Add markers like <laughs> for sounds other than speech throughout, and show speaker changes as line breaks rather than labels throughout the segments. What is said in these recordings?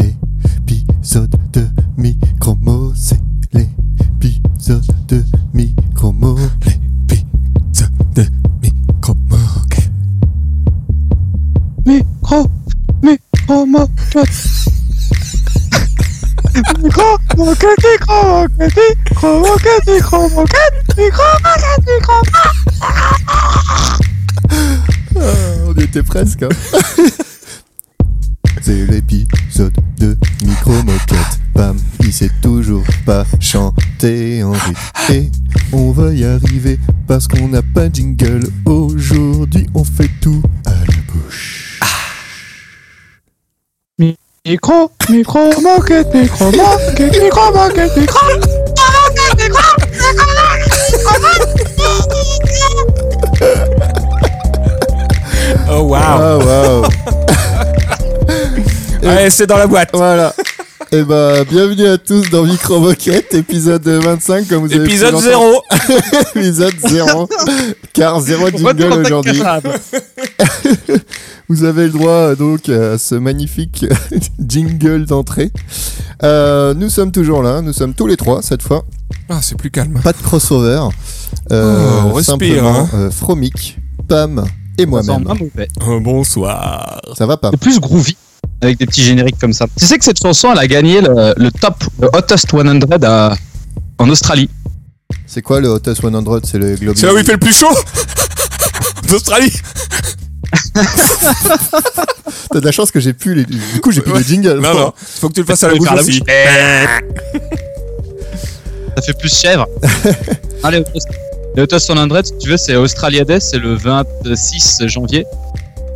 l'épisode de Micromo. C'est l'épisode de Micromo. L'épisode de Micromo.
Micro, micro, mo, micro, moquette, micro, moquette, micro, moquette, micro, moquette, micro, moquette, micro,
Ah, on y était presque. hein. <laughs> C'est l'épisode de Micro Moquette. Pam, il sait toujours pas chanter en rythme. Et on va y arriver parce qu'on n'a pas de jingle. Aujourd'hui, on fait tout à la bouche.
micro, micro, moquette, micro, moquette, micro, moquette, micro,
Oh wow.
Ah, waouh!
Allez, Ah, c'est dans la boîte.
Voilà. <laughs> Et bah, bienvenue à tous dans Micro Moquette, épisode 25, comme vous avez pu
Épisode
l'entendre.
0.
<laughs> épisode 0. Car zéro jingle aujourd'hui. Vous avez le droit euh, donc à ce magnifique <laughs> jingle d'entrée. Euh, nous sommes toujours là, nous sommes tous les trois cette fois.
Ah, c'est plus calme.
Pas de crossover.
Oh, on respire,
simplement,
hein.
euh, Fromic, Pam et moi-même.
Oh, bonsoir.
Ça va pas
C'est plus groovy. Avec des petits génériques comme ça. Tu sais que cette chanson, elle a gagné le, le top, le hottest 100 à- en Australie.
C'est quoi le Hottest 100 C'est le Global.
C'est là où il fait le plus chaud <laughs> D'Australie
T'as de la chance que j'ai pu les. Du coup, j'ai plus
Ouais.
les jingles.
Non, non. Faut que tu le fasses à la
Faut le
bouche
faire à la
aussi.
Ça fait
<laughs>
plus chèvre. Allez, Autos. Les Autos 100, si tu veux, c'est Australia Day, c'est le 26 janvier.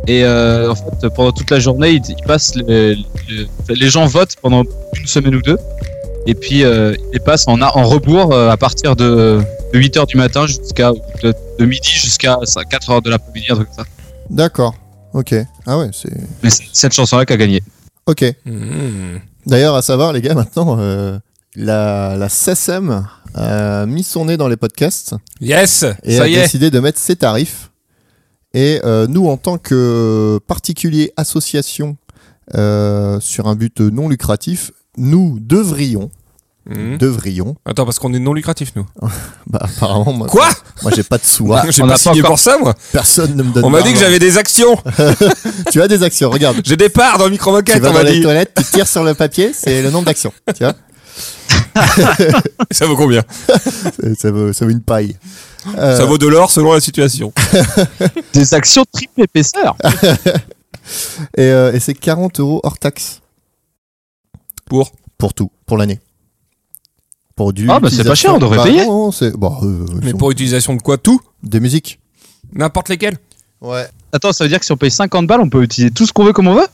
Et euh, en fait, pendant toute la journée, ils, ils passent les, les- les gens votent pendant une semaine ou deux. Et puis, euh, ils les passent en, a- en rebours euh, à partir de, 8h du matin jusqu'à de, de midi jusqu'à 4h de l'après-midi, un truc comme ça.
D'accord. Ok. Ah ouais, c'est.
Mais c'est cette chanson-là qui a gagné.
Ok.
Mmh.
D'ailleurs, à savoir, les gars, maintenant, euh, la, la SACEM a mis son nez dans les podcasts
Yes,
et
ça
a
y est.
décidé de mettre ses tarifs. Et euh, nous, en tant que particulier association euh, sur un but non lucratif, nous devrions,
Mmh.
devrions,
Attends, parce qu'on est non lucratif, nous.
bah, apparemment, moi,
Quoi
moi j'ai pas de sous,
<laughs>
hein.
J'ai
on
pas
a pas
signé
encore-
pour ça, moi.
personne ne me donne
On m'a dit
d'argent.
que j'avais des actions.
Tu as des actions,
<laughs>
regarde.
J'ai des parts dans
Tu
Micro-Moquette,
vas
on
dans
m'a
les
dit.
toilettes, tu tires sur le papier, c'est le nombre d'actions. Tu vois
Ça vaut combien
C'est- ça, vaut, ça vaut une paille.
Ça
Euh,
vaut de l'or selon la situation.
Des actions triple épaisseur.
Et, euh, et c'est 40 euros hors taxe.
Pour
Pour tout, pour l'année. Pour du.
Ah, bah, c'est pas
utilisation-
cher, on devrait
Bah,
payer.
Non, c'est. Bah, euh,
Mais
sont-
pour utilisation de quoi Tout
Des musiques.
N'importe lesquels
Ouais.
Attends, ça veut dire que si on paye 50 balles, on peut utiliser tout ce qu'on veut comme on veut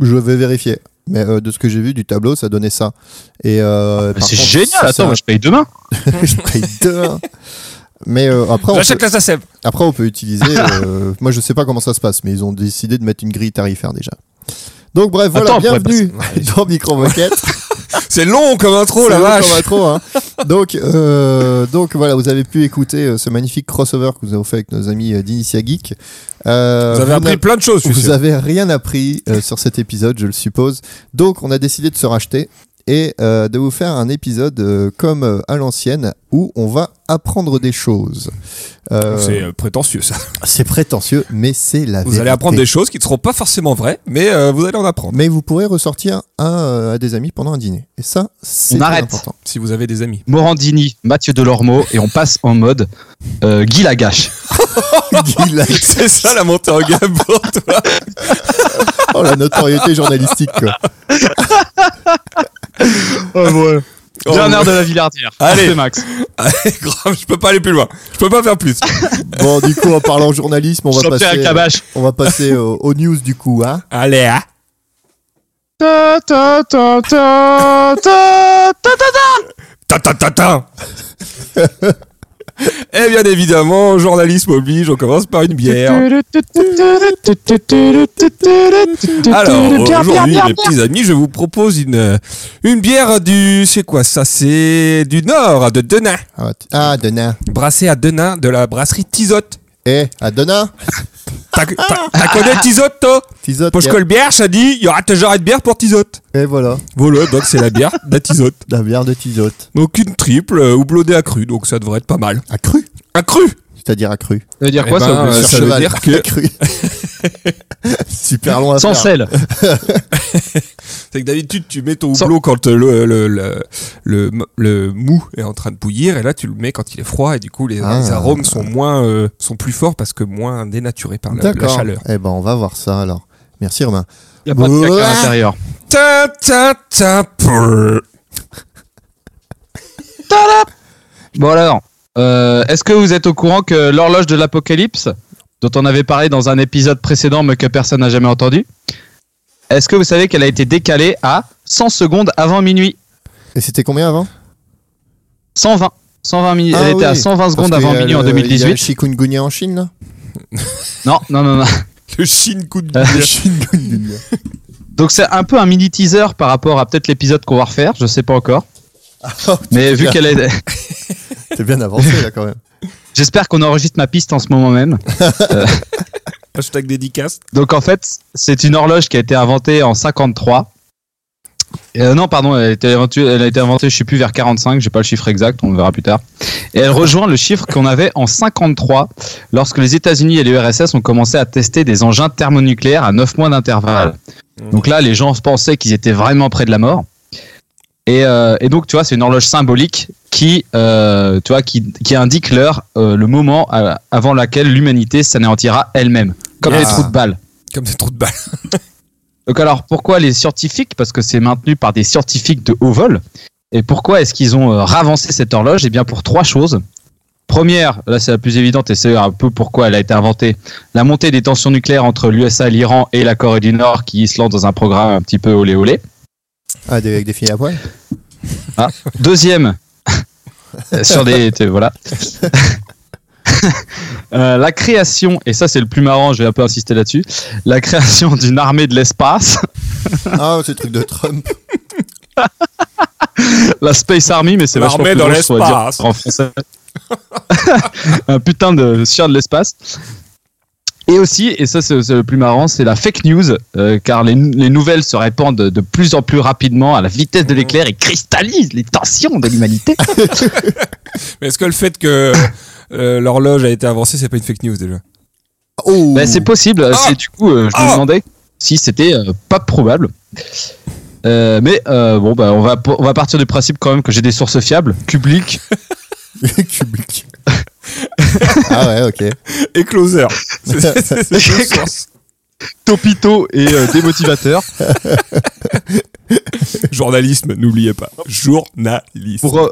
Je vais vérifier. Mais euh, de ce que j'ai vu du tableau, ça donnait ça. Et euh,
Ah, Mais
par
C'est
contre,
génial,
ça, <laughs>
attends, moi je paye demain.
ça- je paye demain. Mais euh, après, on peut,
J'achète la SACEM.
après, on peut
<laughs>
utiliser. euh, moi, je sais pas comment ça se passe, mais ils ont décidé de mettre une grille tarifaire déjà. Donc, bref, voilà,
Attends, on pourrait
bienvenue <laughs> dans Micro Moquette.
C'est long comme intro, Oh la
C'est long
vache.
comme intro, hein. donc, euh, donc voilà, vous avez pu écouter euh, ce magnifique crossover que nous avons fait avec nos amis euh, d'Initia Geek. Euh,
Vous avez
n'a-
appris plein de choses, je suis
vous
sûr.
avez rien appris euh, sur cet épisode, je le suppose. Donc, on a décidé de se racheter et euh, de vous faire un épisode euh, comme euh, à l'ancienne où on va apprendre des choses. Euh,
C'est euh, prétentieux, ça.
c'est prétentieux, mais c'est la
Vous allez apprendre des choses qui ne seront pas forcément vraies, mais euh, vous allez en apprendre.
mais vous pourrez ressortir à, euh, à des amis pendant un dîner. Et ça, c'est
On
très
arrête.
important. <laughs>
Si vous avez des amis. <laughs>
Morandini, Mathieu Delormeau et on passe en mode euh, Guy Lagache.
Guy Lagache.
C'est ça la montée en gamme <laughs> pour toi.
<laughs> Oh la notoriété journalistique
<laughs>
quoi.
Oh,
Bernard de la Villardière.
Allez.
C'est Max.
allez, grave, je peux pas aller plus loin. Je peux pas faire plus.
Bon du coup en parlant journalisme on va
Jean-Pierre
passer
Cabache.
on va passer au- aux news du coup hein.
Allez, hein.
Ta, ta, ta, ta, ta, ta, ta.
Ta ta
<laughs>
ta ta. Eh bien évidemment, journalisme oblige, on commence par
<laughs>
une bière.
Bière,
Alors
bière,
aujourd'hui
bière,
mes
bière.
petits amis, je vous propose une euh, une bière du c'est quoi ça C'est du nord de Denain,
Ah, t- Ah Denain
brassée à Denain de la brasserie Tisotte.
et Eh, Adona
T'as t'as-
<laughs>
t'as connu Tisotto
Tisote
Parce que le bière, ça dit, il y aura toujours une bière pour Tisote.
Et Eh, voilà,
Voilà, donc c'est la bière de la Tisote.
la bière de Tisote.
<laughs> Donc une triple, euh, houblonnée accrue, donc ça devrait être pas mal.
Accrue
Accrue
C'est-à-dire accrue.
Ça veut dire
Eh
quoi
ben,
ça au
euh,
plus
Sur
ça veut
cheval.
dire que- <laughs>
Accrue. Super loin à
Sans
faire.
sel.
C'est que d'habitude, tu mets ton
Sans-
houblon quand euh, le, le, le, le, le mou est en train de bouillir, et là, tu le mets quand il est froid, et du coup, les,
Ah.
les arômes sont moins, euh, sont plus forts parce que moins dénaturés par la, la
D'accord.
chaleur.
Eh ben, on va voir ça alors. Merci Romain.
Il a pas de caca
Ouais.
à l'intérieur.
Ta, ta, ta, prrr.
Bon alors, euh, est-ce que vous êtes au courant que l'horloge de l'apocalypse, dont on avait parlé dans un épisode précédent mais que personne n'a jamais entendu, est-ce que vous savez qu'elle a été décalée à 100 secondes avant minuit
Et c'était combien avant
120. 120 minutes.
Ah
elle était à
oui,
120 secondes
Parce qu'il
avant
y a
minuit en
le- Il y a le
2018.
chikungunya en Chine là
Non, non, non, non.
<laughs> Le chine coup de
Euh,
Le chikungunya.
Donc c'est un peu un mini teaser par rapport à peut-être l'épisode qu'on va refaire, je sais pas encore.
Oh,
Mais vu
bien.
qu'elle est, <laughs>
T'es bien avancé là quand même.
j'espère qu'on enregistre ma piste en ce moment même.
Hashtag dédicace.
Donc en fait, c'est une horloge qui a été inventée en 53. Euh, non, pardon, elle a, été inventée, elle a été inventée, je sais plus, vers 45, j'ai pas le chiffre exact, on le verra plus tard. Et elle rejoint le chiffre qu'on avait en 53, lorsque les États-Unis et l'URSS ont commencé à tester des engins thermonucléaires à 9 mois d'intervalle. Donc là, les gens pensaient qu'ils étaient vraiment près de la mort. Et, euh, et donc, tu vois, c'est une horloge symbolique qui, euh, tu vois, qui, qui indique l'heure, euh, le moment euh, avant laquelle l'humanité s'anéantira elle-même, comme les
Ah.
trous de balles.
Comme des trous de balles.
Donc alors pourquoi les scientifiques Parce que c'est maintenu par des scientifiques de haut vol. Et pourquoi est-ce qu'ils ont euh, ravancé cette horloge Eh bien pour trois choses. Première, là c'est la plus évidente et c'est un peu pourquoi elle a été inventée, la montée des tensions nucléaires entre l'USA, l'Iran et la Corée du Nord qui se lance dans un programme un petit peu olé olé.
Ah, des- avec des filles à
<laughs>
poil
Deuxième, sur des... t'es- Voilà. <laughs> Euh, la création, et ça c'est le plus marrant, je vais un peu insister là-dessus, la création d'une armée de l'espace.
Ah, c'est le truc de Trump.
La Space Army, mais c'est vachement
L'armée
plus
dans
drôle, je pourrais
l'espace.
dire, en français. <laughs> un putain de chien de l'espace. Et aussi, et ça c'est c'est le plus marrant, c'est la fake news, euh, car les, les nouvelles se répandent de plus en plus rapidement à la vitesse
Mhm.
de l'éclair et cristallisent les tensions de
<laughs>
l'humanité.
Mais est-ce que le fait que euh, l'horloge a été avancée, c'est pas une fake news déjà
Oh <laughs>
Ben, c'est possible,
Ah
c'est du coup, euh, je me
Ah
demandais si c'était euh, pas probable. Euh, mais euh, bon, bah, on, va, on va partir du principe quand même que j'ai des sources fiables, publiques,
Kubrick. <laughs> ah ouais, ok.
Et closer. C'est- c'est- c'est- c'est deux sens.
topito et euh, démotivateurs.
Journalisme, n'oubliez pas. Journalisme.
pour, euh,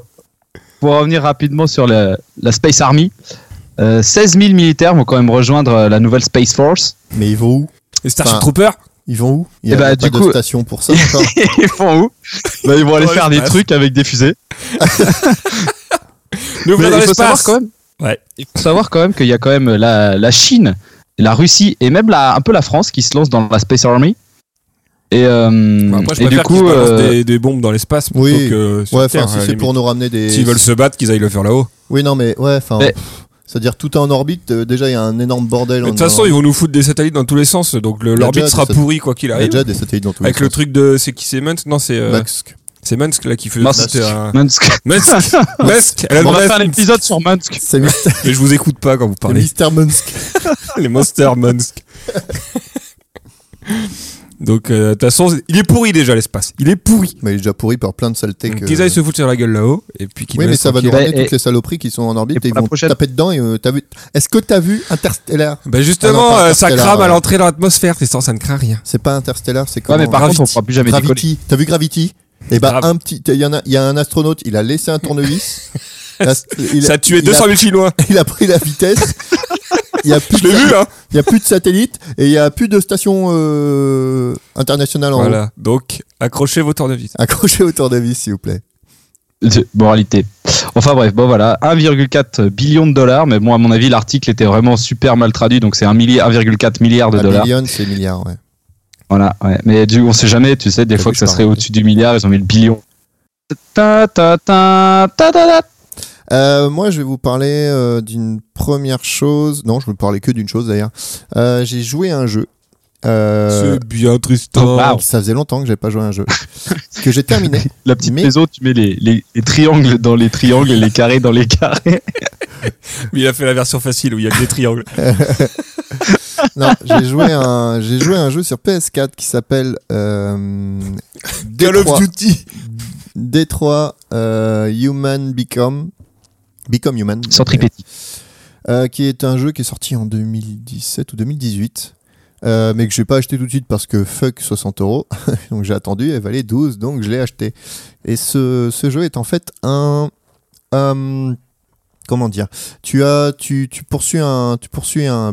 pour revenir rapidement sur la, la Space Army, euh, 16 000 militaires vont quand même rejoindre euh, la nouvelle Space Force.
Mais ils vont où
Et Starship
Enfin,
Trooper
Ils vont où Il y
Eh
a
ben,
pas
du
de
coup-
station pour
<laughs>
ça encore
ils font où Bah, Ils vont aller
Dans
faire des
l'espace.
trucs avec des fusées.
Nous
Mais
voilà
il
dans
faut savoir
l'espace.
quand même.
Ouais.
Il faut savoir quand même qu'il y a quand même euh, la, la Chine, la Russie et même la, un peu la France qui se lancent dans la Space Army. Et, euh,
Bah, Après, je
et du
préfère qu'ils
coup,
balancent
euh,
des, des bombes dans l'espace plutôt
Hmm. Oui.
que euh, sur
Ouais,
Terre.
enfin, si
à la
c'est
limite.
pour nous ramener des.
S'ils veulent se battre, qu'ils aillent le faire là-haut.
Oui, non, mais ouais, enfin.
Mais-
pff, C'est-à-dire tout est en orbite, euh, déjà il y a un énorme bordel.
Mais
en-
De toute façon, ils vont nous foutre des satellites dans tous les sens, donc
Il
le-
y a
l'orbite
déjà
sera
des
pourrie quoi qu'il
il y a
arrive.
déjà des satellites dans tous
Avec
les
le truc de. C'est qui c'est Munsk Non, c'est. euh,
sens. Max.
C'est Munsk là qui fait.
Musk.
c'était un-
Minsk. <laughs>
Musk Musk Elon
On va
Musk.
faire un épisode sur Minsk.
C'est Mister,
Mais je vous écoute pas quand vous
c'est
parlez.
Mister Munsk.
Ah, les Monster Munsk. Donc, euh, de toute façon, il est pourri déjà l'espace. Il est pourri.
Mais il est déjà pourri par plein de saletés que.
Qu'ils aillent se foutre sur la gueule là-haut. Et puis qu'ils
Oui,
nous
mais
laissent
ça va nous
tranquille.
ramener
Et-
toutes les saloperies qui sont en orbite
Bah, et
et, ils
pour la
vont
prochaine-
taper dedans. Et, euh, t'as vu... Est-ce que t'as vu Interstellar
Bah justement,
Ah non, pas
euh, ça
Interstellar,
crame à
ouais.
l'entrée de l'atmosphère, Tristan, ça ne craint rien.
C'est pas Interstellar, c'est
Ouais,
comment
mais par contre, on
Gravity.
pourra plus jamais décoller.
Gravity. T'as vu Gravity Eh ben,
Grave.
un petit. Il y, en a... il y a un astronaute, il a laissé un
<laughs>
tournevis. Il a- il a-
ça a tué
il
200
<laughs>
000 Chinois.
il a pris la vitesse. Il n'y a, plus
Je l'ai
de-
vu, hein.
il y a plus de satellites et il n'y a plus de station euh, internationale en haut.
Voilà. Donc, accrochez vos tournevis.
Accrochez au tournevis, s'il vous plaît.
De- moralité. Enfin bref, bon voilà, 1,4 billion de dollars, mais bon à mon avis l'article était vraiment super mal traduit, donc c'est un milli- 1,4 milliard de
Un
dollars.
million, c'est milliard, ouais.
Voilà, ouais. mais du, on sait jamais, tu sais, des
T'as
fois
vu,
que ça
je
serait
parle.
au-dessus du milliard, ils ont mis le billion. Ta ta ta ta ta ta ta.
Euh, moi, je vais vous parler euh, d'une première chose. Non, je vais vous parler que d'une chose d'ailleurs. Euh, j'ai joué à un jeu. Euh, ah,
C'est bien Tristan.
Oh, wow.
Ça faisait longtemps que j'avais pas joué à
<laughs>
un jeu. que j'ai terminé.
La petite
Mais-
maison, tu mets les, les, les triangles dans les triangles et les carrés dans les carrés.
Mais il a fait la version facile où il y a que des triangles.
Non, j'ai joué à un, j'ai joué à un jeu sur PS4 qui s'appelle euh,
Call of
Détroit.
Duty.
Détroit euh, Human Become. Become Human.
Sans tripéti.
Euh, qui est un jeu qui est sorti en 2017 ou 2018. euh, mais que j'ai pas acheté tout de suite parce que fuck 60 euros. <laughs> donc j'ai attendu, elle valait 12, donc je l'ai acheté. Et ce, ce jeu est en fait un. euh, comment dire tu, as, tu, tu poursuis un. Tu poursuis un.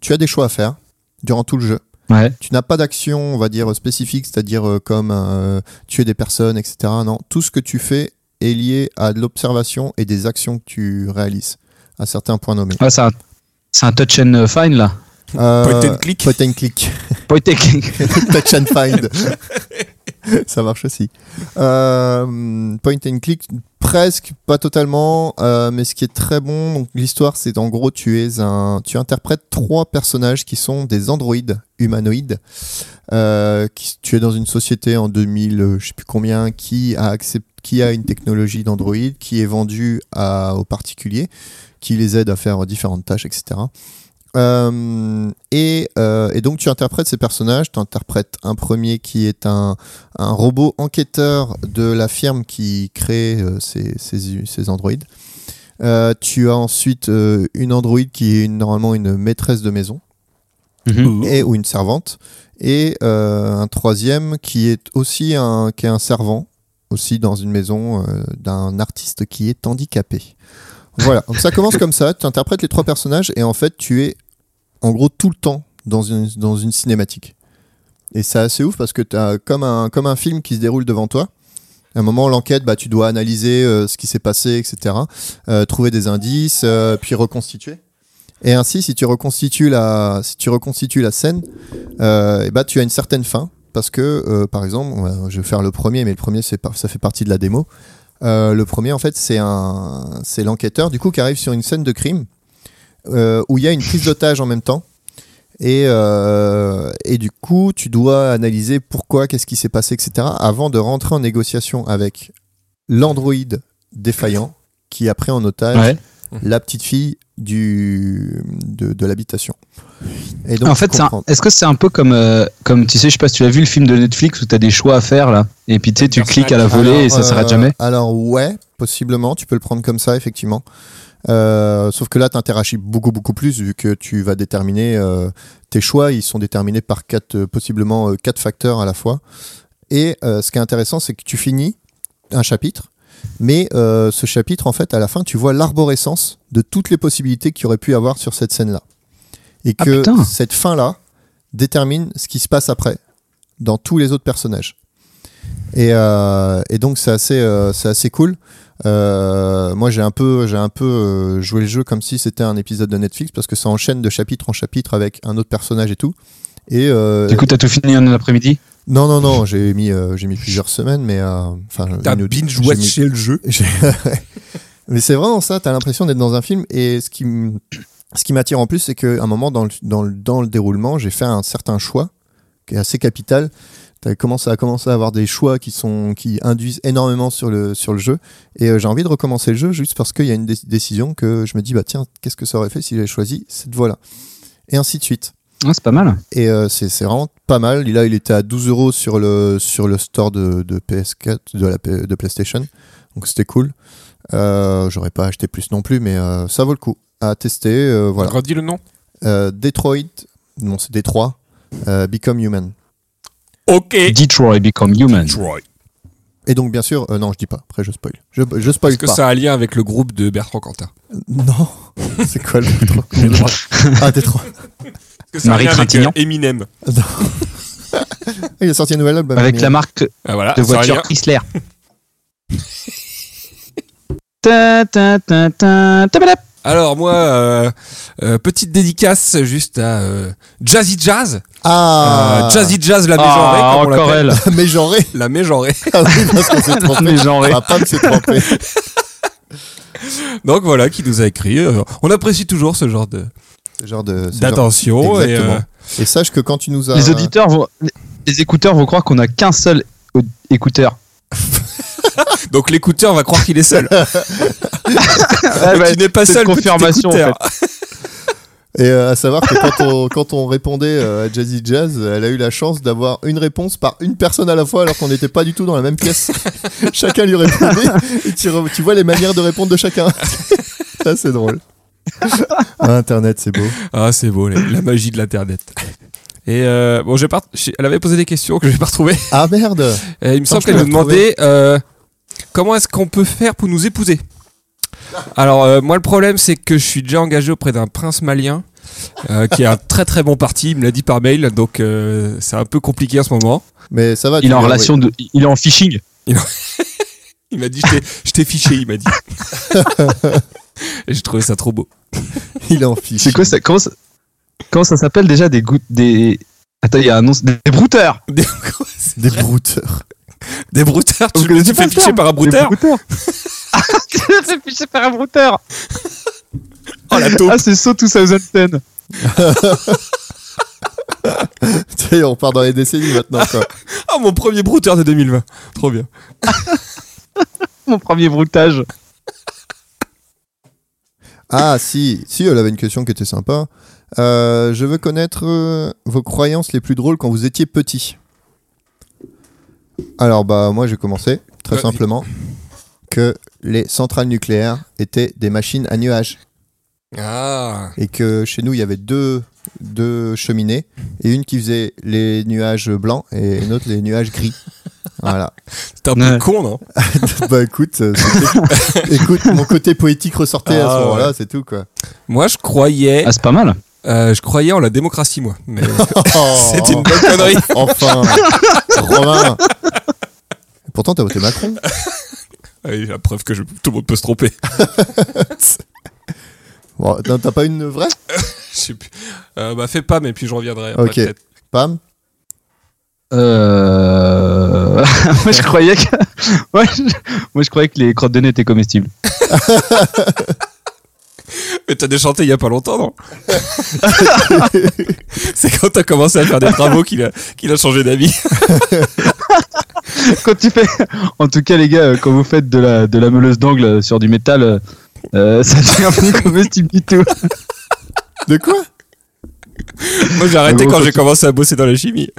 Tu as des choix à faire durant tout le jeu
Ouais.
tu n'as pas d'action, on va dire, spécifique, c'est-à-dire euh, comme euh, tuer des personnes, etc. Non, tout ce que tu fais est lié à de l'observation et des actions que tu réalises à certains points nommés.
Ah, c'est un, c'est un touch and find là.
Euh,
Point and click.
Point and click.
Point taking.
<laughs> Touch and find. Ça marche aussi. Euh, point and click, presque, pas totalement, euh, mais ce qui est très bon, donc l'histoire, c'est en gros, tu es un, tu interprètes trois personnages qui sont des androïdes humanoïdes. Euh, qui, tu es dans une société en 2000, euh, je sais plus combien, qui a accepté, qui a une technologie d'androïde qui est vendue à, aux particuliers, qui les aide à faire différentes tâches, etc. Euh, et, euh, et donc tu interprètes ces personnages, tu interprètes un premier qui est un, un robot enquêteur de la firme qui crée euh, ces, ces, ces androïdes. Euh, tu as ensuite euh, une androïde qui est une- normalement une maîtresse de maison
Mmh. Oh.
et ou une servante et euh, un troisième qui est aussi un qui est un servant aussi dans une maison euh, d'un artiste qui est handicapé. Voilà, donc ça commence comme ça, tu interprètes les trois personnages et en fait tu es en gros tout le temps dans une, dans une cinématique. Et c'est assez ouf parce que tu as comme un, comme un film qui se déroule devant toi. À un moment, l'enquête, bah, tu dois analyser euh, ce qui s'est passé, etc. euh, trouver des indices, euh, puis reconstituer. Et ainsi, si tu reconstitues la, si tu reconstitues la scène, euh, eh ben, tu as une certaine fin. Parce que, euh, par exemple, euh, je vais faire le premier, mais le premier, c'est pas, ça fait partie de la démo. Euh, le premier, en fait, c'est un, c'est l'enquêteur, du coup, qui arrive sur une scène de crime euh, où il y a une prise d'otage en même temps. Et, euh, et du coup, tu dois analyser pourquoi, qu'est-ce qui s'est passé, etc. avant de rentrer en négociation avec l'androïde défaillant qui a pris en otage
Ouais.
la petite fille du, de, de l'habitation. Et donc,
en
tu
fait, c'est un-
comprends.
est-ce que c'est un peu comme, euh, comme tu sais, je sais pas si tu as vu le film de Netflix où t'as des choix à faire là, et puis tu sais, tu cliques à la volée et ça
Alors,
s'arrête
euh,
jamais.
Alors ouais, possiblement, tu peux le prendre comme ça, effectivement. Euh, sauf que là, tu interagis beaucoup, beaucoup plus, vu que tu vas déterminer euh, tes choix, ils sont déterminés par quatre, euh, possiblement euh, quatre facteurs à la fois. Et euh, ce qui est intéressant, c'est que tu finis un chapitre, mais euh, ce chapitre, en fait, à la fin, tu vois l'arborescence de toutes les possibilités qu'il y aurait pu avoir sur cette scène-là. Et
Ah,
que
putain.
cette fin-là détermine ce qui se passe après dans tous les autres personnages. Et, euh, et donc c'est assez, euh, c'est assez cool. Euh, moi j'ai un peu, j'ai un peu euh, joué le jeu comme si c'était un épisode de Netflix parce que ça enchaîne de chapitre en chapitre avec un autre personnage et tout. Et euh,
Du coup, t'as tout fini en un après-midi.
non non non, j'ai mis, euh, j'ai mis plusieurs semaines, mais euh, enfin
T'as
une-
binge
j'ai mis-
watché le jeu.
j'ai- Mais c'est vraiment ça, t'as l'impression d'être dans un film. Et ce qui, m- ce qui m'attire en plus, c'est qu'à un moment dans le, dans le, dans le déroulement, j'ai fait un certain choix qui est assez capital. T'as commencé à commencer à avoir des choix qui, sont, qui induisent énormément sur le, sur le jeu. Et euh, j'ai envie de recommencer le jeu juste parce qu'il y a une dé- décision que je me dis, bah tiens, qu'est-ce que ça aurait fait si j'avais choisi cette voie-là Et ainsi de suite.
Ah, c'est pas mal.
Et euh, c'est c'est vraiment pas mal. Là, il était à 12 euros sur le, sur le store de, de PS4, de, la, P- de PlayStation. Donc c'était cool. Euh, J'aurais pas acheté plus non plus, mais euh, ça vaut le coup. À tester, euh, voilà.
Redis le nom.
Euh, Detroit, non, c'est Détroit, euh, Become Human.
Ok.
Detroit Become Human.
Detroit.
Et donc, bien sûr, euh, non, je dis pas, après je spoil. Je, je spoil
Est-ce que
pas.
ça a un lien avec le groupe de Bertrand Quentin
<laughs> Non, c'est quoi le Détroit Ah, Détroit.
Est-ce que ça a un
Marie
lien avec,
Trintignant.
euh, Eminem.
Ah, Il a sorti un nouvel album.
Avec
mais-
la marque
Ah voilà.
de
ça a un
voiture
lien. <laughs>
Chrysler. Ta, ta, ta, ta, ta, badap.
Alors moi, euh, euh, petite dédicace juste à euh, Jazzy Jazz.
Ah
Euh, Jazzy Jazz, la mégenrée,
Ah,
comme on
encore
l'appelle.
elle.
<laughs> Mais j'aurais.
La mégenrée. <laughs>
<laughs> Ah oui, parce qu'on s'est trompé.
Mais genre,
Ma femme s'est trompée.
Donc voilà, qui nous a écrit. Euh, on apprécie toujours ce genre de
Ce genre de. ce genre-
d'attention. Et,
Exactement.
euh,
Et sache que quand tu nous as.
Les auditeurs vont, les écouteurs vont croire qu'on a qu'un seul au- écouteur.
donc l'écouteur va croire qu'il est seul.
<laughs> Ah, bah,
tu n'es pas
cette
seul. petit
confirmation, en
écouteur.
Et euh, à savoir que quand on, quand on répondait euh, à Jazzy Jazz, elle a eu la chance d'avoir une réponse par une personne à la fois alors qu'on n'était pas du tout dans la même
<laughs>
pièce. chacun lui répondait et tu, re- tu vois les manières de répondre de chacun. Ça c'est drôle. Ah, Internet c'est beau.
Ah, c'est beau, les- la magie de l'internet. Et euh, bon, j'ai pas, j'ai- elle avait posé des questions que j'ai pas retrouvées.
Ah merde
Et Euh, il me semble
je peux
qu'elle nous
les retrouver.
demandait euh, comment est-ce qu'on peut faire pour nous épouser. Alors euh, moi, le problème, c'est que je suis déjà engagé auprès d'un prince malien euh, qui est un très très bon parti. Il me l'a dit par mail, donc euh, c'est un peu compliqué en ce moment.
Mais ça va. tu
il est en
l'as
relation de, il est en phishing.
Il m'a dit, je t'ai- je t'ai fiché, il
<laughs>
m'a dit. Et j'ai trouvé ça trop beau.
envoyé. Il en fiche.
C'est quoi ça Comment ça, comment ça s'appelle déjà des gouttes des Attends, il y a un nom, des, des brouteurs.
Des,
Des brouteurs. <laughs>
des brouteurs,
Vous
tu
connaissez
tu
pas
fais
le
ficher
terme
par un brouteur
Des brouteurs. Ah, tu l'as fait ficher par un brouteur.
Oh la
<laughs>
taupe
Ah, c'est So 2010.
Tu sais, on part dans les décennies maintenant quoi.
Oh mon premier brouteur de 2020 Trop bien.
Mon premier broutage.
Ah si, si, elle avait une question qui était sympa. Euh, je veux connaître euh, vos croyances les plus drôles quand vous étiez petit. Alors bah moi j'ai commencé très
Vas-y.
simplement que les centrales nucléaires étaient des machines à nuages
Ah
et que chez nous il y avait deux deux cheminées et une qui faisait les nuages blancs et une autre les nuages gris.
<laughs>
Voilà.
T'es un
Ouais.
peu con, non
bah écoute, euh, c'était-
<laughs>
écoute, mon côté poétique ressortait à
Ah,
ce
ouais.
moment-là, c'est tout quoi.
Moi, je croyais,
Ah, c'est pas mal.
euh, je croyais en la démocratie, moi.
<laughs>
Mais <laughs> c'était une bonne connerie.
<laughs> Enfin, Romain. Pourtant, t'as voté Macron.
Ouais, la preuve que je- tout le monde peut se <laughs> tromper.
Bon, non, t'as pas une vraie
Je sais plus. Euh, bah, fais pas, mais puis je reviendrai. Après,
Ok.
peut-être.
Pam
Euh... <laughs> moi je croyais que <laughs> moi, je... moi, je croyais que les crottes de nez étaient comestibles.
Mais t'as déchanté il y a pas longtemps, <laughs> non C'est quand t'as commencé à faire des travaux qu'il a, qu'il a changé d'avis.
Quand tu fais <laughs> en tout cas les gars euh, quand vous faites de la de la meuleuse d'angle sur du métal euh, euh, ça devient plus
<laughs>
comestible du tout.
De quoi
Moi, j'ai arrêté
gros,
quand
quand
j'ai
tu-
commencé à bosser dans la chimie.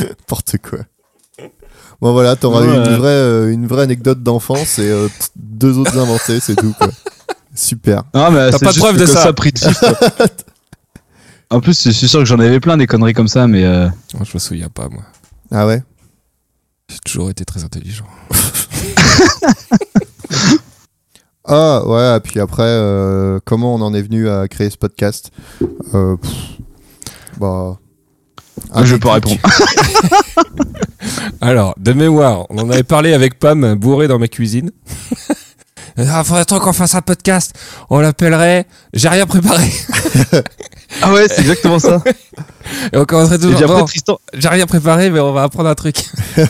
N'importe quoi. Bon, voilà, t'auras eu
Ouais.
une vraie, euh, une vraie anecdote d'enfance et euh, pff, deux autres inventées, c'est tout. Quoi. Super.
Non mais
T'as
c'est
pas de
juste
preuve de
que comme
ça.
pris de vif, quoi.
<laughs>
En plus je suis sûr que j'en avais plein des conneries comme ça mais euh,
Moi, je me souviens pas, moi.
Ah ouais
J'ai toujours été très intelligent.
Ah ouais, et puis après, euh, comment on en est venu à créer ce podcast Euh, pff, Bah.
Ah,
je vais pas
article.
répondre.
Alors, de mémoire, on en avait parlé avec Pam, bourré dans ma cuisine. Ah, faudrait trop qu'on fasse un podcast. On l'appellerait J'ai rien préparé.
Ah ouais c'est exactement <laughs> ça.
Et on commencerait
Et
toujours.
puis après
Bon,
Tristan
J'ai rien préparé, mais on va apprendre un <laughs> truc. Puis,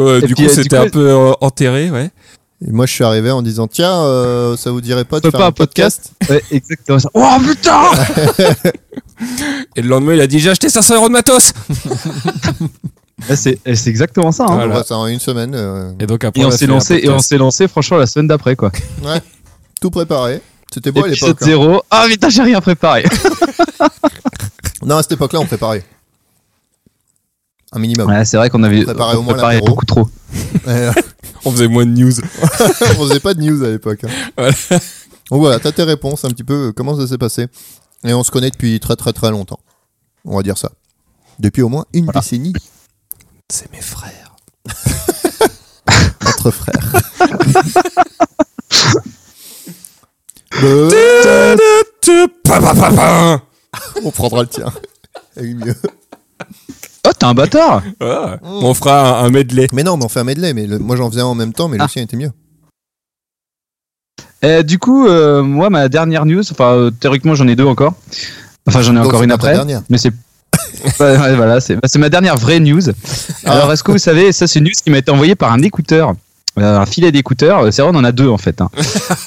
euh,
Et
du
puis,
coup,
euh, du
c'était
coup-
un peu euh, enterré, ouais.
Et moi, je suis arrivé en disant Tiens, euh, ça vous dirait pas de
peut
faire
pas
un podcast <laughs>
Ouais, exactement ça. Oh putain
Et le lendemain, il a dit J'ai acheté 500 euros de matos.
Ouais, C'est eh, c'est exactement ça. hein.
Voilà.
On fera ça en une semaine. euh,
Et donc après,
Et on
a fait
s'est
un
lancé et on
podcast.
s'est lancé franchement la semaine d'après quoi.
tout préparé. C'était beau à
Épisode
l'époque. hein.
0. Ah putain, j'ai rien préparé.
hein. Non, à cette époque-là, on préparait. Un minimum.
Ouais, c'est vrai qu'on avait
Ah, On préparait au
on
moins
préparait
l'apéro.
beaucoup trop.
Euh,
on faisait moins de
<laughs>
news.
<laughs> on faisait pas de news à l'époque. hein.
Voilà.
Donc voilà, t'as tes réponses un petit peu, euh, comment ça s'est passé. Et on se connaît depuis très très très longtemps. On va dire ça. Depuis au moins une décennie,
C'est mes frères.
<laughs> entre frères. on prendra le tien. Et oui, mieux.
Oh, t'es
<laughs>
un bâtard
Ah, On fera un, un medley. <laughs>
Mais non, mais on fait un medley. Mais le- moi j'en faisais un en même temps, mais le
Ah.
sien était mieux.
Eh, Du coup, euh, moi, ma dernière news, enfin, euh, théoriquement, j'en ai deux encore. Enfin, j'en ai
Donc,
encore
c'est
une
pas ta
après.
dernière.
Mais <laughs> c'est. Ouais, ouais, Ah. voilà, c'est bah, c'est ma dernière vraie news. Alors, est-ce que vous savez, ça, c'est une news qui m'a été envoyée par un écouteur. euh, un filet d'écouteurs. C'est vrai, on en a deux en <laughs> fait. hein.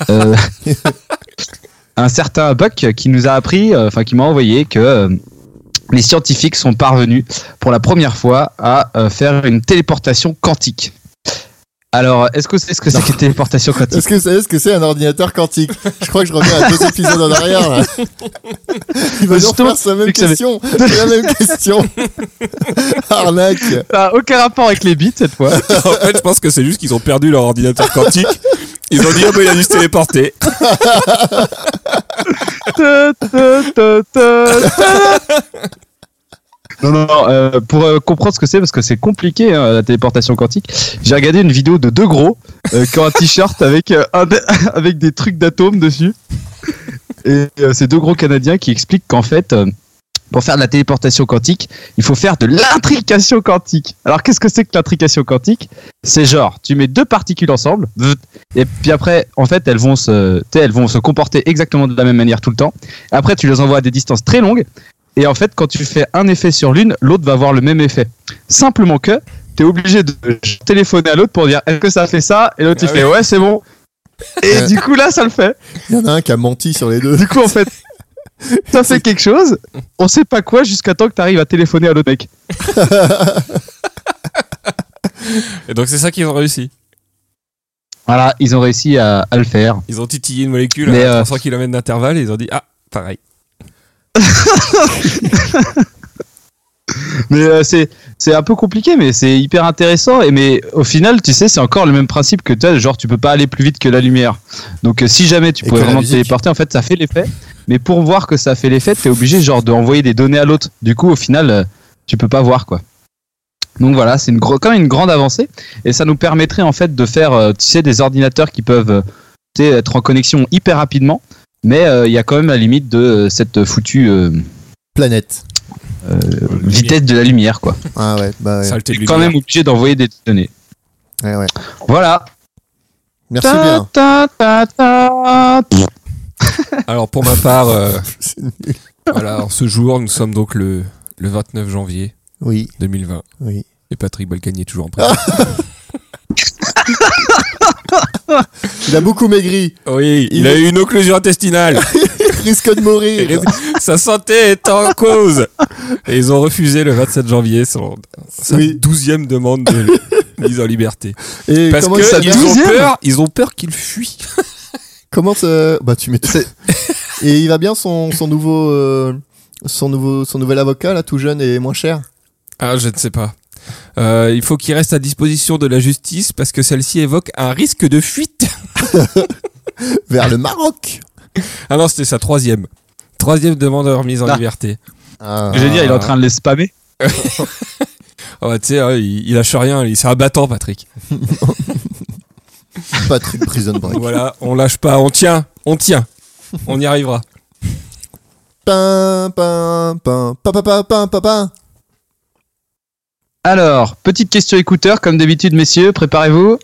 Euh, un certain Buck qui nous a appris, euh, enfin qui m'a envoyé que euh, les scientifiques sont parvenus pour la première fois à euh, faire une téléportation quantique. Alors, est-ce que c'est ce que c'est qu'une <laughs> téléportation quantique
Est-ce que vous savez ce que c'est un ordinateur quantique Je crois que je reviens à deux épisodes en arrière.
<laughs>
là. Il va nous
Justement,
refaire sa même
vu que ça
question. La même
<laughs>
question. Arnaque.
Ça a aucun rapport avec les bits cette fois.
en fait, je pense que c'est juste qu'ils ont perdu leur ordinateur quantique. Ils ont dit, oh, bah, il a dû se téléporter.
<laughs> Non, non, non, euh, pour euh, comprendre ce que c'est, parce que c'est compliqué hein, la téléportation quantique, j'ai regardé une vidéo de deux gros euh, qui ont un t-shirt <laughs> avec, euh, un de- avec des trucs d'atomes dessus. Et euh, ces deux gros Canadiens qui expliquent qu'en fait, euh, pour faire de la téléportation quantique, il faut faire de l'intrication quantique. Alors qu'est-ce que c'est que l'intrication quantique C'est genre, tu mets deux particules ensemble, et puis après, en fait, elles vont, se, tu sais, elles vont se comporter exactement de la même manière tout le temps. Après, tu les envoies à des distances très longues. Et en fait, quand tu fais un effet sur l'une, l'autre va avoir le même effet. Simplement que tu es obligé de téléphoner à l'autre pour dire est-ce que ça fait ça Et l'autre
Ah
il fait ouais, c'est bon. Et
Ouais.
du coup, là, ça le fait.
Il y en a un qui a menti sur les deux.
Du coup, en fait, ça fait quelque chose, on sait pas quoi jusqu'à temps que tu arrives à téléphoner à l'autre mec.
Et donc, c'est ça qu'ils ont réussi.
Voilà, ils ont réussi à, à le faire.
Ils ont titillé une molécule
Mais,
à
euh,
300 km d'intervalle et ils ont dit, ah, pareil.
Mais euh, c'est c'est un peu compliqué, mais c'est hyper intéressant. Et mais au final, tu sais, c'est encore le même principe que toi, genre tu peux pas aller plus vite que la lumière. Donc euh, si jamais tu
Et
pouvais
que la
vraiment te
musique.
téléporter, en fait, ça fait l'effet. Mais pour voir que ça fait l'effet, t'es obligé genre de envoyer des données à l'autre. Du coup, au final, euh, tu peux pas voir quoi. Donc voilà, c'est une gro- quand même une grande avancée et ça nous permettrait en fait de faire, euh, tu sais, des ordinateurs qui peuvent euh, tu sais, être en connexion hyper rapidement. Mais euh, il y a quand même la limite de euh, cette foutue euh,
Planète.
vitesse de la lumière quoi.
Ah ouais, bah ouais.
Saleté de
quand
lumière.
même obligé d'envoyer des données.
Ouais, ouais.
Voilà.
Merci bien.
Ta, ta, ta, ta.
Alors, pour ma part, euh,
C'est nul.
voilà, en ce jour, nous sommes donc le, le 29 janvier
Oui,
2020.
oui.
Et Patrick Balkany est toujours en prison.
Il a beaucoup maigri.
Ah, oui, il a eu une occlusion <laughs> intestinale.
Il risque de mourir.
Sa santé est en cause. Et ils ont refusé le 27 janvier son, sa
Oui.
douzième demande <laughs> de mise en liberté.
Et
Parce
comment ça
que
vient
ils ont
Douzième
peur, ils ont peur qu'il fuit.
Comment ça... Bah tu m'étonnes. <laughs> Et il va bien son, son nouveau... euh, Son nouveau, son nouvel avocat là, tout jeune et moins cher.
Ah, je ne sais pas. Euh, il faut qu'il reste à disposition de la justice parce que celle-ci évoque un risque de fuite.
Vers le Maroc.
Ah non, c'était sa troisième. Troisième demande de remise en
Ah.
liberté.
Ah.
Je veux dire, il est en train de les spammer.
Oh, tu sais, hein, il, il lâche rien, il- c'est un battant, Patrick.
Patrick Prison Break.
voilà, on lâche pas, on tient, on tient. On y arrivera.
Pin, pin, pin, pa, pa, pa, pin, pa, pin.
Alors, petite question écouteur, comme d'habitude, messieurs, préparez-vous.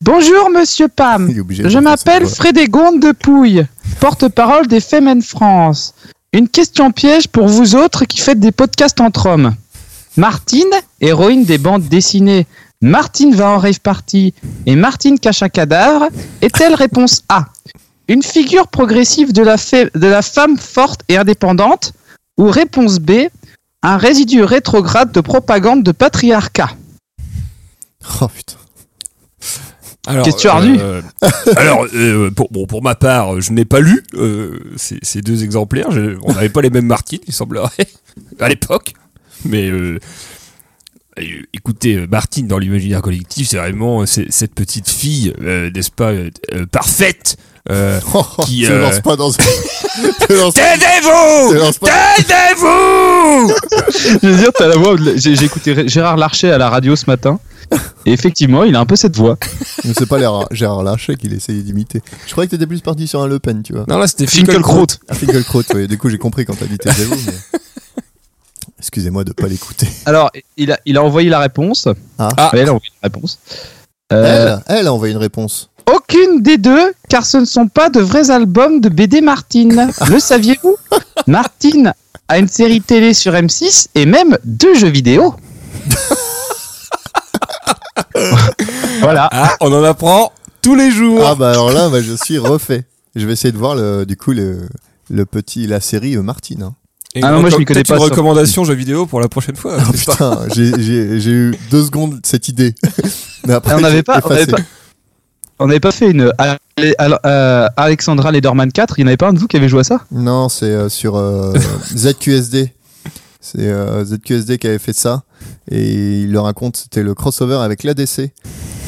Bonjour, monsieur Pam.
Il est obligé de
Je
faire
m'appelle
ça,
Frédégonde de Pouille, porte-parole des Femen France. Une question piège pour vous autres qui faites des podcasts entre hommes. Martine, héroïne des bandes dessinées Martine va en rave party et Martine cache un cadavre, est-elle réponse A Une figure progressive de la, fa- de la femme forte et indépendante Ou réponse B Un résidu rétrograde de propagande de patriarcat
quoi. Oh putain. <laughs>
Alors,
Question ardue.
euh, alors, euh, pour, bon, pour ma part, euh, je n'ai pas lu euh, ces, ces deux exemplaires. Je- on n'avait pas les mêmes Martine, il semblerait, à l'époque. Mais euh, euh, écoutez, euh, Martine, dans l'imaginaire collectif, c'est vraiment euh, c'est- cette petite fille, euh, n'est-ce pas, euh, euh, parfaite. euh,
Oh, oh,
Qui,
te
euh,
lance pas <laughs> dans. te lance- te
Taisez-vous
lance pas.
Taisez-vous
Je veux dire, t'as la voix. de- J'ai j'ai écouté Ré- Gérard Larcher à la radio ce matin. Et effectivement, il a un peu cette voix.
Mais c'est pas les Ra- Gérard Larcher qu'il essayait d'imiter. Je croyais que t'étais plus parti sur un Le Pen, tu vois.
Non, là, c'était
Finkielkraut.
Finkelkraut.
Un Finkielkraut, ouais. Du coup, j'ai compris quand t'as dit tes vous, mais. Excusez-moi de pas l'écouter.
Alors, il a, il a envoyé la réponse.
Ah.
Ah.
Ouais, il a envoyé la réponse. Euh,
Elle, elle a envoyé une réponse.
Aucune des deux, car ce ne sont pas de vrais albums de
<laughs>
BD Martine. Le saviez-vous Martine a une série télé sur M6
<laughs>
et même deux jeux vidéo. Voilà.
Ah, on en apprend tous les jours.
Ah bah alors là, bah, je suis refait. Je vais essayer de voir le, du coup le, le petit, la série euh, Martine. hein.
Et
Ah non, moi, je m'y
peut-être
connais pas,
Une
ça.
recommandation jeu vidéo pour la prochaine fois.
Ah, putain, j'ai- j'ai j'ai eu deux secondes cette
<laughs>
idée. Mais après,
Et on n'avait
j'ai
pas, on
effacé.
avait pas, on n'avait pas fait une Ale- Ale- euh, Alexandra Lederman 4. Il n'y en avait pas un de vous qui avait joué à ça
Non, c'est euh, sur
<laughs>
euh, ZQSD. C'est euh, ZQSD qui avait fait ça. Et il le raconte, c'était le crossover avec l'ADC.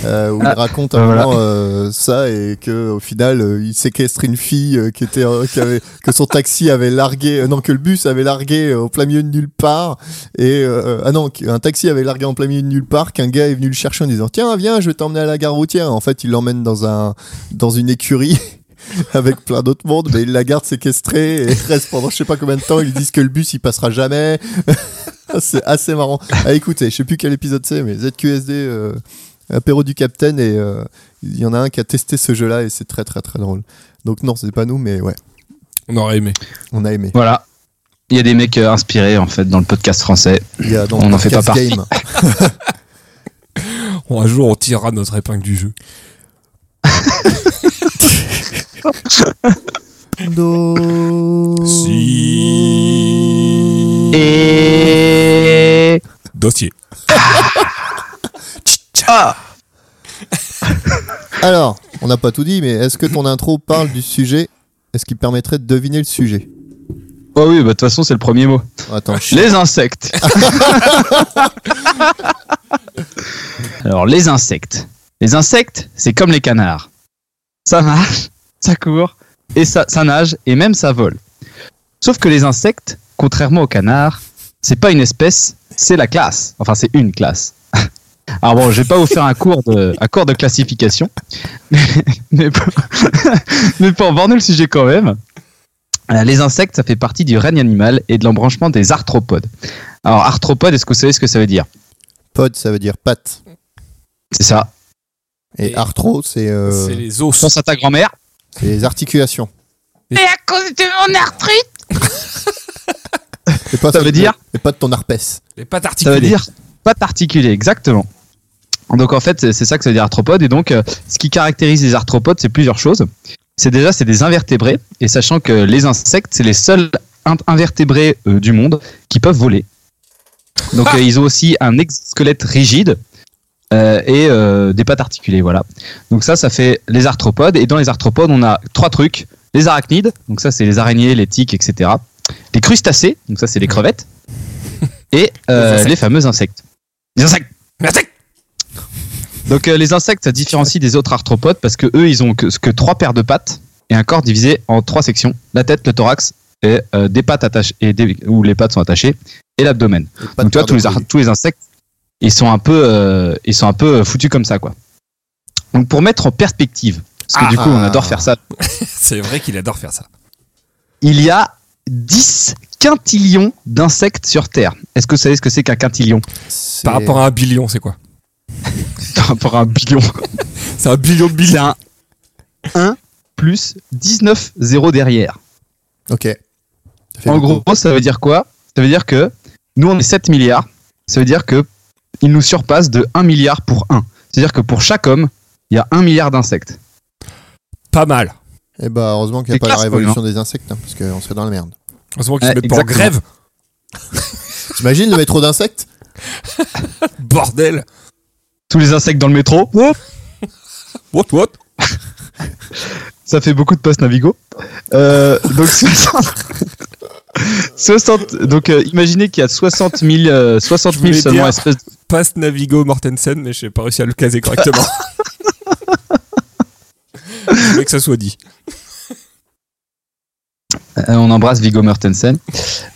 euh, où il
Ah,
raconte un
voilà.
moment euh, ça et que au final euh, il séquestre une fille euh, qui était euh, qui avait que son taxi avait largué euh, non que le bus avait largué euh, au plein milieu de nulle part et euh, ah non qu'un taxi avait largué en plein milieu de nulle part qu'un gars est venu le chercher en disant tiens viens je vais t'emmener à la gare routière en fait il l'emmène dans un dans une écurie avec plein d'autres mondes, mais il la garde séquestrée et <laughs> reste pendant je sais pas combien de temps. Ils disent que le bus il passera jamais. <laughs> c'est assez marrant. Ah, écoutez, je sais plus quel épisode c'est, mais ZQSD, euh, apéro du Capitaine, et euh, il y en a un qui a testé ce jeu-là et c'est très très très drôle. Donc non, c'est pas nous, mais ouais,
On aurait aimé.
on a aimé.
Voilà. Il y a des mecs euh, inspirés en fait dans le podcast français.
Il y a dans
On en fait
Podcast
pas partie.
Game.
Bon, Oh, un jour, on tirera notre épingle du jeu.
<laughs>
Do.
Si.
Et
Dossier.
Alors, on n'a pas tout dit, mais est-ce que ton intro parle du sujet Est-ce qu'il permettrait de deviner le sujet
oh oui, bah, de toute façon c'est le premier mot.
Attends,
Ah,
Les insectes. Alors les insectes. Les insectes, c'est comme les canards. Ça marche, ça court, et ça, ça nage, et même ça vole. Sauf que les insectes, contrairement aux canards, c'est pas une espèce, c'est la classe. Enfin, c'est une classe. <laughs> Alors bon, je vais pas vous faire un cours de, un cours de classification, <laughs> mais, mais pour, <laughs> mais pour borner le sujet quand même, euh, les insectes, ça fait partie du règne animal et de l'embranchement des arthropodes. Alors, arthropode, est-ce que vous savez ce que ça veut dire
pod ça veut dire patte.
C'est ça.
Et,
Et-
arthro, c'est euh,
C'est les os.
Pense à ta grand-mère.
c'est les articulations.
Et à cause de mon arthrite
Et pas
Ça
de-
veut dire
Et pas de ton arpès.
Les pattes
Ça
articulées.
veut dire pas articulé, exactement. Donc en fait, c'est c'est ça que ça veut dire arthropode. Et donc, euh, ce qui caractérise les arthropodes, c'est plusieurs choses. C'est déjà, c'est des invertébrés. Et sachant que les insectes, c'est les seuls in- invertébrés euh, du monde qui peuvent voler. Donc
Ah.
euh, ils ont aussi un exosquelette rigide euh, et euh, des pattes articulées, voilà. Donc ça, ça fait les arthropodes. Et dans les arthropodes, on a trois trucs. Les arachnides, donc ça c'est les araignées, les tiques, etc. Les crustacés, donc ça c'est les
<laughs>
crevettes. Et euh,
Les insectes.
les fameux insectes. Les insectes
Merci.
donc euh, les insectes, ça différencie des autres arthropodes parce que eux, ils ont que, que trois paires de pattes et un corps divisé en trois sections la tête, le thorax et euh, des pattes attachées et des- où les pattes sont attachées et l'abdomen.
Et pas de
Donc tu
paire
vois tous
de
les, ar-
couilles.
tous les insectes, ils sont un peu, euh, ils sont un peu foutus comme ça quoi. Donc pour mettre en perspective, parce que
Ah.
du coup on adore faire ça,
C'est vrai qu'il adore faire ça.
il y a 10 quintillions d'insectes sur Terre. Est-ce que vous savez ce que c'est qu'un quintillion <laughs>
C'est-
Par rapport à un billion, c'est quoi
par rapport à un billion
C'est un billion de
C'est
billions.
<laughs> un 1 plus 19 zéros derrière.
Ok. Ça fait
En
beaucoup.
gros, ça veut dire quoi Ça veut dire que nous, on est 7 milliards. Ça veut dire que ils nous surpassent de 1 milliard pour 1. C'est-à-dire que pour chaque homme, il y a 1 milliard d'insectes.
Pas mal.
Eh bah, heureusement qu'il n'y a
C'est
pas
classe,
la révolution des insectes, hein, parce qu'on serait dans la merde.
Heureusement qu'ils se
Ouais,
mettent pas en
exactement.
grève.
T'imagines le métro d'insectes
<laughs>
Bordel.
Tous les insectes dans le métro,
What, what
ça fait beaucoup de postes Navigo. Euh,
<laughs>
donc, 60... 60 donc euh, imaginez qu'il y a 60 000, euh, 60
Je
000
voulais
seulement
dire-
espèces de-
Passe Navigo Mortensen, mais j'ai pas réussi à le
<laughs>
caser correctement. Je voulais que ça soit dit.
Euh, on embrasse Vigo Mortensen.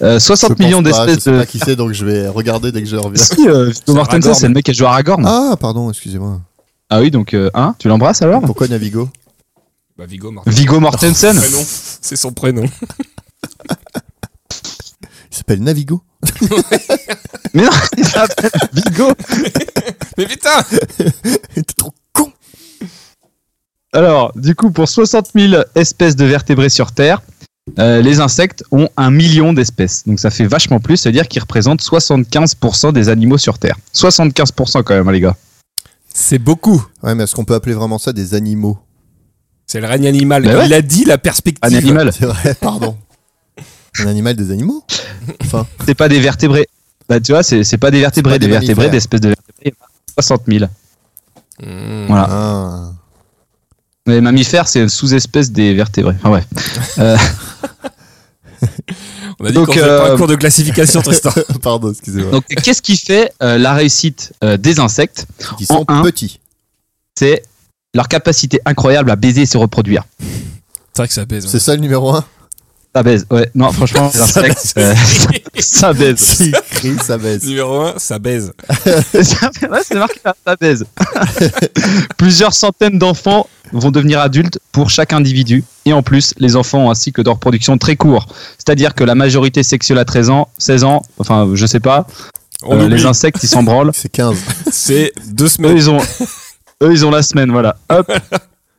Euh, 60
Je
millions
pense pas, Je
d'espèces
sais
de...
pas qui c'est, donc je vais regarder dès que je
<laughs>
reviens.
Si, euh, Viggo Mortensen,
Aragorn.
c'est le mec qui a joué à Aragorn. Ah,
Ah, pardon, excusez-moi.
oui, donc, euh, hein, tu l'embrasses alors
Pourquoi Navigo
Bah, Vigo Mortensen.
Vigo Mortensen
Prénom. C'est son prénom.
Il s'appelle Navigo <laughs>
Mais non, <laughs> il s'appelle Vigo.
<laughs> Mais putain
T'es trop con
Alors, du coup, pour 60 000 espèces de vertébrés sur Terre, euh, les insectes ont un million d'espèces. Donc ça fait vachement plus, c'est-à-dire qu'ils représentent 75% des animaux sur Terre. 75% quand même, hein, les gars.
C'est beaucoup.
Ouais, mais est-ce qu'on peut appeler vraiment ça des animaux
C'est le règne animal.
Bah ouais.
Il a dit la perspective.
Un animal.
C'est vrai, <laughs> pardon. Un animal des animaux Enfin,
C'est pas des vertébrés. Bah, tu vois, c'est c'est pas des vertébrés.
pas des
des vertébrés,
mammifères.
d'espèces de vertébrés, bah, il y en a 60 000.
Mmh.
Voilà.
ah.
Mais les mammifères, c'est une sous-espèce des vertébrés. Enfin, ouais.
On a dit
Donc,
qu'on faisait pas un
euh,
cours
<laughs>
de classification, Tristan.
<laughs> pardon, excusez-moi.
Donc, qu'est-ce qui fait euh, la réussite euh, des insectes
Ils sont
en un.
petits.
C'est leur capacité incroyable à baiser et se reproduire.
C'est vrai que ça pèse. hein.
C'est ça le numéro <laughs> 1
Ça baise, ouais. Non, franchement, les
Ça
insectes, euh, <laughs> ça baise.
S'il crie, ça baisse.
Numéro 1, ça baise.
ouais, c'est marqué là, ça baise. <laughs> Plusieurs centaines d'enfants vont devenir adultes pour chaque individu. Et en plus, les enfants ont un cycle de reproduction très court. C'est-à-dire que la majorité sexuelle à 13 ans, 16 ans, enfin, je sais pas,
On
euh,
oublie.
les insectes, ils s'en branlent.
C'est 15.
C'est deux
Eux,
semaines. <laughs>
ils ont, eux, ils ont la semaine, voilà. Hop.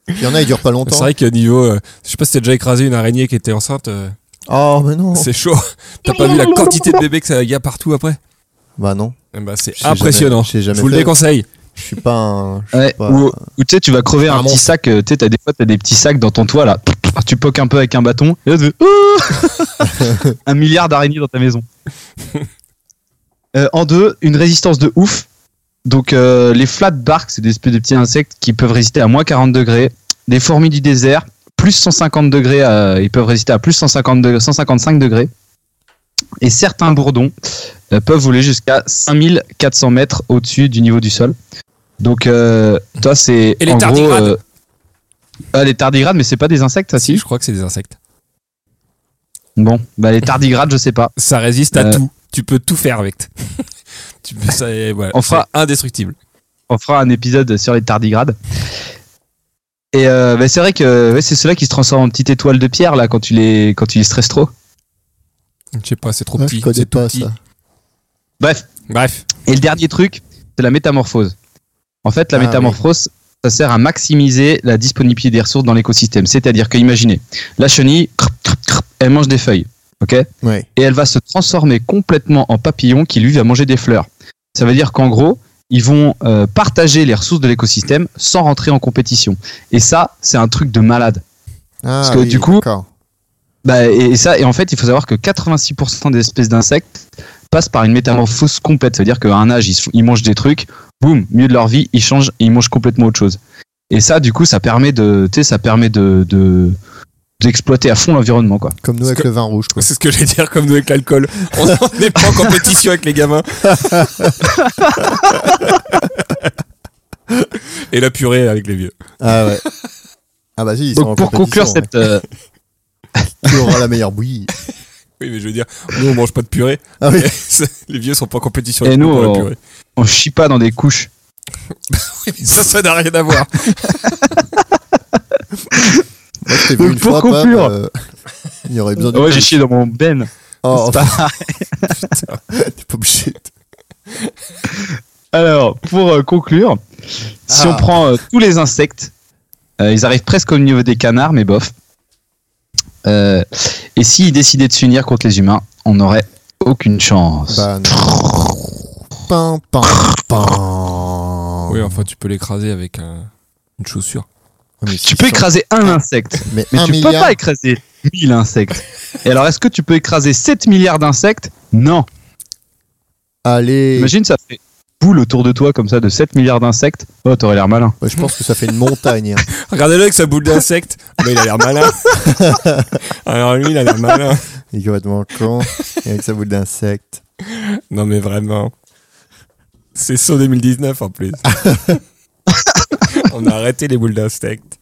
Il y en a, ils durent pas
C'est
longtemps.
vrai que niveau. euh, je sais pas si t'as déjà écrasé une araignée qui était enceinte. euh,
Oh, mais non.
C'est chaud. <laughs> T'as pas vu la quantité de bébés que ça y a partout après
Bah non.
Eh ben, C'est
Je sais
impressionnant.
jamais- je sais jamais
je vous le
fait.
déconseille.
Je suis pas un. je suis
Ouais,
pas-
Ou, ou tu sais, tu vas crever
Ah,
un
bon.
petit sac. euh, Tu sais, t'as des fois, t'as des petits sacs dans ton toit là. Tu poques un peu avec un bâton. Et là, tu fais, Ouh <laughs> un milliard d'araignées dans ta maison. Euh, en deux, une résistance de ouf. Donc euh, les flat barks, c'est des espèces de petits insectes qui peuvent résister à moins 40 degrés. Des fourmis du désert, plus 150 degrés, euh, ils peuvent résister à plus 150 degrés- 155 degrés. Et certains bourdons euh, peuvent voler jusqu'à 5400 mètres au-dessus du niveau du sol. Donc, euh, toi, c'est.
Et les
en gros,
tardigrades
euh, ah, les tardigrades, mais c'est pas des insectes, ça, si
je crois que c'est des insectes.
Bon, bah, les tardigrades, je sais pas.
Ça résiste à
Euh.
tout. Tu peux tout faire avec. <laughs> tu peux, ça, et voilà,
On fera-
c'est indestructible.
On fera un épisode sur les tardigrades. Et euh, bah, c'est vrai que ouais, c'est ceux-là qui se transforment en petite étoile de pierre, là, quand tu les, quand tu les stresses trop.
Je sais pas, c'est trop
Ouais,
petit.
je connais
c'est tout
pas
petit.
ça.
Bref,
Bref, <laughs>
Et le dernier truc, c'est la métamorphose. En fait, la
Ah,
métamorphose, ça sert à maximiser la disponibilité des ressources dans l'écosystème. C'est-à-dire que, imaginez, la chenille, crrp, crrp, crrp, elle mange des feuilles, ok Et
Ouais.
elle va se transformer complètement en papillon qui, lui, va manger des fleurs. Ça veut dire qu'en gros, ils vont euh, partager les ressources de l'écosystème sans rentrer en compétition. Et ça, c'est un truc de malade.
Ah,
que
oui,
du coup-
d'accord.
Bah, et, et ça, et en fait, il faut savoir que 86% des espèces d'insectes passent par une métamorphose complète. C'est-à-dire qu'à un âge, ils, se font- ils mangent des trucs, boum, milieu de leur vie, ils changent et ils mangent complètement autre chose. Et ça, du coup, ça permet de, tu sais, ça permet de, de- d'exploiter à fond l'environnement, quoi.
Comme nous
Parce
avec
que-
le vin rouge, quoi.
c'est ce que j'allais dire comme nous avec l'alcool. On
<laughs>
on n'est pas en compétition avec les gamins. Et la purée avec les vieux.
Ah ouais. Ah bah si, ils sont en
Donc, pour conclure
compétition,
cette, euh,
ouais. Qui aura la meilleure bouillie
Oui, mais je veux dire, nous on mange pas de purée.
Ah
<laughs>
oui.
les vieux sont pas en compétition
Et
avec
nous,
pour la
on-
purée.
on chie pas dans des couches.
Ça, ça n'a rien
<laughs>
à voir.
Moi, je t'ai
Donc,
vu une
pour
fois, Pam,
conclure.
euh, il y aurait besoin de.
Ouais, j'ai chié dans mon ben.
Oh,
C'est pas-
<laughs> t'es pas obligé.
Alors, pour euh, conclure, si
Ah.
on prend euh, tous les insectes, euh, ils arrivent presque au niveau des canards, mais bof. Euh, et s'ils décidaient de s'unir contre les humains, on n'aurait aucune chance.
Bah non. Pam, pam, pam.
Oui, enfin, tu peux l'écraser avec un- une chaussure.
Ouais, mais
tu
c'est
peux
sûr.
écraser un insecte,
Mais,
mais
un
tu
milliard.
peux pas écraser 1000 insectes. Et alors, est-ce que tu peux écraser 7 milliards d'insectes Non.
Allez.
Imagine, ça fait boule autour de toi comme ça de 7 milliards d'insectes. Oh, t'aurais l'air malin.
Ouais, je pense que ça fait une montagne. hein.
Regardez-le avec sa boule d'insecte. Mais il a
<laughs>
l'air malin. Alors lui, il a l'air malin.
Il est complètement
<laughs>
con. Et avec sa boule d'insecte.
Non, mais vraiment. C'est sur 2019 en <laughs> plus. On a arrêté les boules d'insectes.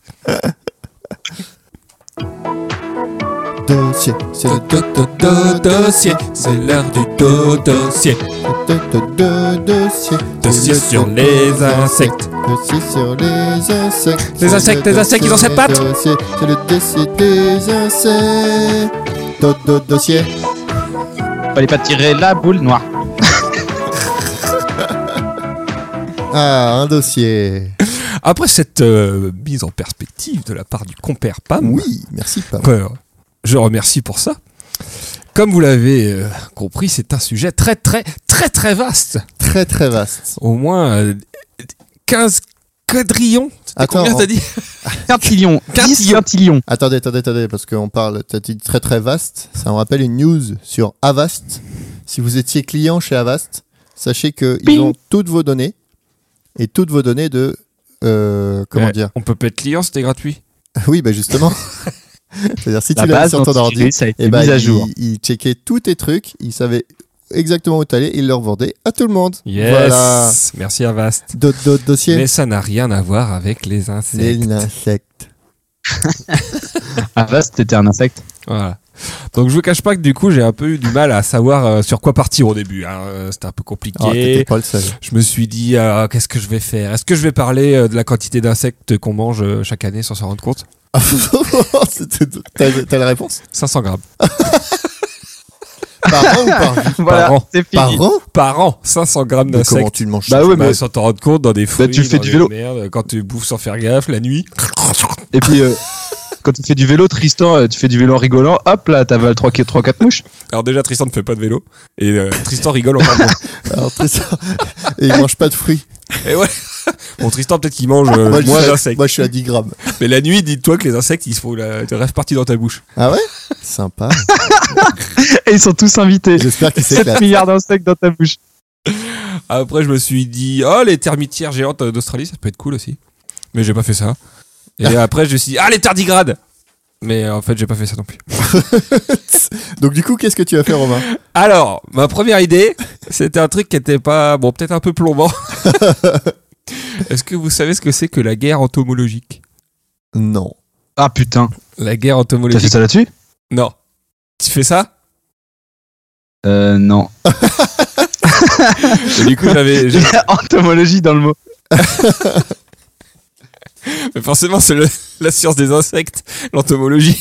Dossier. C'est le
dossier, c'est l'heure du dossier.
dossier.
Dossier sur les insectes.
Dossier sur les insectes.
Les insectes, les insectes, ils ont sept pattes.
Dossier, c'est le dossier des insectes. Do, do, dossier.
Fallait pas tirer la boule noire.
Ah, un dossier.
Après cette euh, mise en perspective de la part du compère Pam,
Oui, merci, Pam.
Euh, je remercie pour ça. Comme vous l'avez euh, compris, c'est un sujet très très très très vaste.
Très, très vaste.
Au moins euh, 15 quadrillon C'était
Attends,
combien
en-
t'as dit
Quintillion.
Quintillion.
10 quintillions.
Attendez, attendez, attendez, parce qu'on parle t'as dit très très vaste. Ça me rappelle une news sur Avast. Si vous étiez client chez Avast, sachez qu'ils
Ping.
ont toutes vos données et toutes vos données de. euh, comment
Ouais,
dire <laughs>
On peut pas être client, c'était gratuit.
Oui, bah justement. C'est-à-dire, si
La
tu l'as
base
sur ton ordi,
d'antivirus a été
et bah,
mise à
il-
jour.
il checkait tous tes trucs, il savait exactement où t'allais, il le revendait à tout le monde.
Yes
Voilà.
Merci Avast.
D'autres d'autres dossiers
Mais ça n'a rien à voir avec les
Les
insectes.
insectes.
Ah, vaste, c'était un insecte.
Voilà. Donc je vous cache pas que du coup j'ai un peu eu du mal à savoir euh, sur quoi partir au début. hein. Euh, C'était un peu
Ah, t'étais
compliqué.
pas le seul. <laughs>
je me suis dit euh, qu'est-ce que je vais faire Est-ce que je vais parler euh, de la quantité d'insectes qu'on mange euh, chaque année sans s'en rendre compte
C'était- T'as t'as la réponse
500 grammes
Par an ou par vie
<laughs> Voilà,
an.
c'est fini.
Par an
par an. 500 grammes
Mais Comment
d'insectes.
tu Bah, le manges
Bah ouais,
Bah,
mais
sans t'en rendre compte dans des fruits,
tu fais
dans
du
des
vélo.
merdes, quand tu bouffes sans faire gaffe la nuit.
Et puis, <laughs> euh, quand tu fais du vélo, Tristan, euh, tu fais du vélo en rigolant, hop là, t'avales 3-4 mouches.
Alors déjà Tristan ne fait pas de vélo et euh, Tristan rigole en parlant.
<laughs> Alors, très ça. Et il mange pas de fruits.
Et ouais. Bon Tristan peut-être qu'il mange euh,
Moi, je
moins
suis à-
d'insectes.
moi, je suis à 10 grammes.
Mais la nuit, dis-toi que les insectes, ils se font la... te rêvent partie dans ta bouche.
Ah ouais <laughs> Sympa.
Et ils sont tous invités.
J'espère qu'il s'éclate.
7 milliards d'insectes dans ta bouche.
Après, je me suis dit, oh, les termitières géantes d'Australie, ça peut être cool aussi. Mais j'ai pas fait ça. <laughs> Et après, je me suis dit, ah, les tardigrades Mais en fait, j'ai pas fait ça non plus.
Donc, du coup, qu'est-ce que tu vas faire, Romain
Alors, ma première idée, c'était un truc qui était pas, bon, peut-être un peu <laughs> plombant. Est-ce que vous savez ce que c'est que la guerre entomologique
Non.
Ah putain,
La guerre
t'as fait
entomologique
ça là-dessus
Non. Tu fais ça
Euh, non.
Et Du coup, j'avais.
J'ai <laughs> entomologie dans le mot.
Mais forcément, c'est le- <laughs> la science des insectes, <laughs> l'entomologie.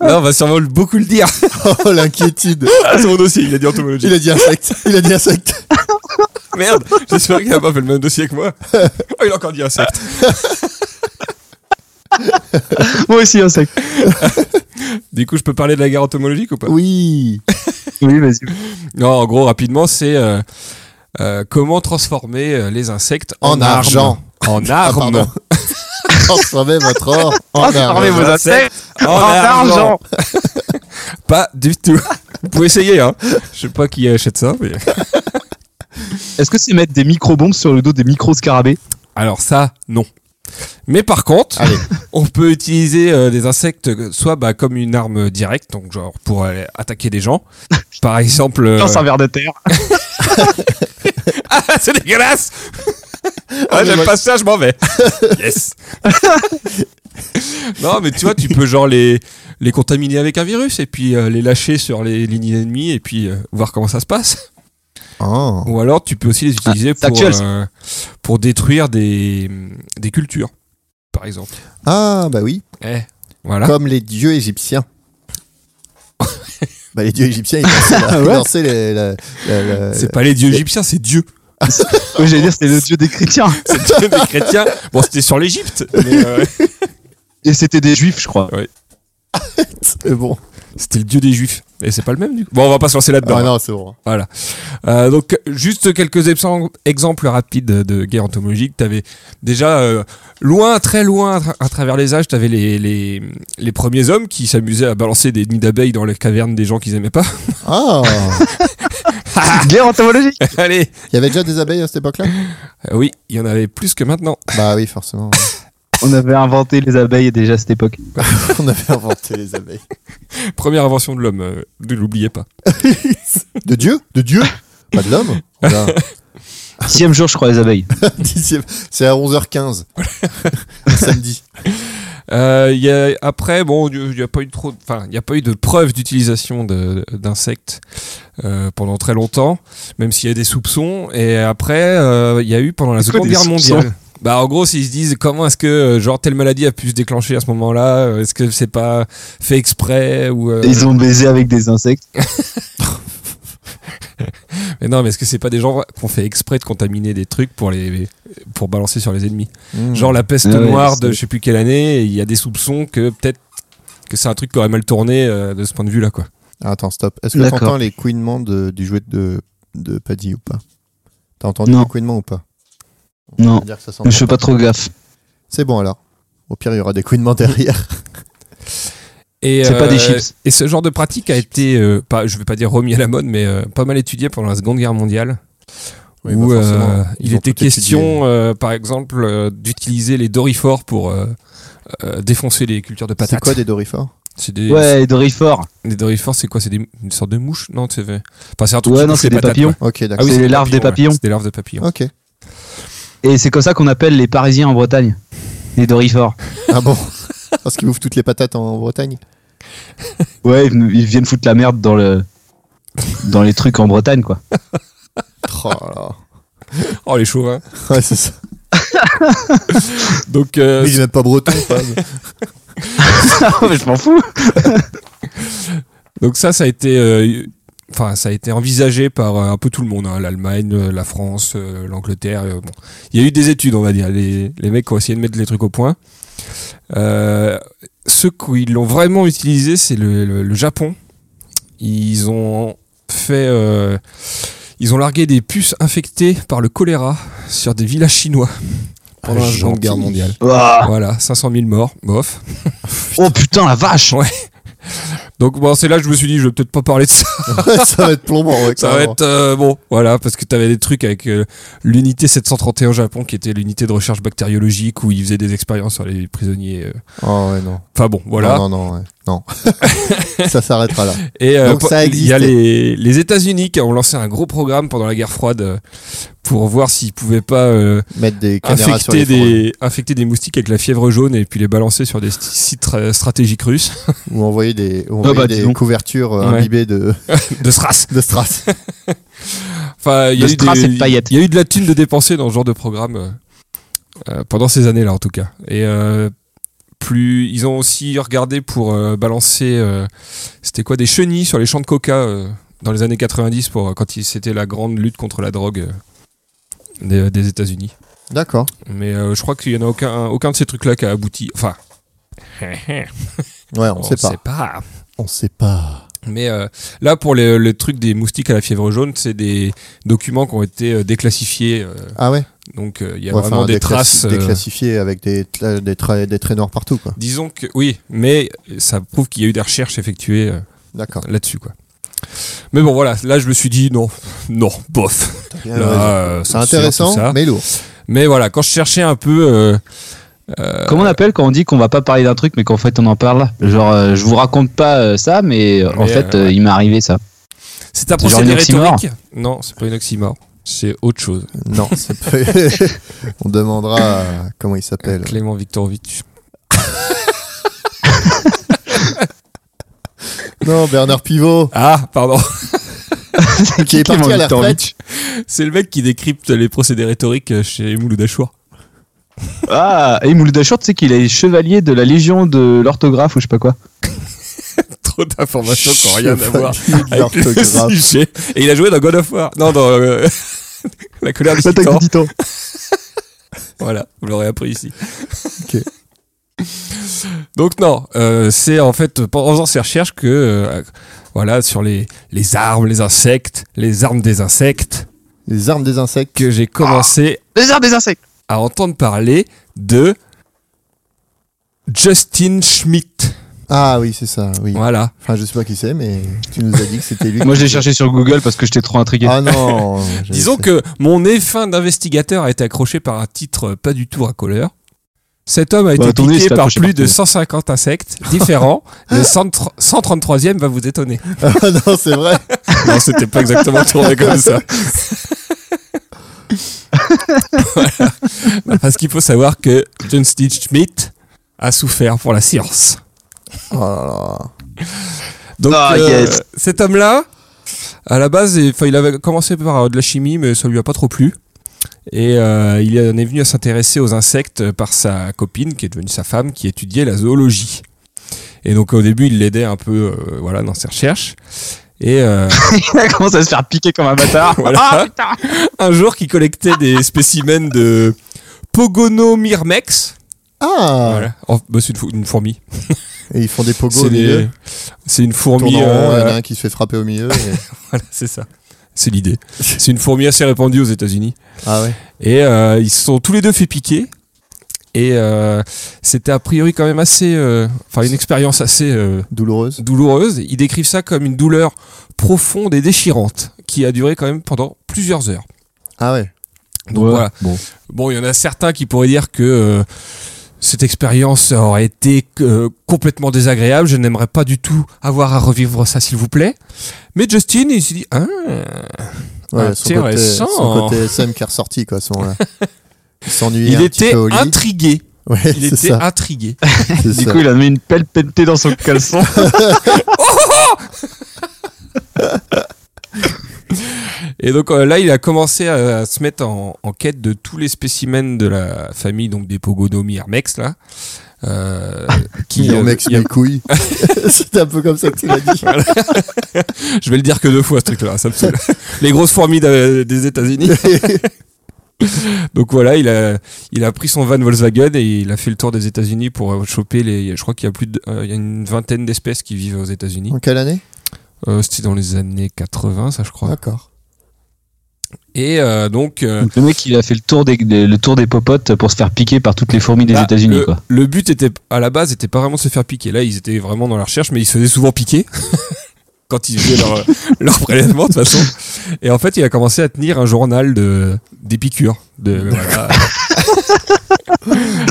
Là, on va sûrement le- beaucoup le dire.
<laughs> Oh, l'inquiétude.
<laughs> Ah, c'est mon dossier, il a dit entomologie.
Il a dit insecte. Il a dit insecte.
Merde, j'espère qu'il a pas fait le même dossier <laughs> que moi. Oh, il a encore dit insecte.
Moi aussi, insecte.
Du coup, je peux parler de la guerre entomologique ou pas
Oui.
Oui, vas-y.
Non, en gros, rapidement, c'est euh, euh, comment transformer euh, les insectes en,
En argent.
armes. En
Ah, <laughs>
armes.
pardon. Ah, Transformez votre <laughs> or en
Transformez
argent.
Ah, vos insectes en argent.
Pas du tout. Vous pouvez essayer, hein. Je sais pas qui achète ça, mais.
Est-ce que c'est mettre des micro-bombes sur le dos des micro-scarabées
Alors ça, non. Mais par contre,
Allez.
<laughs> on peut utiliser euh, des insectes euh, soit bah, comme une arme directe, donc genre pour aller attaquer
<laughs>
des gens. Par exemple, euh,
Lance un verre de terre.
ah <laughs> c'est
<laughs>
dégueulasse.
Ah,
ah,
mais
j'aime
moi-
pas ça, je
<laughs>
m'en vais. yes. <laughs> non, mais tu vois, tu peux genre les les contaminer avec un virus et puis euh, les lâcher sur les lignes ennemies et puis euh, voir comment ça se passe.
Oh.
Ou alors, tu peux aussi les utiliser
c'est
pour
actuel,
euh, pour détruire des des cultures, par exemple.
Ah, bah oui.
Eh, voilà.
Comme les dieux <laughs> égyptiens. bah, les dieux égyptiens, ils lançaient, la- ils lançaient les- la- la- la-
C'est pas les dieux égyptiens, c'est Dieu.
Oui, j'allais dire, c'est le dieu des chrétiens.
<laughs> C'est Dieu des chrétiens. Bon, c'était sur l'Égypte. mais,
<laughs>
euh,
<laughs> Et c'était des juifs, je crois.
Euh, bon.
C'était le dieu des juifs. Et c'est pas le même, du coup. Bon, on va pas se lancer là-dedans. hein.
Ah, non, c'est bon.
Euh, donc, juste quelques exem- exemples rapides de guerre entomologique. T'avais déjà, euh, loin, très loin, à, tra- à travers les âges, t'avais les, les, les premiers hommes qui s'amusaient à balancer des nids d'abeilles dans les cavernes des gens qu'ils aimaient pas. <laughs>
Ah,
Guerre entomologique.
Allez
il y avait déjà des abeilles à cette époque-là
Euh, Oui, il y en avait plus que maintenant.
Bah oui,
<laughs>
forcément.
<laughs> On avait inventé les abeilles déjà à cette époque.
On avait inventé les abeilles.
Première invention de l'homme, euh, ne l'oubliez pas.
De Dieu De Dieu Pas de
<laughs>
l'homme Voilà.
Dixième jour, je crois, les abeilles.
Dixième- C'est à
<laughs>
11h15. Un samedi.
Euh, il y a, après, bon, il n'y a pas eu trop, enfin, il n'y a pas eu de preuves d'utilisation de- d'insectes euh, pendant très longtemps, même s'il y a des soupçons. Et après, euh, il y a eu pendant la
C'est quoi
Seconde
des
Guerre
soupçons
mondiale. Bah, en gros, s'ils se disent comment est-ce que euh, genre telle maladie a pu se déclencher à ce moment-là, euh, est-ce que c'est pas fait exprès ou euh,
Ils ont baisé avec des insectes.
mais non, mais est-ce que c'est pas des gens qu'on fait exprès de contaminer des trucs pour les pour balancer sur les ennemis
Mm.
Genre la peste
Ah ouais,
noire de
c'est-
je sais plus quelle année, et il y a des soupçons que peut-être que c'est un truc qui aurait mal tourné euh, de ce point de vue là quoi.
Ah, Attends, stop. Est-ce que
D'accord.
t'entends les couinements de, du jouet de, de Paddy ou pas T'as entendu
Non.
les couinements ou pas On
Non,
va dire que ça sent
je fais
bon.
pas trop gaffe.
C'est bon alors. Au pire, il y aura des couinements derrière.
Et,
C'est pas des
euh,
chips.
Et ce genre de pratique a été, euh, pas, je vais pas dire remis à la mode, mais euh, pas mal étudié pendant la Seconde Guerre mondiale.
Oui,
où
bah,
euh,
forcément, ils
il
ont
était
tout étudié.
question, euh, par exemple, euh, d'utiliser les dorifores pour euh, euh, défoncer les cultures de
C'est
patates.
quoi des Dorifors
C'est des,
Ouais, Dorifort.
les dorifores, c'est quoi C'est des- une sorte de mouche Non, c'est enfin, c'est un truc
Ouais,
qui
non,
bouffe
c'est des
les patates,
papillons.
ouais.
Ok, d'accord.
oui, c'est les larves des
ouais.
papillons.
C'est des larves de papillons.
Ok.
Et c'est comme ça qu'on appelle les Parisiens en Bretagne. Les Dorifort.
Ah bon Parce qu'ils bouffent toutes les patates en Bretagne.
Ouais, ils ils viennent foutre la merde dans le. Dans les trucs en Bretagne, <laughs> quoi.
Oh là là.
Oh, les chauvins.
Ouais, c'est ça.
Donc, euh,
Mais ils viennent pas breton,
<laughs>
Fab.
Ah, mais je m'en fous.
Donc ça, ça a été, euh, enfin, ça a été envisagé par euh, un peu tout le monde, hein, l'Allemagne, euh, la France, euh, l'Angleterre. euh, bon. Il y a eu des études, on va dire. Les, les mecs ont essayé de mettre les trucs au point. Euh, ceux qui l'ont vraiment utilisé, c'est le, le- le Japon. Ils ont fait, euh, ils ont largué des puces infectées par le choléra sur des villages chinois pendant la Seconde
Ah, Gentil.
Guerre mondiale.
<laughs>
Ouah.
Voilà, 500 000 morts, bof.
Oh putain, la vache!
Donc bon, c'est là que je me suis dit, je vais peut-être pas parler de ça.
ça va être plombant, ouais,
Ça va
clairement.
être euh, bon, voilà, parce que tu avais des trucs avec euh, l'unité 731 Japon, qui était l'unité de recherche bactériologique où ils faisaient des expériences sur les prisonniers. euh.
Oh ouais, non.
Enfin bon, voilà.
Non, non, non. ouais. non.
<laughs>
ça s'arrêtera là.
Et euh,
Donc
po-
ça
il y a
existait.
les, les États-Unis qui ont lancé un gros programme pendant la guerre froide euh, pour voir s'ils pouvaient pas euh,
Mettre des caméras sur les
infecter
fourrures.
des infecter des moustiques avec la fièvre jaune et puis les balancer sur des sti- sites euh, stratégiques russes <laughs>
Ou envoyer des,
Ah
ou envoyer
bah, dis
des
donc.
couvertures euh,
Ouais.
imbibées de,
de strass.
de strass. <laughs>
Enfin, il y,
De
a eu
strass
des-
et de paillettes.
il y a eu de la thune de dépenser dans ce genre de programme euh, euh, pendant ces années-là, en tout cas. Et euh, plus, ils ont aussi regardé pour euh, balancer, euh, c'était quoi, des chenilles sur les champs de coca euh, dans les années 90 pour euh, quand il- c'était la grande lutte contre la drogue euh, des, des États-Unis.
D'accord.
Mais euh, je crois qu'il y en a aucun, aucun de ces trucs-là qui a abouti.
<laughs>
Enfin,
Ouais, on, sait pas.
pas.
On sait pas.
Mais euh, là, pour les, le truc des moustiques à la fièvre jaune, c'est des documents qui ont été euh, déclassifiés. euh,
Ah ouais
Donc euh, il y a
Ouais,
vraiment
enfin,
des
déclassi-
traces. euh,
Déclassifiées avec des, tla- des, tra- des traits noirs partout, quoi.
disons que oui, mais ça prouve qu'il y a eu des recherches effectuées euh,
D'accord.
là-dessus quoi. Mais bon voilà, là je me suis dit non, <laughs> non, bof.
T'as bien
Là,
raison.
euh,
C'est
censure, tout
Ah, intéressant,
ça. Mais...
mais lourd.
voilà, quand je cherchais un peu, euh,
Comment on appelle quand on dit qu'on va pas parler d'un truc mais qu'en fait on en parle Genre euh, je vous raconte pas euh, ça mais euh, en
Mais,
fait
euh,
euh, il m'est arrivé ça.
c'est un
C'est genre
procédé
une oxymore
rhétorique. Non, c'est pas une oxymore, c'est autre chose.
Non, c'est pas... <laughs> On demandera à- comment il s'appelle.
Clément Viktorovitch.
Non, Bernard Pivot,
Ah pardon, <laughs>
qui est
Clément
parti à la
Victor
retraite.
c'est le mec qui décrypte les procédés rhétoriques euh, chez Mouloud Achour.
Ah, et Mouloud Achour, tu sais qu'il est chevalier de la Légion de l'orthographe ou je sais pas quoi.
<laughs> Trop d'informations qui n'ont rien à voir.
Chevalier de
avec le
L'orthographe.
sujet. Et il a joué dans God of War. Non, dans euh, <laughs> La colère du
L'attaque
titan.
des titans.
<laughs> Voilà, vous l'aurez appris ici.
Ok.
<laughs> Donc non, euh, c'est en fait en faisant ces recherches que euh, voilà sur les les armes, les insectes, les armes des insectes
<laughs> Les armes des insectes.
que j'ai commencé
Les arbres des insectes.
à entendre parler de Justin Schmidt.
Ah oui, c'est ça, oui.
Voilà.
Enfin, je sais pas qui c'est, mais tu nous as dit que c'était lui.
Moi je l'ai
j'ai
cherché sur Google parce que j'étais trop intrigué.
Ah
<laughs>
non. j'ai-
Disons que mon effet d'investigateur a été accroché par un titre euh, pas du tout racoleur. Cet homme a été
Bah, attendez,
piqué
c'est
par
accroché
plus
partout.
de 150 insectes <laughs> différents. le 100 133e va vous étonner.
Ah non, c'est
<laughs>
vrai.
Non, c'était pas exactement tourné comme ça. <laughs> Voilà. Non, Parce qu'il faut savoir que John Stitch Schmidt a souffert pour la science.
Oh là là.
Donc
Ah,
euh,
yes.
cet homme-là, à la base, et- enfin, il avait commencé par euh, de la chimie, mais ça lui a pas trop plu. Et euh, il en est venu à s'intéresser aux insectes par sa copine, qui est devenue sa femme, qui étudiait la zoologie. Et donc au début, il l'aidait un peu, euh, voilà, dans ses recherches. Et euh,
<laughs> Il commence à se faire piquer comme un bâtard.
voilà.
Ah putain.
un jour qui collectait des spécimens de Pogonomyrmex.
Ah
Voilà. Oh, bah, c'est une, fou- une fourmi.
Et ils font des pogos
C'est
au
des-
milieu.
c'est une
Tournant,
fourmi.
il y en
euh,
a
<laughs>
un qui se fait frapper au milieu. et-
voilà, c'est ça. C'est <laughs> l'idée. C'est une fourmi assez répandue aux États-Unis.
Ah ouais.
Et euh, ils se sont tous les deux fait piquer. Et euh, c'était a priori quand même assez. euh, Enfin, une expérience assez euh,
Douloureuse.
douloureuse. Ils décrivent ça comme une douleur profonde et déchirante qui a duré quand même pendant plusieurs heures.
Ah ouais.
Donc
Ouais,
voilà.
bon.
Bon, il y en a certains qui pourraient dire que euh, cette expérience aurait été euh, complètement désagréable. Je n'aimerais pas du tout avoir à revivre ça, s'il vous plaît. Mais Justin, il s'est dit, ah,
Ouais, son côté,
Intéressant.
son côté SM qui est ressorti, quoi, à ce
<laughs>
moment-là. Il s'ennuyait
il
un petit
était
peu au lit.
intrigué.
Ouais,
Il
c'est
était
ça.
intrigué.
c'est
Du
ça.
coup, il a mis une pelle pentée dans son caleçon.
<laughs> Et donc euh, là, il a commencé à, à se mettre en, en quête de tous les spécimens de la famille donc des Pogodomi Hermex là. <laughs> Euh, qui,
Qui
euh,
mec,
il y a-
mes
<laughs>
couilles. <laughs> C'était un peu comme ça que tu l'as dit.
je vais le dire que deux fois ce truc-là, ça me <laughs> saoule. Les grosses fourmis d'a- des <laughs> États-Unis. Donc voilà, il a, il a pris son van Volkswagen et il a fait le tour des États-Unis pour euh, choper les. Je crois qu'il y a plus de, euh, il y a une vingtaine d'espèces qui vivent aux États-Unis.
En quelle année
Euh, C'était dans les années 80, ça je crois.
D'accord.
Et euh, donc. euh,
Donc, <laughs> le mec, il a fait le tour des, des- le tour des popotes pour se faire piquer par toutes les fourmis des
Bah,
États-Unis,
le,
quoi.
le but était à la base était pas vraiment de se faire piquer. Là, ils étaient vraiment dans la recherche, mais ils se faisaient souvent piquer quand ils faisaient leur, <laughs> leur prélèvement de toute façon. Et en fait, il a commencé à tenir un journal de des piqûres, de voilà,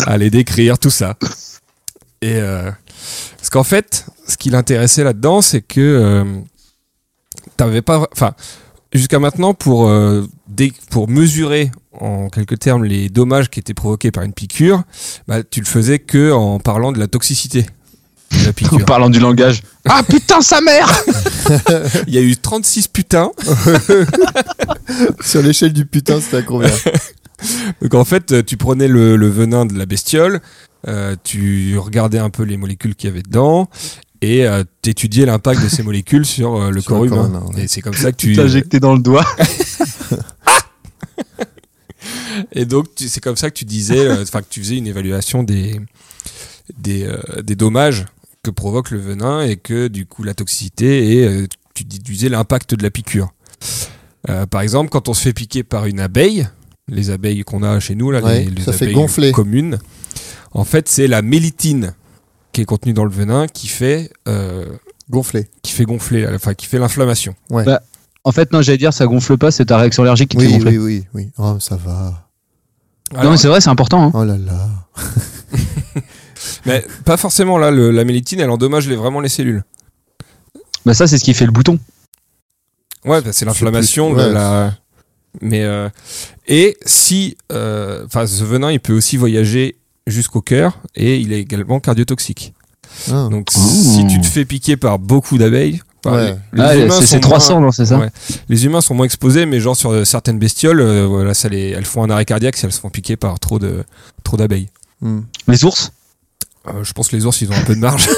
à les décrire tout ça. Et euh, parce qu'en fait, ce qui l'intéressait là-dedans, c'est que euh, t'avais pas, enfin, jusqu'à maintenant pour euh, dé- pour mesurer en quelques termes les dommages qui étaient provoqués par une piqûre, bah, tu le faisais que en parlant de la toxicité de la
En
piqûre.
parlant du langage.
Ah putain, sa mère
Il y a eu 36 putains.
Sur l'échelle du putain, c'était à
<laughs>
combien
Donc en fait, euh, tu prenais le, le venin de la bestiole, euh, tu regardais un peu les molécules qu'il y avait dedans et euh, t'étudiais l'impact de
<laughs>
ces molécules sur euh, le
Sur
corps
le corps
humain.
humain, ouais.
Et c'est comme ça que tu euh,
Tu injecté dans le doigt.
et donc tu- c'est comme ça que tu disais, euh, enfin que tu faisais une évaluation des des, euh, des dommages que provoque le venin et que du coup la toxicité et euh, tu déduisais l'impact de la piqûre. Euh, par exemple, quand on se fait piquer par une abeille, les abeilles qu'on a chez nous là,
Ouais,
les, les
ça fait
abeilles
gonfler.
communes, en fait c'est la mélitine qui est contenue dans le venin qui fait euh,
Gonflé.
qui fait gonfler, enfin qui fait l'inflammation.
En fait, non, j'allais dire, ça gonfle pas, c'est ta réaction allergique qui te fait
Oui,
gonfler.
oui, oui, oui. Oh, ça va.
Non,
Alors,
mais c'est vrai, c'est important. hein.
Oh là là.
mais pas forcément là, le- la mélitine elle endommage les- vraiment les cellules.
Bah, ça, c'est ce qui fait le bouton.
Ouais, bah, c'est l'inflammation.
plus-
de
ouais.
la... Mais euh, et si, euh, enfin, ce venin, il peut aussi voyager jusqu'au cœur et il est également cardiotoxique.
Ah.
Donc,
Ouh.
si tu te fais piquer par beaucoup d'abeilles, par-
Ouais.
les,
Ah,
humains
c'est
sont
c'est 300,
moins-
non, c'est ça
Ouais. les humains sont moins exposés, mais genre sur euh, certaines bestioles, euh, voilà, ça les, elles font un arrêt cardiaque si elles se font piquer par trop de trop d'abeilles.
Hmm.
Les ours
Euh, je pense que les ours, ils ont un peu
<laughs>
de marge.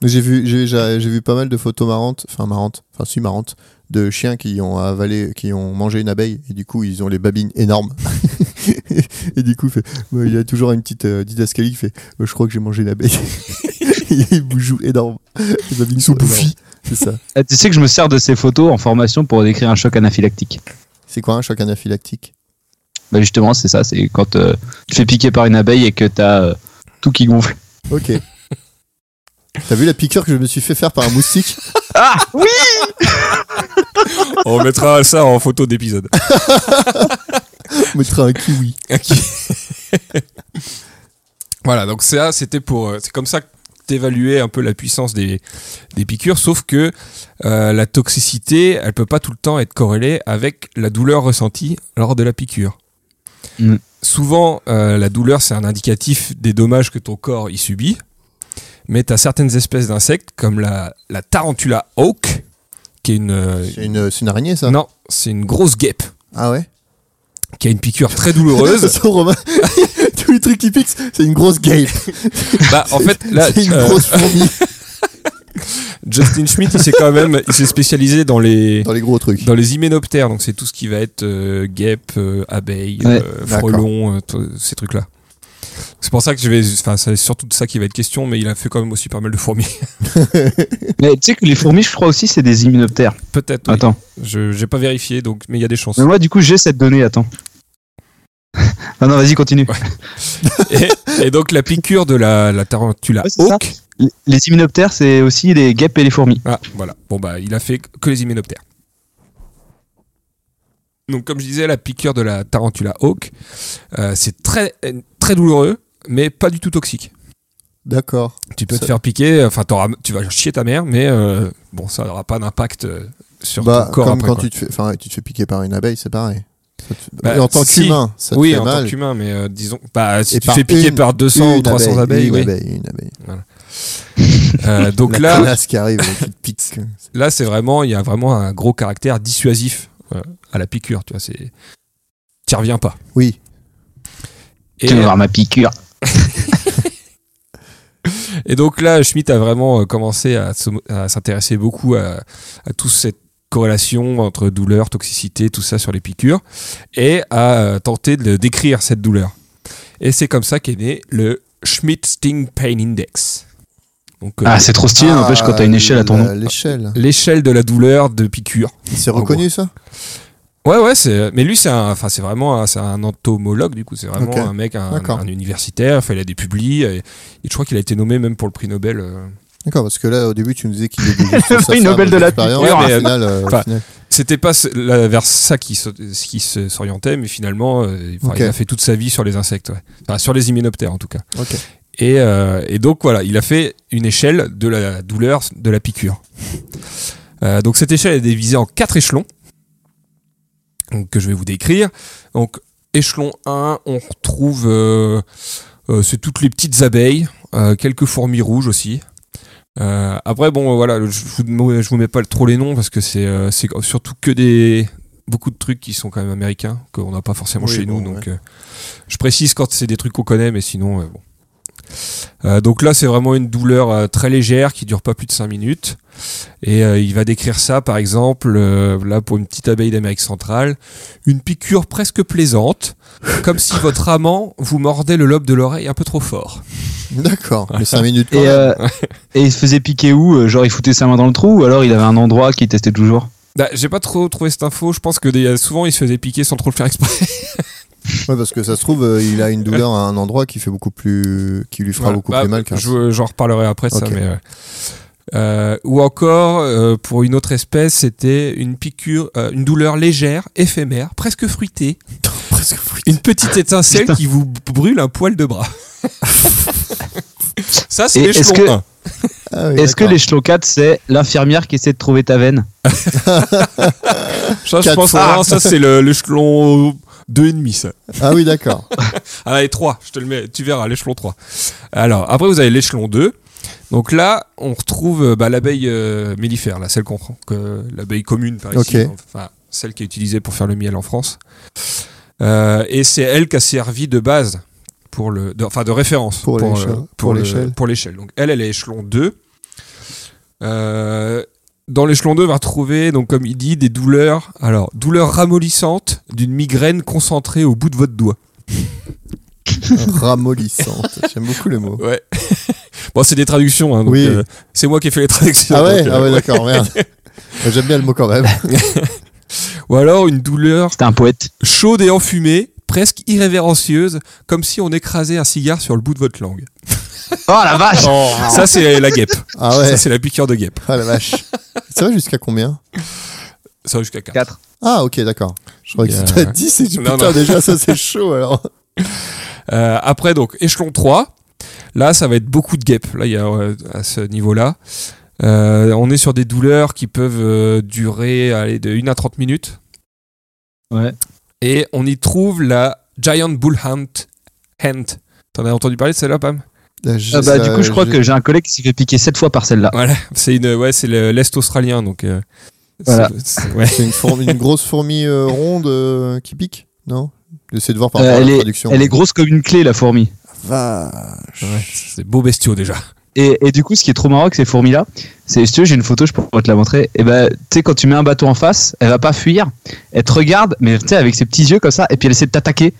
Mais J'ai vu, j'ai, j'ai j'ai vu pas mal de photos marrantes, enfin marrantes, enfin si marrantes, de chiens qui ont avalé, qui ont mangé une abeille et du coup ils ont les babines énormes. <laughs> et du coup, il fait- ouais, il y a toujours une petite euh, didascalie qui fait euh, Je crois que j'ai mangé une abeille. <laughs> et il bouge énorme. Les babines sont bouffies. C'est ça.
Ah, tu sais que je me sers de ces photos en formation pour décrire un choc anaphylactique.
C'est quoi un choc anaphylactique
Bah justement, c'est ça, c'est quand euh, tu te fais piquer par une abeille et que t'as euh, tout qui gonfle.
Ok. T'as vu la piqûre que je me suis fait faire par un moustique
On mettra ça en photo d'épisode.
<laughs> On mettra un kiwi.
Voilà, donc ça, c'était pour. euh, C'est comme ça que t'évaluais un peu la puissance des, des piqûres, sauf que euh, la toxicité, elle peut pas tout le temps être corrélée avec la douleur ressentie lors de la piqûre.
Mm.
Souvent, euh, la douleur, c'est un indicatif des dommages que ton corps y subit, mais t'as certaines espèces d'insectes, comme la, la tarantula hawk, qui est une. euh,
C'est une, c'est une araignée ça
non, c'est une grosse guêpe,
Ah ouais
qui a une piqûre
<laughs>
très douloureuse.
Attention, Romain. Tous les trucs qui piquent, c'est une grosse gape.
bah, en fait, là.
c'est une
euh, <laughs>
grosse fourmi
Justin Schmidt, il s'est quand même, il s'est spécialisé dans les
dans les gros trucs.
dans les hyménoptères, donc c'est tout ce qui va être euh, guêpe, euh, abeille,
Ouais.
euh,
D'accord.
frelon, euh, tout- ces trucs-là. C'est pour ça que je vais. Enfin, c'est surtout de ça qui va être question, mais il a fait quand même aussi pas mal de fourmis. <laughs>
Mais tu sais que les fourmis, je crois aussi, c'est des hyménoptères.
Peut-être. oui.
Attends.
Je j'ai pas vérifié, donc, mais il y a des chances.
Mais moi, du coup, j'ai cette donnée. Attends. <laughs> ah non, vas-y, continue.
et, et donc, la piqûre de la, la tarantula
Ouais, c'est ça.
hawk.
Les hyménoptères, c'est aussi les guêpes et les fourmis.
Ah, voilà. Bon, bah, il a fait que les hyménoptères. Donc, comme je disais, la piqûre de la tarantula hawk, euh, c'est très, très douloureux, mais pas du tout toxique.
D'accord.
Tu peux
Ça-
te faire piquer, enfin, t'auras- tu vas chier ta mère, mais euh, bon, ça n'aura pas d'impact euh, sur
Bah,
ton corps
comme
après,
quand
quoi.
tu te, fais, enfin, tu te fais piquer par une abeille, c'est pareil. Ça te-
Bah,
Et en tant
si.
qu'humain, ça te
oui,
fait
en
mal.
tant qu'humain, mais euh, disons, bah, si
Et
tu
par
fais piquer
une-
par 200 ou 300 abeilles,
une
oui.
abeille, une abeille.
Euh, donc
La
là,
connasse qui arrive, qui te pique.
là, c'est vraiment, il y a vraiment un gros caractère dissuasif euh, à la piqûre, tu vois, c'est, t'y reviens pas.
Oui.
Et,
Tu vas voir ma piqûre.
et donc là, Schmitt a vraiment euh, commencé à, se- à s'intéresser beaucoup à, à toute cette corrélation entre douleur, toxicité, tout ça sur les piqûres, et à euh, tenter de décrire cette douleur. Et c'est comme ça qu'est né le Schmitt Sting Pain Index. Donc, euh,
Ah, c'est trop stylé, n'empêche, quand t'as une échelle à ton
la-
nom.
L'échelle.
l'échelle de la douleur de piqûre.
C'est
En
reconnu ça
Ouais, ouais, c'est. Mais lui, c'est un. Enfin, c'est vraiment. un- C'est un entomologue, du coup. C'est vraiment
Ok.
un mec, un,
D'accord.
un universitaire. Enfin, il a des publis. Et, et je crois qu'il a été nommé même pour le prix Nobel. euh.
D'accord, parce que là, au début, tu nous disais qu'il
<laughs>
était juste sur sa
Prix
femme
Nobel de la
d'expérience,
piqûre.
mais
Ouais,
au final, euh, au
enfin,
final-
C'était pas ce- là, vers ça qui se- ce qui se- s'orientait, mais finalement, euh, enfin,
Ok.
il a fait toute sa vie sur les insectes. ouais. Enfin, sur les hyménoptères, en tout cas.
Ok.
Et, euh, et donc voilà, il a fait une échelle de la douleur de la piqûre. Euh, donc cette échelle est divisée en quatre échelons donc, que je vais vous décrire. Donc échelon 1, on retrouve euh, euh, c'est toutes les petites abeilles, euh, quelques fourmis rouges aussi. Euh, après bon euh, voilà, je vous je vous mets pas trop les noms parce que c'est euh, c'est surtout que des beaucoup de trucs qui sont quand même américains qu'on n'a pas forcément
Oui,
chez
bon,
nous donc euh, je précise quand c'est des trucs qu'on connaît mais sinon euh, bon. Euh, donc là, c'est vraiment une douleur euh, très légère qui dure pas plus de 5 minutes. Et euh, il va décrire ça, par exemple, euh, là pour une petite abeille d'Amérique centrale, une piqûre presque plaisante, comme si votre amant vous mordait le lobe de l'oreille un peu trop fort.
D'accord, mais 5 minutes quand
Et,
même.
euh, et il se faisait piquer où euh, Genre, il foutait sa main dans le trou ou alors il avait un endroit qu'il testait toujours
Bah, J'ai pas trop trouvé cette info. Je pense que des- souvent il se faisait piquer sans trop le faire exprès.
Ouais, parce que ça se trouve, euh, il a une douleur à un endroit qui fait beaucoup plus, qui lui fera
Voilà.
beaucoup
Bah,
plus mal qu'un.
je- J'en reparlerai après de
Ok.
ça. Mais, ouais. Euh, ou encore, euh, pour une autre espèce, c'était une piqûre, euh, une douleur légère, éphémère, presque fruitée, <laughs>
Presque
Une petite étincelle qui vous brûle un poil
<laughs>
de bras. Ça, c'est
Et
l'échelon
est-ce que-
1.
Ah
Est-ce que l'échelon 4, c'est l'infirmière qui essaie de trouver ta veine
Ça, je
Quatre
pense que
fois.
Ah.
non, ça, c'est le- l'échelon 2,5, ça.
Ah oui, d'accord.
Ah, Allez, 3, je te le mets, tu verras, l'échelon 3. Alors, après, vous avez l'échelon 2. Donc là, on retrouve euh, bah, l'abeille euh, mellifère, là, celle qu'on prend, que- l'abeille commune, par ici.
Ok.
Enfin, celle qui est utilisée pour faire le miel en France. Euh, et c'est elle qui a servi de base, pour le, de- enfin de référence.
Pour
euh,
l'échelle. Pour
Pour le-
l'échelle.
pour l'échelle. Donc elle, elle est échelon 2. Euh, dans l'échelon 2, on va retrouver, donc, comme il dit, des douleurs. Alors, douleurs ramollissantes d'une migraine concentrée au bout de votre doigt.
Ramollissante. J'aime beaucoup le mot.
Ouais. bon, c'est des traductions. Hein, donc,
Oui.
euh, c'est moi qui ai fait les traductions.
Ah ouais,
donc, euh,
ah ouais,
ouais.
d'accord, merde. <laughs> J'aime bien le mot quand même.
Ou alors une douleur
C'était un poète.
chaude et enfumée, presque irrévérencieuse, comme si on écrasait un cigare sur le bout de votre langue.
Oh la vache
Ça, c'est euh, la guêpe.
Ah <laughs> ouais,
<laughs>
Ça, c'est la piqûre de guêpe.
ah la vache. Ça va jusqu'à combien
Ça va jusqu'à 4.
4.
Ah ok, d'accord. Je crois que
Il y a-
c'était à 10 et j'ai dit,
Non,
putain,
non.
déjà ça c'est chaud
Ah
alors.
Euh, après, donc, échelon 3. Là, ça va être beaucoup de guêpes. Là, il y a euh, à ce niveau-là. Euh, on est sur des douleurs qui peuvent euh, durer allez, de 1 à 30 minutes.
Ouais.
Et on y trouve la Giant Bull Hunt. Hand. T'en as entendu parler de celle-là, Pam
Là, j'ai-
Ah bah, du
ça-
coup, je crois
j'ai-
que j'ai un collègue qui s'est fait piquer 7 fois par celle-là.
Voilà. C'est une, ouais, c'est le- l'est australien, donc. euh,
Voilà.
c'est- c'est- ouais.
C'est une, fourmi- une grosse fourmi euh, ronde euh, qui pique Non J'essaie de voir par
Euh,
rapport à
elle,
la
est,
traduction.
elle est grosse comme une clé, la fourmi.
Vache.
C'est beau bestiaux déjà.
Et, et du coup, ce qui est trop marrant avec ces fourmis-là, c'est, si tu veux, j'ai une photo, je pourrais te la montrer. Et ben, tu sais, quand tu mets un bateau en face, elle va pas fuir. Elle te regarde, mais tu sais, avec ses petits yeux comme ça, et puis elle essaie de t'attaquer.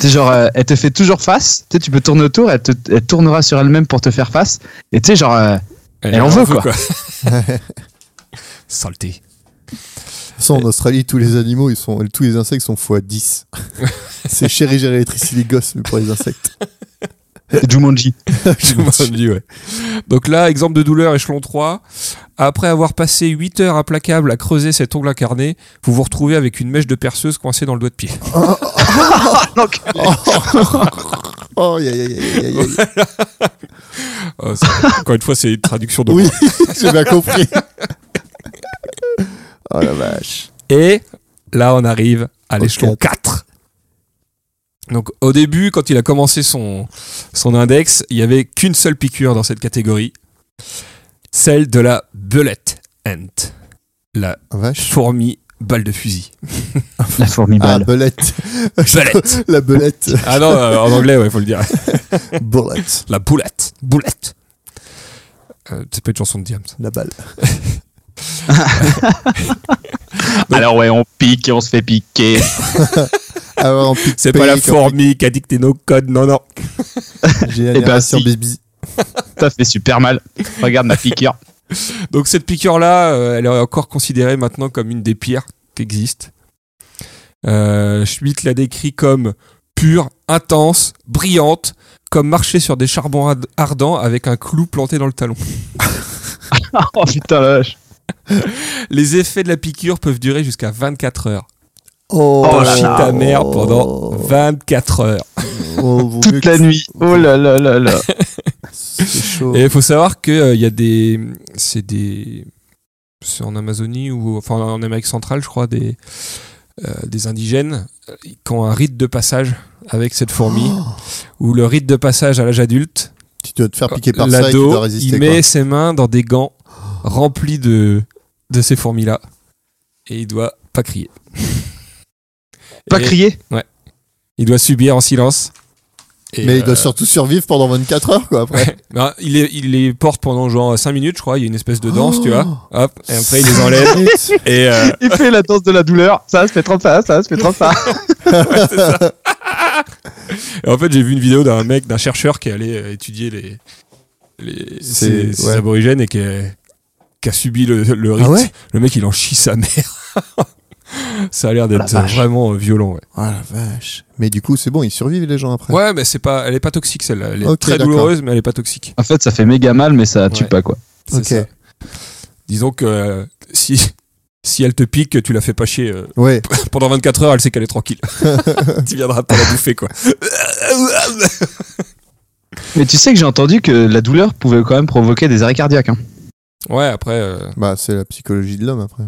C'est genre, euh, elle te fait toujours face. Tu sais, tu peux tourner autour, elle, te, elle tournera sur elle-même pour te faire face. Et tu sais, genre, euh, Elle en veut, <laughs> quoi. <laughs>
Saleté.
Ça, en Australie, tous les animaux, ils sont, tous les insectes sont x 10. c'est chéri, j'ai l'électricité, les gosses, mais pour les insectes.
Jumanji.
Je m'en suis dit, ouais. Donc là, exemple de douleur, échelon 3. Après avoir passé 8 heures implacables à creuser cet ongle incarné, vous vous retrouvez avec une mèche de perceuse coincée dans le doigt de pied.
Donc,
Oh, aïe, aïe, aïe, aïe, aïe, aïe.
Oh, ça- encore une fois, c'est une traduction de
Oui, <laughs> j'ai bien compris. oh la vache.
Et là, on arrive à l'échelon 4. Donc au début, quand il a commencé son, son index, il n'y avait qu'une seule piqûre dans cette catégorie. Celle de la bullet ant. La
Vache.
fourmi balle de <laughs> fusil.
la fourmi
Ah,
balle.
belette.
Bullet. <laughs>
la belette.
Ah non, euh, en anglais, ouais, faut le dire.
Bourlette.
La boulette. Boulette. Euh, c'est pas une chanson de Diams.
La balle.
Alors, ouais, on pique et on se fait piquer.
Ah, ouais, en pique
C'est pas la
pique, en
fourmi qui a dicté nos codes, non, non.
pique. J'ai la
Eh ben,
génération
si.
baby.
Ça fait super mal. Regarde ma piqûre.
Donc cette piqûre-là, euh, elle est encore considérée maintenant comme une des pires qui existent. Euh, Schmitt la décrit comme pure, intense, brillante, comme marcher sur des charbons ad- ardents avec un clou planté dans le talon.
<laughs> Oh putain, la vache.
Les effets de la piqûre peuvent durer jusqu'à 24 heures.
Oh,
Oh
T'as
là
chie
là. Oh.
ta mère pendant 24 heures.
Oh, vaut mieux
Toute
que
la
ça-
nuit. Oh là là là là.
C'est chaud.
Et il faut savoir que euh, il y a des, c'est des, c'est en Amazonie ou enfin en Amérique centrale, je crois, des, euh, des indigènes euh, qui ont un rite de passage avec cette fourmi,
Oh,
ou le rite de passage à l'âge adulte.
tu dois te faire piquer par ça et tu dois
L'ado,
résister.
il met ses mains dans des gants remplis de de ces fourmis là, et il doit pas crier.
Pas
Et
crier.
Il doit subir en silence.
quoi.
Et,
Mais il
euh,
doit surtout survivre pendant 24 heures, quoi, après.
Ouais. Ben, il, les, il les porte pendant genre 5 minutes, je crois. Il y a une espèce de danse, tu vois.
Oh.
Hop, <laughs> et après il les enlève.
<laughs>
Et euh,
Il fait la danse de la douleur. Ça se fait trop ça, ça se fait trop ça.
et en fait, j'ai vu une vidéo d'un mec, d'un chercheur qui est allé euh, étudier les, les
C'est-
ces, ces
ouais.
aborigènes et qui a, qui a subi le, le rite.
Ah ouais
le mec, il en chie sa mère. <laughs> Ça a l'air
la
d'être
vache.
vraiment euh, violent. Ouais,
Oh la vache. Mais du coup, c'est bon, ils survivent les gens après.
ouais mais c'est pas, elle est pas toxique celle-là. Elle est
Ok,
très
d'accord.
douloureuse, mais elle est pas toxique.
En fait, ça fait méga mal, mais ça tue
Ouais.
pas quoi.
C'est
Ok.
ça. Disons que euh, si si elle te pique, tu la fais pas chier. euh,
Ouais.
pendant 24 heures, elle sait qu'elle est tranquille. <laughs> tu viendras pas la bouffer, quoi. <laughs>
Mais tu sais que j'ai entendu que la douleur pouvait quand même provoquer des arrêts cardiaques. hein.
ouais, après, euh,
Bah, c'est la psychologie de l'homme après.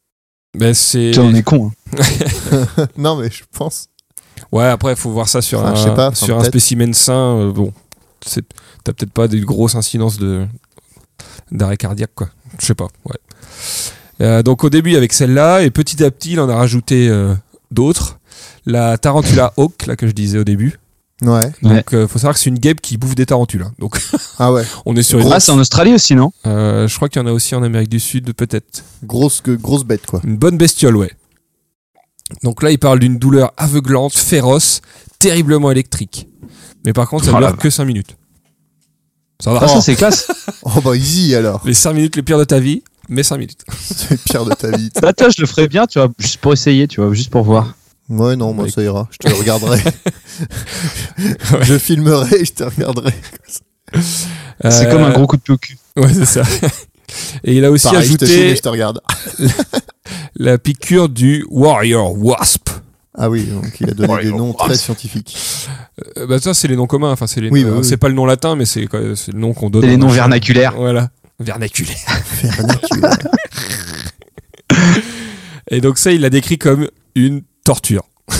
<laughs>
ben c'est.
Putain, on est con. hein.
non, mais je pense.
Ouais, après, faut voir ça sur
Enfin,
un,
je sais pas, enfin,
sur un
peut-être.
spécimen sain. euh, bon, c'est- t'as peut-être pas des grosses incidences de d'arrêt cardiaque, quoi. Je sais pas. Ouais. Euh, donc au début avec celle-là et petit à petit, il en a rajouté euh, d'autres. La tarantula hawk, là que je disais au début.
Ouais.
Donc euh, faut savoir que c'est une guêpe qui bouffe des tarantulas. Donc <laughs>
Ah ouais.
on est sur une
Ah, c'est en Australie aussi, non
Euh, je crois qu'il y en a aussi en Amérique du Sud, peut-être.
Grosse, que- grosse bête,
<laughs>
quoi.
Une bonne bestiole, ouais. Donc là, il parle d'une douleur aveuglante, féroce, terriblement électrique. Mais par contre, ça
Oh
ne
la
dure que 5 minutes. Ça va.
Ah, ça c'est
<laughs>
classe.
Oh bah, easy alors. <laughs>
Les 5 minutes les pires de ta vie, mais 5 minutes.
C'est le pire de ta vie.
Bah, toi, je le ferais bien, tu vois, juste pour essayer, tu vois, juste pour voir.
Ouais, non, moi
Bah,
ça ira. Je te le regarderai. Je filmerai et je te regarderai.
C'est
Euh,
comme un gros coup de pied au cul.
<laughs> Ouais, c'est ça. Et il a aussi
Pareil, je te filme et
ajouté
je te regarde.
la piqûre du Warrior Wasp.
Ah oui, donc il a donné des noms très scientifiques.
Euh, bah, ça, c'est les noms communs. Enfin, c'est les
Oui,
noms-
bah oui.
c'est pas le nom latin, mais c'est quoi- c'est le nom qu'on donne.
C'est les
aux
noms
machins.
vernaculaires.
Voilà. Vernaculaire.
<laughs>
Vernaculaire.
Et donc ça, il l'a décrit comme une torture. <laughs>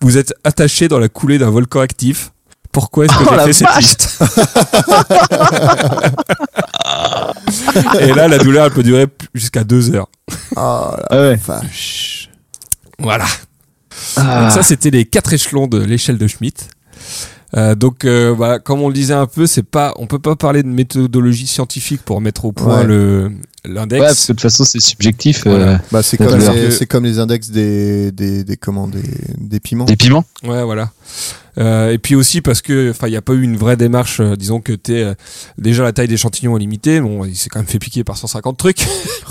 Vous êtes attaché dans la coulée d'un volcan actif. Pourquoi est-ce que
Oh,
j'ai
la
fait cette
vache
liste <laughs> Et là, la douleur, elle peut durer p- jusqu'à deux heures.
Oh la
Ah ouais.
vache.
Voilà.
Ah.
Ah,
Ah.
Donc ça, c'était les quatre échelons de l'échelle de Schmitt. Euh, donc, euh, voilà, comme on le disait un peu, c'est pas, on peut pas parler de méthodologie scientifique pour mettre au point
Ouais.
le
Ah. Ouais, parce
l'index.
que de toute façon, c'est subjectif.
Voilà.
euh,
Bah, c'est
La
comme,
douleur.
les- c'est comme les index des, des, des, comment, des, des piments.
Des piments. <laughs>
Ouais, voilà. Euh, et puis aussi parce que, enfin, il n'y a pas eu une vraie démarche. euh, disons que t'es euh, déjà la taille d'échantillon est limitée. Bon, il s'est quand même fait piquer par 150 trucs.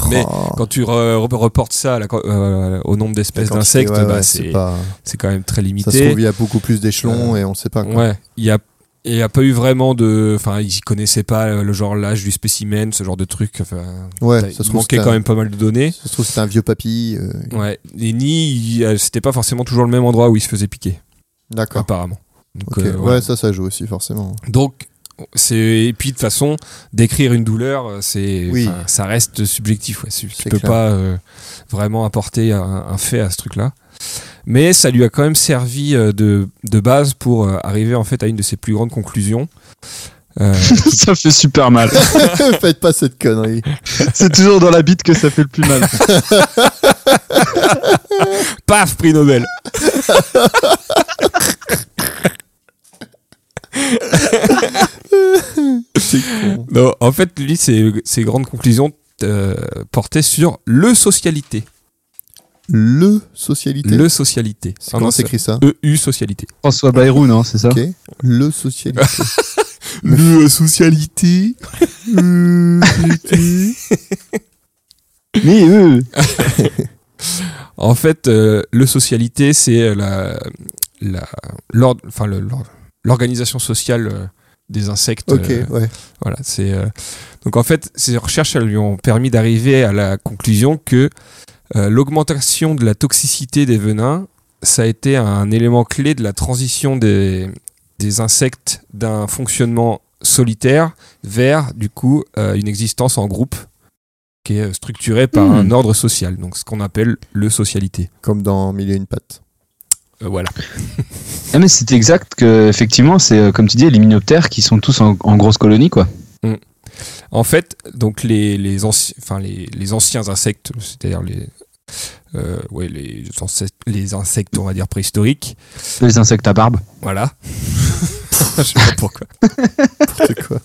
mais
Oh,
Quand tu re- re- reportes ça à la co- euh, au nombre
la
d'espèces
quantité,
d'insectes,
ouais,
bah,
ouais,
c'est
pas-
c'est quand même très limité. Euh,
Ça se trouve, il y a beaucoup plus d'échelons et on sait pas. quoi.
Ouais, il y a il y a pas eu vraiment de enfin ils connaissaient pas euh, le genre l'âge du spécimen, ce genre de truc enfin
Ouais,
t'as-
ça se
il
trouve,
manquait
c'était
quand
un-
même pas mal de données.
ça se trouve, c'est un vieux papy. euh,
Ouais, les nids il- euh, c'était pas forcément toujours le même endroit où ils se faisaient piquer
D'accord.
apparemment. Donc,
Ok.
euh,
ouais.
voilà.
ça, ça joue aussi, forcément. <laughs>
Donc c'est et puis de toute façon décrire une douleur euh, c'est
Oui.
enfin, ça reste subjectif ouais. tu
C'est
tu peux
clair.
pas euh, vraiment apporter un, un fait à ce truc là mais ça lui a quand même servi euh, de, de base pour euh, arriver en fait à une de ses plus grandes conclusions Euh,
ça fait super
<laughs>
mal.
Faites pas cette connerie.
c'est toujours dans la bite que ça fait le plus mal.
paf prix Nobel
<laughs> C'est con.
Non, en fait, lui, ses, ses grandes conclusions euh, portaient sur le socialité.
Le socialité.
Le socialité.
C'est
Ah
comment
non,
s'écrit ça
c'est EU socialité.
François Bayrou, non, c'est ça
Ok. Le socialité.
<laughs> Le socialité.
Mais eux.
En fait, euh, le socialité, c'est euh, la, la, l'ordre- enfin, le- l'ordre- l'organisation sociale euh, des insectes.
ok,
euh,
ouais.
Voilà, c'est euh, donc en fait ces recherches elles lui ont permis d'arriver à la conclusion que euh, l'augmentation de la toxicité des venins, ça a été un élément clé de la transition des, des insectes d'un fonctionnement solitaire vers du coup euh, une existence en groupe qui est euh, structurée par
Hmm.
un ordre social, donc ce qu'on appelle le socialité.
Comme dans Mille et une pattes.
Euh, voilà.
Ah, mais c'est exact que, effectivement, c'est euh, comme tu dis, les minoptères qui sont tous en, en grosse colonie, quoi.
En fait, donc les, les, anci- enfin, les, les anciens insectes, c'est-à-dire les, euh, ouais, les, ancêtres- les insectes, on va dire préhistoriques,
Les insectes à barbe.
voilà. <laughs> Je sais pas pourquoi. <laughs>
N'importe quoi.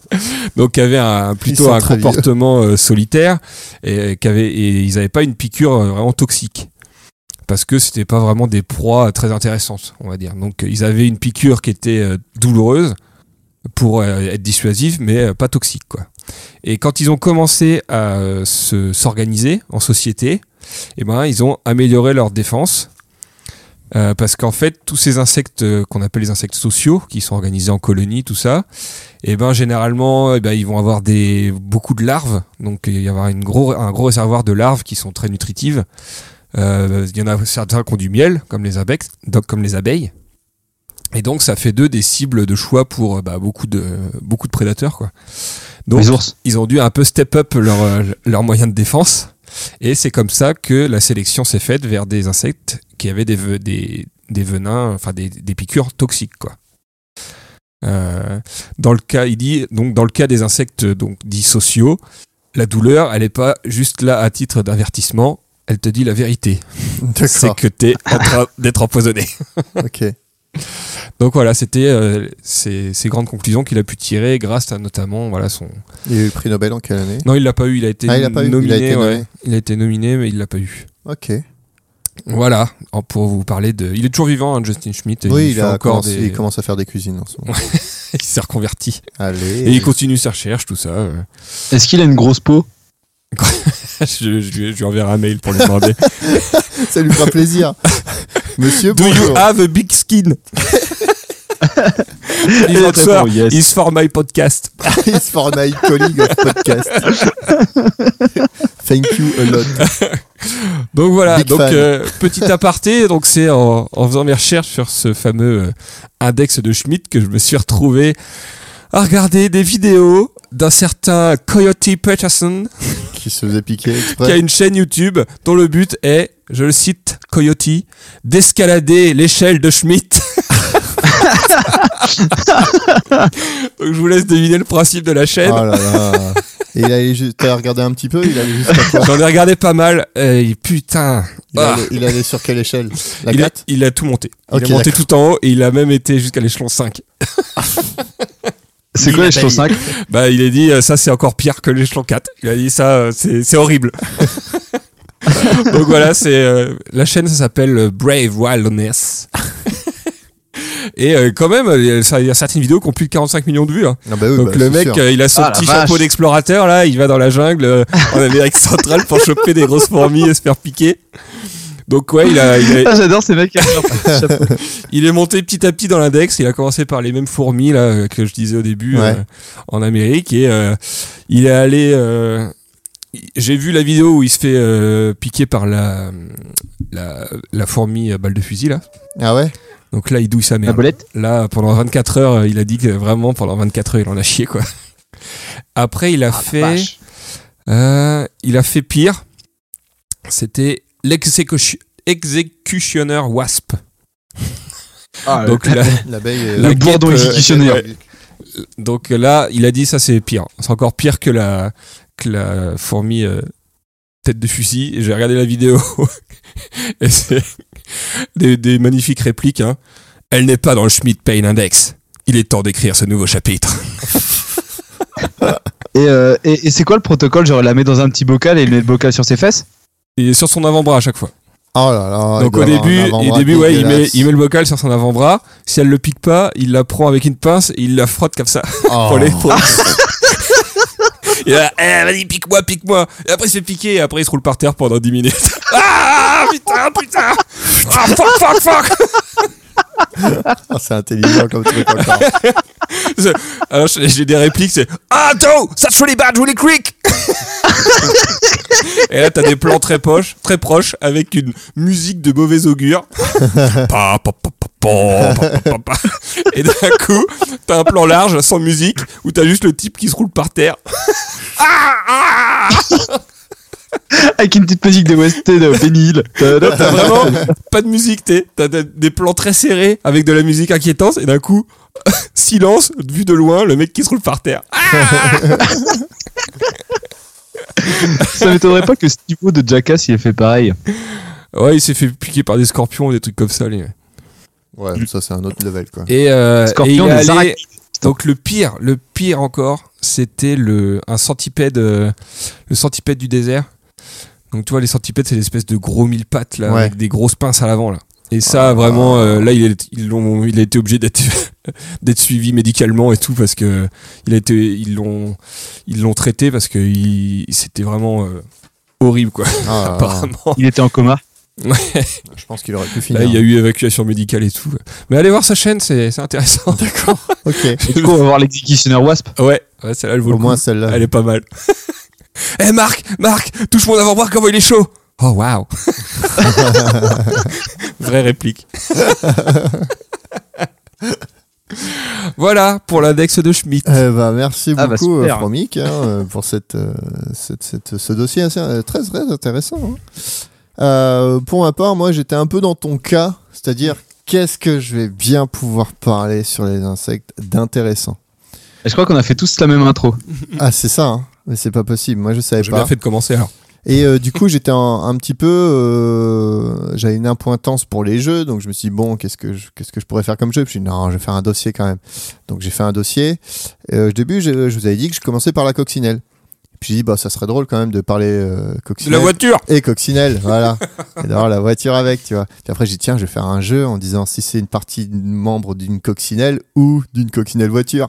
Donc, avaient un, plutôt
sont
un
très vieux.
comportement euh, solitaire et, qu'avaient- et ils n'avaient pas une piqûre euh, vraiment toxique. Parce que c'était pas vraiment des proies euh, très intéressantes, on va dire. Donc, euh, ils avaient une piqûre qui était euh, douloureuse pour euh, être dissuasive, mais euh, pas toxique, quoi. Et quand ils ont commencé à euh, se- s'organiser en société, eh ben, ils ont amélioré leur défense. Euh, parce qu'en fait, tous ces insectes euh, qu'on appelle les insectes sociaux, qui sont organisés en colonies, tout ça, eh ben, généralement, eh ben, ils vont avoir des, beaucoup de larves. Donc, il va y avoir une gros, un gros réservoir de larves qui sont très nutritives. Euh, Il y en a certains qui ont du miel, comme les abeilles. Donc, comme les abeilles. Et donc, ça fait d'eux des cibles de choix pour euh, bah, beaucoup, de, beaucoup de prédateurs. Quoi. Donc,
les ours.
ils ont dû un peu step up leurs euh, leurs moyens de défense. Et c'est comme ça que la sélection s'est faite vers des insectes qui avaient des, ve- des, des venins, enfin des, des piqûres toxiques. Quoi. Euh, dans le cas, il dit, donc dans le cas des insectes donc, dits sociaux, la douleur, elle n'est pas juste là à titre d'avertissement, elle te dit la vérité. C'est
D'accord.
que tu es
<laughs>
en train d'être empoisonné.
Ok.
Donc voilà, c'était euh, ces, ces grandes conclusions qu'il a pu tirer grâce à notamment voilà, son,
Il y a eu le prix Nobel en quelle année
Non, il l'a pas eu. Il a été
Ah, il l'a pas eu, il a
nominé.
été
ouais.
nommé.
Il a été nominé, mais il l'a pas eu.
Ok.
Voilà, en- pour vous parler de. Il est toujours vivant, hein, Justin Schmidt. et
oui, il,
fait
a
encore
commencé-
des-
il commence à faire des cuisines en ce moment.
<laughs> il s'est reconverti. Et,
Allez.
il continue ses recherches, tout ça. euh. <laughs>
Est-ce qu'il a une grosse peau
je, je lui- je lui enverrai un
<laughs>
mail pour lui demander.
Ça lui fera
<laughs>
plaisir. Monsieur,
Do you
bonjour.
have a big skin? Il va te faire,
yes.
Is for my podcast.
It's for my colleague of
<laughs>
podcast. Thank you a lot.
Donc voilà,
Big
donc
fan.
euh,
<laughs>
petit aparté, donc c'est en, en faisant mes recherches sur ce fameux euh, index de Schmidt que je me suis retrouvé à regarder des vidéos d'un certain Coyote Peterson
Qui se faisait piquer
qui a
exprès.
une chaîne YouTube dont le but est, je le cite, Coyote, d'escalader l'échelle de <laughs> Schmidt. donc je vous laisse deviner le principe de la
Oh
chaîne.
là là. Et il allait juste, t'as regardé un petit peu, il allait jusqu'à quoi
J'en ai regardé pas mal. Et putain.
il
Ah.
allait, il allait sur quelle échelle La
il, a,
4
il a tout monté. Il
Ok,
a monté tout en haut et il a même été jusqu'à l'échelon 5.
C'est quoi l'échelon 5
Bah, il a dit euh, ça, c'est encore pire que l'échelon 4. Il a dit ça, euh, c'est c'est horrible. <laughs> Donc voilà, c'est euh, la chaîne, ça s'appelle euh, Brave Wilderness. Et euh, quand même, il y a- ça- il y a certaines vidéos qui ont plus de 45 millions de vues. hein.
Ah bah oui,
Donc
bah,
le
c'est
mec,
sûr.
euh, il a son
Ah, la
petit
vache.
chapeau d'explorateur là, il va dans la jungle euh, en Amérique centrale pour choper des grosses fourmis et se faire piquer. Donc ouais, il a- il a,
Ah, J'adore ces mecs qui regardent leur chapeau.
il est monté petit à petit dans l'index. Il a commencé par les mêmes fourmis là euh, que je disais au début
Ouais.
euh, en Amérique et euh, il est allé. euh, il- J'ai vu la vidéo où il se fait euh, piquer par la, la la fourmi à balle de fusil là.
Ah ouais
Donc là, il douille sa
La
mère.
bolette
Là, pendant 24 heures, euh, il a dit que vraiment pendant 24 heures, il en a chié quoi. Après, il a fait
Ah Vache.
euh, il a fait pire. C'était l'exécution- Executioner Wasp.
Ah, <laughs>
Donc là,
L'abeille. euh,
La
le bourdon
guêpe, euh,
exécutionnaire.
ouais.
Donc euh, là, il a dit ça c'est pire. C'est encore pire que la, que la fourmi euh, tête de fusil. Et J'ai regardé la vidéo. <laughs> et c'est des, des magnifiques répliques. hein. Elle n'est pas dans le Schmidt Pain Index. Il est temps d'écrire ce nouveau chapitre.
Et, euh, et, et c'est quoi le protocole Genre, il la met dans un petit bocal et il met le bocal sur ses fesses
Il est sur son avant-bras à chaque fois.
Oh là là. il
Donc
doit
au
avoir
début,
un
au
avant-bras
début ouais, il, met,
dégueulasse.
il met le bocal sur son avant-bras. Si elle le pique pas, il la prend avec une pince et il la frotte comme ça.
Oh.
pour les <laughs> pauvres. Et là, eh, vas-y, pique-moi, pique-moi. Et après, il se fait piquer et après, il se roule par terre pendant 10 minutes. <laughs> Ah, putain, putain. Ah, fuck, fuck, fuck.
Ah, <laughs> c'est intelligent comme truc hein. encore.
Alors, j'ai j'ai des répliques, c'est Ah, attends, that's really bad, really quick. <laughs> et là, t'as des plans très proches, très proches avec une musique de mauvais augure. <laughs> Pa, pa, pa, pa, pa, pa, pa, pa. Et d'un coup, t'as un plan large sans musique où t'as juste le type qui se roule par terre. Ah, ah,
Avec une petite musique de Westé de Benny Hill.
T'as vraiment pas de musique, t'es- t'as des- des plans très serrés avec de la musique inquiétante et d'un coup, <laughs> silence, vu de loin, le mec qui se roule par terre. Ah
Ça m'étonnerait pas que ce niveau de Jackass il ait fait pareil.
Ouais, il s'est fait piquer par des scorpions, des trucs comme ça. lui.
Ouais, ça c'est un autre level
<laughs>
quoi.
Et, euh,
Scorpion,
et il est
des
allé-
arachides.
Donc le pire, le pire encore, c'était le un centipède, euh, le centipède du désert. Donc tu vois, les centipèdes, c'est l'espèce de gros mille pattes là,
Ouais. Ah.
avec des grosses pinces à l'avant là. Et ça, vraiment, euh, là, il, est- ils l'ont- il a été obligé d'être <laughs> d'être suivi médicalement et tout parce que il a été, ils l'ont, ils l'ont traité parce que il- c'était vraiment euh, horrible quoi.
Ah,
Apparemment,
Il était en coma.
je pense qu'il aurait pu finir.
là, il y a eu évacuation médicale et tout. Mais allez voir sa chaîne, c'est c'est intéressant. D'accord.
Ok.
Et du coup, on va voir l'exécutionnaire Wasp.
<laughs> Ouais, ouais, celle-là, elle vaut
Au
le coup.
moins celle-là.
Elle est pas mal. Ah. <laughs> Eh Marc, Marc, touche mon avant-bras comment il est chaud. Oh waouh. <laughs>
<laughs>
Vraie réplique. <laughs> voilà pour l'index de Schmitt.
<laughs>
Eh ben, merci
Ah, bah,
beaucoup,
super.
euh, Fromic, hein, euh, pour cette, euh, cette- cette- ce dossier assez, euh, très, très intéressant. hein. Euh, pour ma part, moi, j'étais un peu dans ton cas, c'est-à-dire qu'est-ce que je vais bien pouvoir parler sur les insectes d'intéressant.
Et je crois qu'on a fait tous la même intro.
Ah, c'est ça, hein. mais c'est pas possible. Moi, je savais
J'ai
pas.
bien fait de commencer hein. alors.
Et euh, du coup, j'étais un, un petit peu, euh, j'avais une impointance pour les jeux, donc je me suis dit bon, qu'est-ce que je, qu'est-ce que je pourrais faire comme jeu Puis je me suis dit, non, je vais faire un dossier quand même. Donc j'ai fait un dossier. Euh, au début, je, je vous avais dit que je commençais par la coccinelle. Puis j'ai dit bah ça serait drôle quand même de parler euh,
De la
coccinelle
voiture.
et coccinelle, voilà. Et d'avoir la voiture avec, tu vois. Puis après, j'ai dit, tiens, je vais faire un jeu en disant si c'est une partie de membre d'une coccinelle ou d'une coccinelle voiture.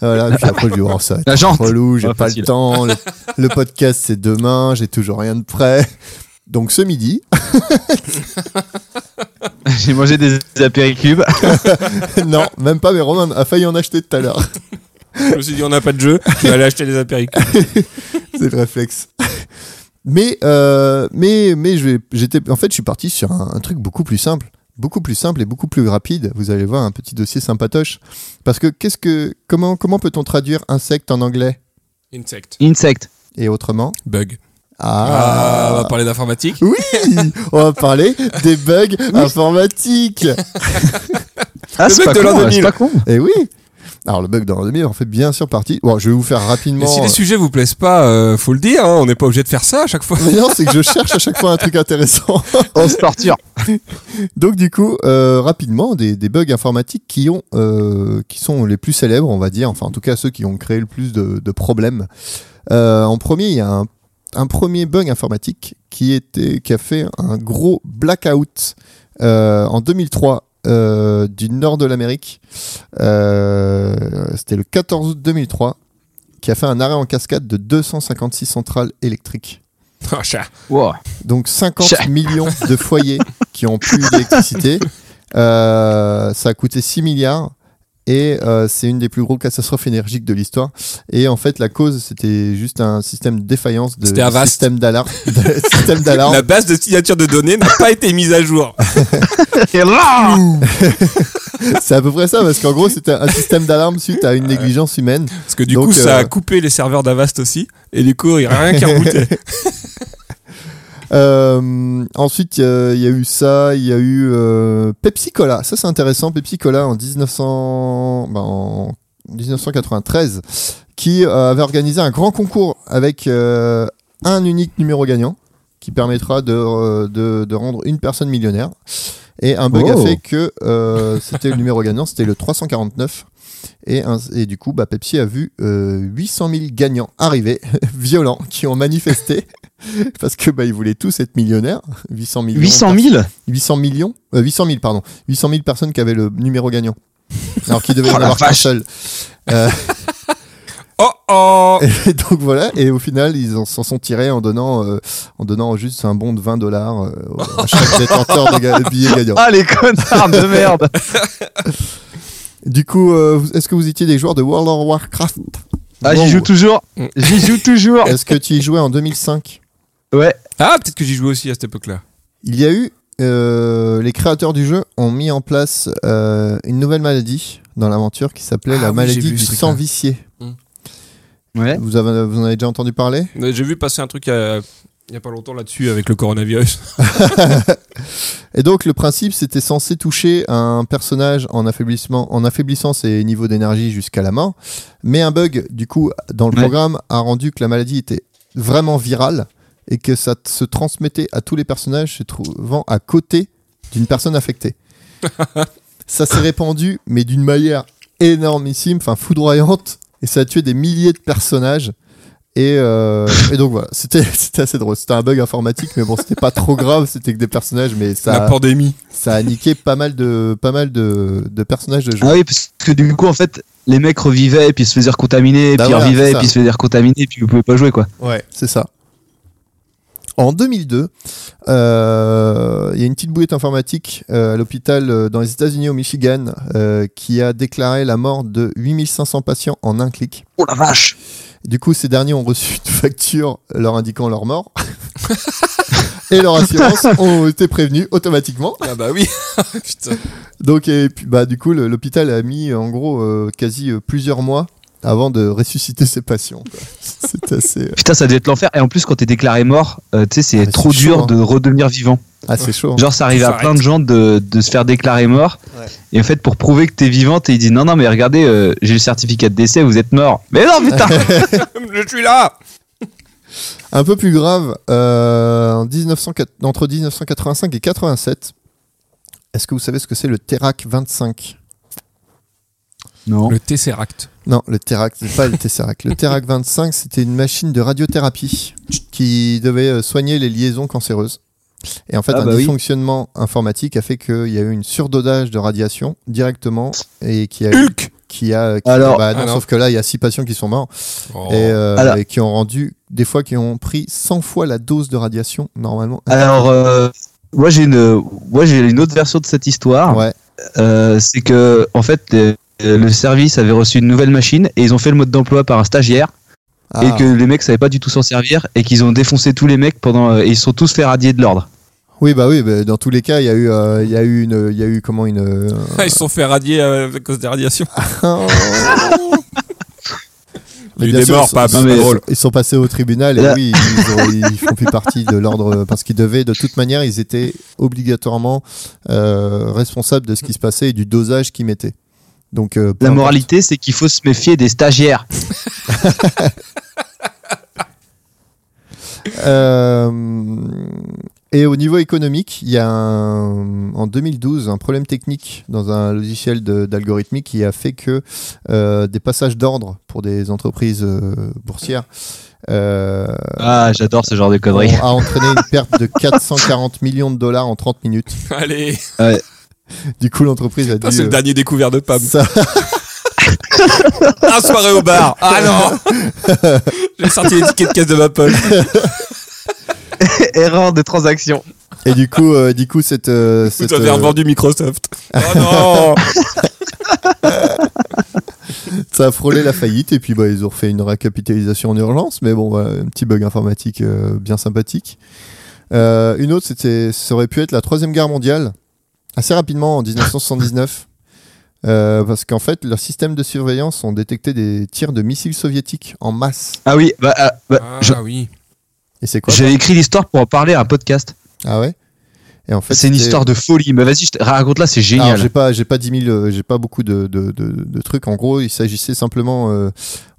Voilà. Puis après, je dis, oh, ça va être
La jante.
relou, j'ai
Pas
pas
facile.
le temps. Le, le podcast, c'est demain, j'ai toujours rien de prêt. Donc ce midi,
<laughs>
<laughs>
J'ai mangé des apéricubes.
non, même pas, mais Romain a failli en acheter tout à l'heure. <laughs>
Je me suis dit on n'a pas de <laughs> jeu. Je vais aller acheter des apéritifs.
C'est le réflexe. Mais, euh, mais, mais je vais- j'étais, en fait, je suis parti sur un, un truc beaucoup plus simple, beaucoup plus simple et beaucoup plus rapide. Vous allez voir un petit dossier sympatoche. Parce que qu'est-ce que, comment, comment peut-on traduire insecte en anglais
Insect.
Insect.
et autrement
Bug. Ah, on
Ah,
va parler d'informatique.
oui, on va parler des bugs informatiques.
Ah,
Le
c'est
mec
Ah, pas,
de l'an
con,
2000.
c'est pas con.
Et Eh oui. Alors, le bug dans la demi-heure fait bien sûr partie. Bon, je vais vous faire rapidement.
Et si les sujets vous plaisent pas, euh, faut le dire, hein, on n'est pas obligé de faire ça à chaque fois. <laughs>
<laughs> Mais non, c'est que je cherche à chaque fois un truc intéressant.
On se torture.
Donc du coup, euh, rapidement, des, des bugs informatiques qui ont, euh, qui sont les plus célèbres, on va dire, enfin en tout cas ceux qui ont créé le plus de, de problèmes. Euh, en premier, il y a un, un premier bug informatique qui était, qui a fait un gros blackout euh, en 2003. euh, du nord de l'Amérique, Euh, c'était le 14 août 2003, qui a fait un arrêt en cascade de 256 centrales électriques.
Ah, chat.
Wow.
Donc 50
Chef.
millions de foyers qui ont plus d'électricité. Euh, ça a coûté 6 milliards et euh, c'est une des plus grosses catastrophes énergiques de l'histoire. Et en fait, la cause, c'était juste un système de défaillance de
C'était Avast.
système d'alarme. <laughs> de- système d'alarme.
La base de signature de données n'a pas été mise à jour.
Et là
C'est à peu près ça parce qu'en gros, c'était un système d'alarme suite à une négligence humaine.
Parce que du
Donc,
coup, ça
euh,
a coupé les serveurs d'Avast aussi. Et du coup, il n'y a
<laughs>
rien qui rebootait.
Euh, ensuite, euh, il y a eu ça, il y a eu euh, Pepsi Cola. Ça, c'est intéressant. Pepsi Cola en, 1900, ben, en 1993, qui euh, avait organisé un grand concours avec euh, un unique numéro gagnant qui permettra de, euh, de, de rendre une personne millionnaire. Et un bug a
Oh.
fait que euh, c'était le numéro gagnant, c'était le 349. Et, un- et du coup, bah, Pepsi a vu euh, 800 000 gagnants arriver, <laughs> violents, qui ont manifesté parce que bah, ils voulaient tous être millionnaires. <laughs> 800 millions.
800 000
800 millions, euh, 800 000 pardon, 800 000 personnes qui avaient le numéro
<laughs>
gagnant. Alors qu'ils devaient
Oh
en
la
avoir qu'un
vache.
seul.
Oh oh
Et <laughs> donc voilà. Et au final, ils en- s'en sont tirés en donnant, euh, en donnant juste un bon de 20 dollars euh, à
<laughs>
chaque détenteur de ga- billets gagnants.
Ah, les connards de merde
Du coup, euh, vous- est-ce que vous étiez des joueurs de World of Warcraft
Ah, j'y joue toujours J'y <laughs> joue toujours
Est-ce que tu y jouais en 2005
Ouais.
Ah, peut-être que j'y jouais aussi à cette époque-là.
Il y a eu euh, les créateurs du jeu ont mis en place euh, une nouvelle maladie dans l'aventure qui s'appelait
Ah
la
oui, j'ai
maladie
vu
du
ce truc-là.
sang vicié.
Ouais.
Vous, avez, vous en avez déjà entendu parler
Euh, J'ai vu passer un truc euh, il n'y a pas longtemps là-dessus avec le coronavirus.
Et donc le principe, c'était censé toucher un personnage en, affaiblissement, en affaiblissant ses niveaux d'énergie jusqu'à la mort. Mais un bug, du coup, dans le
Ouais.
programme a rendu que la maladie était vraiment virale et que ça t- se transmettait à tous les personnages se trouvant à côté d'une personne affectée. ça s'est répandu, mais d'une manière énormissime, enfin foudroyante, et ça a tué des milliers de personnages. Et, euh, et donc voilà, c'était <laughs> c'était assez drôle. C'était un bug informatique, mais bon, c'était pas trop grave. C'était que des personnages, mais ça,
La pandémie.
ça a niqué pas mal de pas mal de, de personnages de jeu.
Ah oui, parce que du coup, en fait, les mecs revivaient, et puis ils se faisaient contaminer,
Bah
puis ils
voilà, c'est
revivaient, et
ça.
puis ils se faisaient contaminer, et puis vous pouvez pas jouer, quoi.
Ouais, c'est ça. En 2002, euh, il y a une petite boulette informatique euh, à l'hôpital euh, dans les États-Unis au Michigan euh, qui a déclaré la mort de 8500 patients en un clic.
Oh la vache
Du coup, ces derniers ont reçu une facture leur indiquant leur mort. <laughs> Et leur assurance ont été prévenus automatiquement.
Ah bah oui. <laughs> Putain.
Donc, et puis, bah, du coup, le- l'hôpital a mis en gros euh, quasi euh, plusieurs mois avant de ressusciter ses patients. quoi. C'est assez,
Putain, ça devait être l'enfer. Et en plus, quand t'es déclaré mort, euh, tu sais, c'est
Ah, mais
trop
c'est
dur
chaud, hein.
de redevenir vivant.
assez chaud. hein.
Genre, ça arrive à
S'arrête.
plein de gens de, de se faire déclarer mort.
Ouais.
Et en fait, pour prouver que t'es vivante, ils disent non, non, mais regardez, euh, j'ai le certificat de décès, vous êtes mort. Mais non,
<laughs>
putain
Je suis là
Un peu plus grave, euh, en 1904 entre 1985 et 87, est-ce que vous savez ce que c'est le Terac 25
Non.
Le Tesseract.
Non, le Terac, c'est pas le Tesserac. Le Terac 25, c'était une machine de radiothérapie qui devait euh, soigner les liaisons cancéreuses. Et en fait,
Ah
un
bah oui.
dysfonctionnement informatique a fait qu'il y a eu une surdodage de radiation directement et qui a
Hulk
qui a qui-
Alors-
bah non,
Alors.
sauf que là il y a six patients qui sont morts
Oh.
et, euh,
Alors-
et qui ont rendu des fois qui ont pris 100 fois la dose de radiation normalement
Alors, euh, moi, j'ai une, moi, j'ai une autre version de cette histoire.
ouais
Euh, c'est que, en fait, euh, le service avait reçu une nouvelle machine et ils ont fait le mode d'emploi par un stagiaire. et
Ah.
que les mecs savaient pas du tout s'en servir et qu'ils ont défoncé tous les mecs pendant euh, et ils se sont tous fait radier de l'ordre.
Oui, bah oui, bah, dans tous les cas, il y a eu, euh, il y a eu une, il y a eu comment une. euh,
Ah, Ils se sont fait radier euh, à cause des radiations. <laughs>
Oh.
Il y a eu
bien
des
sûr,
morts,
ils sont-
pas-
ils sont-
pas
ils,
drôle.
sont- ils sont passés au tribunal et
Là.
oui, ils, ont- ils font plus partie de l'ordre parce qu'ils devaient, de toute manière, ils étaient obligatoirement euh, responsables de ce qui se passait et du dosage qu'ils mettaient. Donc, euh, peu
La
importe.
moralité, c'est qu'il faut se méfier des stagiaires.
Euh, et au niveau économique, il y a un- en 2012 un problème technique dans un logiciel de- d'algorithmique qui a fait que euh, des passages d'ordre pour des entreprises euh, boursières euh,
Ah, j'adore ce genre de
ont <laughs>
conneries.
a entraîné une perte de 440 millions de dollars en 30 minutes.
Allez,
Du coup, l'entreprise a
ça, c'est
dû
le
euh,
dernier découvert de Pam. <laughs>
ça-
Ah, soirée au bar. Ah non J'ai sorti les tickets de caisse de ma poche.
Erreur de transaction.
et du coup, euh, du coup, cette, euh, cette,
Vous avez
euh,
revendu Microsoft. Oh non
ça a frôlé la faillite et puis bah, ils ont refait une recapitalisation en urgence, mais bon, voilà, un petit bug informatique euh, bien sympathique. Euh, une autre, c'était, ça aurait pu être la troisième guerre mondiale, assez rapidement en 1979, euh, parce qu'en fait, leurs systèmes de surveillance ont détecté des tirs de missiles soviétiques en masse.
Ah oui, bah, ah, bah, je-
oui.
Et c'est quoi
j'avais écrit l'histoire pour en parler à un podcast.
Ah ouais Et en fait,
C'est une
c'était-
histoire de folie. Mais vas-y, je te- raconte-la, c'est
Alors,
génial.
j'ai pas, j'ai pas 10 000, euh, j'ai pas beaucoup de, de, de- de trucs. En gros, il s'agissait simplement, euh,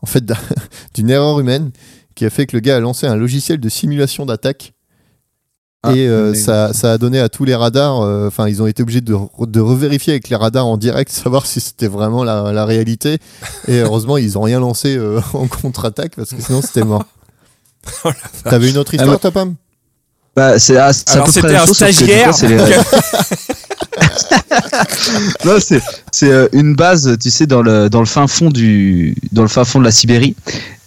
en fait, d'un- <laughs> d'une erreur humaine qui a fait que le gars a lancé un logiciel de simulation d'attaque.
Ah,
et euh,
mais-
ça, ça a donné à tous les radars, euh, enfin, ils ont été obligés de, re- de revérifier avec les radars en direct, <laughs> savoir si c'était vraiment la, la réalité. Et heureusement, ils ont rien lancé euh, <laughs> en contre-attaque parce que sinon, c'était
<laughs>
mort.
Oh
T'avais une autre histoire,
Alors-
toi, Pam
Bah, c'est ah, c'est à
Alors,
peu près
c'était
la
un
chose, sauf que, du coup,
stagiaire.
c'est les- <laughs> Non, c'est c'est, euh, une base, tu sais, dans le, dans le fin fond du, dans le fin fond de la Sibérie.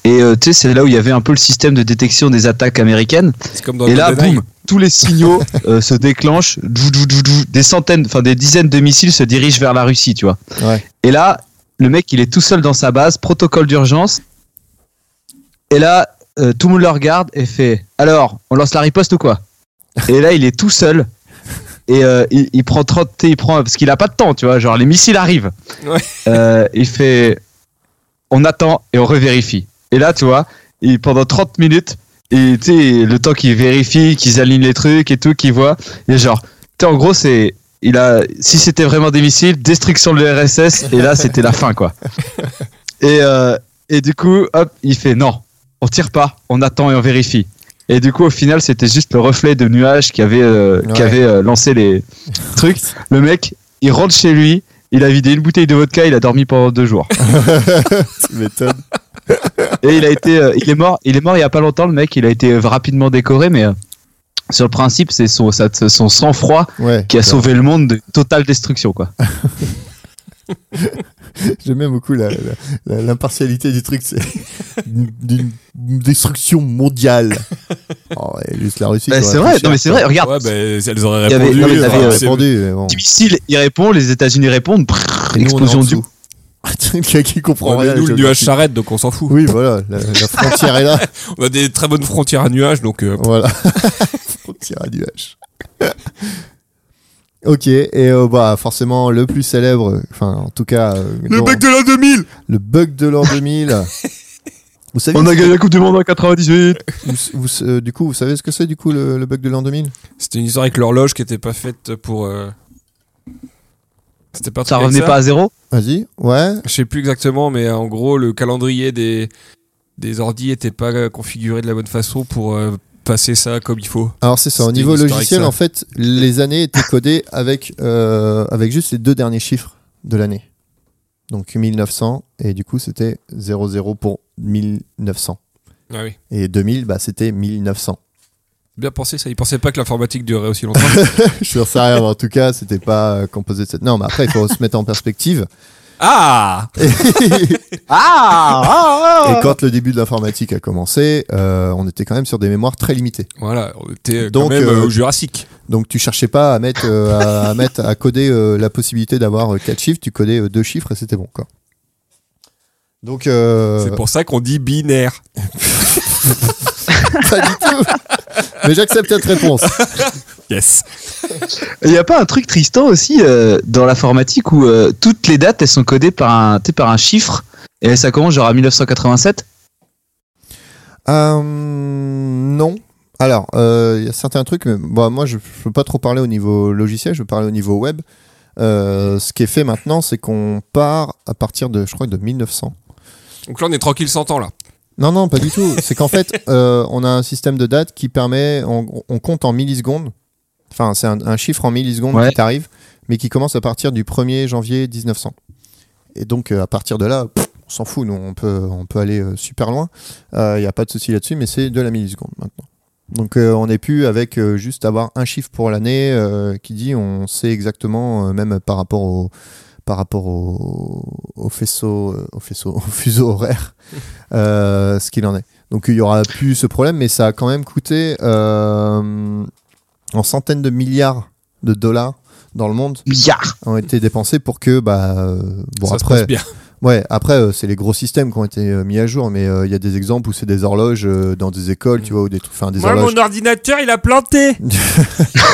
Et euh, tu sais, c'est là où il y avait un peu le système de détection des attaques américaines.
C'est comme dans
et là,
GoldenEye.
boum, tous les signaux euh, se déclenchent. Djou, djou, djou, djou. des centaines, enfin des dizaines de missiles se dirigent vers la Russie, tu vois.
Ouais.
Et là, le mec, il est tout seul dans sa base, protocole d'urgence. Et là, euh, tout le monde le regarde et fait Alors, on lance la riposte ou quoi Et là, il est tout seul. Et euh, il, il prend 30, tu sais, il prend, parce qu'il a pas de temps, tu vois. Genre, les missiles arrivent.
Ouais.
Euh, il fait On attend et on revérifie. Et là, tu vois, il, pendant 30 minutes, et tu sais, le temps qu'ils vérifient, qu'ils alignent les trucs et tout, qu'ils voient. Et genre, tu sais, en gros, c'est. Il a, si c'était vraiment des missiles, destruction de l'URSS, et là, c'était la fin, quoi. Et, euh, et du coup, hop, il fait non, on tire pas, on attend et on vérifie. Et du coup, au final, c'était juste le reflet de nuages qui avait, euh, qui
Ouais.
avait euh, lancé les trucs. Le mec, il rentre chez lui, il a vidé une bouteille de vodka, il a dormi pendant deux jours.
Tu m'étonnes.
Et il a été, euh, il est mort, il est mort il y a pas longtemps. Le mec, il a été euh, rapidement décoré, mais euh, sur le principe, c'est son, sa- son sang-froid
Ouais.
qui a sauvé le monde de totale destruction, quoi.
J'aime bien beaucoup la- la- la- l'impartialité du truc,
<laughs>
c'est une, d'une destruction mondiale. Oh, et juste la Russie.
Bah,
qui
c'est
aurait
vrai,
fait cher.
non mais c'est vrai. Regarde,
Ouais, bah, elles auraient
Il y avait-
répondu.
non, mais
Oui,
ils
oui,
avaient,
on a
euh,
répondu, mais bon.
petit missile, il répond, les États-Unis répondent, prrr,
bah, Et nous, on est en
explosion du.
dessous. Le gars qui comprend
Ouais,
rien.
mais nous,
les
le
gens
nuage
qui-
s'arrête, donc on s'en fout.
Oui, voilà, la, la frontière
<laughs>
est là.
On a des très bonnes frontières à nuages, donc euh,
Voilà. frontière à nuage. <laughs> ok, et euh, bah forcément le plus célèbre, enfin en tout cas euh, dont-
de l'an 2000
le bug de l'an
<laughs>
2000. Vous savez,
a gagné la Coupe du Monde en 98.
vous- vous- euh, du coup, vous savez ce que c'est du coup le- le bug de l'an 2000
C'était une histoire avec l'horloge qui était pas faite pour. euh, C'était pas un
Ça
truc avec
revenait pas à zéro.
Vas-y, ouais.
Je sais plus exactement, mais euh, en gros, le calendrier des, des ordi était pas euh, configuré de la bonne façon pour euh, passer ça comme il faut.
Alors c'est ça, au
C'était
niveau
historique,
logiciel,
ça.
en fait, les années étaient codées avec, euh, avec juste les deux derniers chiffres de l'année. Donc 1900, et du coup c'était 00 pour 1900.
Ah oui.
Et 2000, bah, c'était 1900.
Bien pensé ça, ils pensaient pas que l'informatique durerait aussi longtemps.
<laughs> Je n'en sais rien, mais en tout cas, c'était pas euh, composé de cette... Non, mais après, il faut se mettre en perspective. <laughs>
ah
Et
Ah,
quand le début de l'informatique a commencé, euh, on était quand même sur des mémoires très limitées.
Voilà, on était
Donc,
quand même euh,
euh,
au Jurassique.
Donc tu cherchais pas à mettre, euh, à, à mettre, à coder euh, la possibilité d'avoir euh, quatre chiffres, tu codais euh, deux chiffres et c'était bon quoi. Donc euh,
C'est pour ça qu'on dit binaire.
<laughs> pas du tout. Mais j'accepte cette réponse.
Yes.
Il n'y a pas un truc Tristan aussi euh, dans l'informatique où euh, toutes les dates elles sont codées par un, tu sais, par un chiffre et ça commence genre à 1987
Euh, non. Alors euh, il y a certains trucs, mais bon, moi je, je peux pas trop parler au niveau logiciel, je peux parler au niveau web. Euh, ce qui est fait maintenant, c'est qu'on part à partir de, je crois, de 1900.
Donc là, on est tranquille 100 ans là.
Non, non, pas du tout. C'est qu'en fait, euh, on a un système de date qui permet, on, on compte en millisecondes. Enfin, c'est un, un chiffre en millisecondes
Ouais.
qui t'arrive, mais qui commence à partir du 1er janvier 1900. Et donc, euh, à partir de là, pff, on s'en fout, nous, on peut, on peut aller euh, super loin. Il n'y a pas de souci là-dessus, mais c'est de la milliseconde maintenant. Donc, euh, on n'est plus avec euh, juste avoir un chiffre pour l'année euh, qui dit on sait exactement, euh, même par rapport au par rapport au, au faisceau, euh, au faisceau, <laughs> au fuseau horaire, euh, ce qu'il en est. Donc il y aura plus ce problème, mais ça a quand même coûté euh, en centaines de milliards de dollars dans le monde
Milliard
ont été dépensés pour que bah euh, bon
ça se
après
passe bien.
ouais après euh, c'est les gros systèmes qui ont été euh, mis à jour mais euh, il y a des exemples où c'est des horloges euh, dans des écoles
Mm.
tu vois ou des trucs enfin des horloges
ordinateur, il a planté.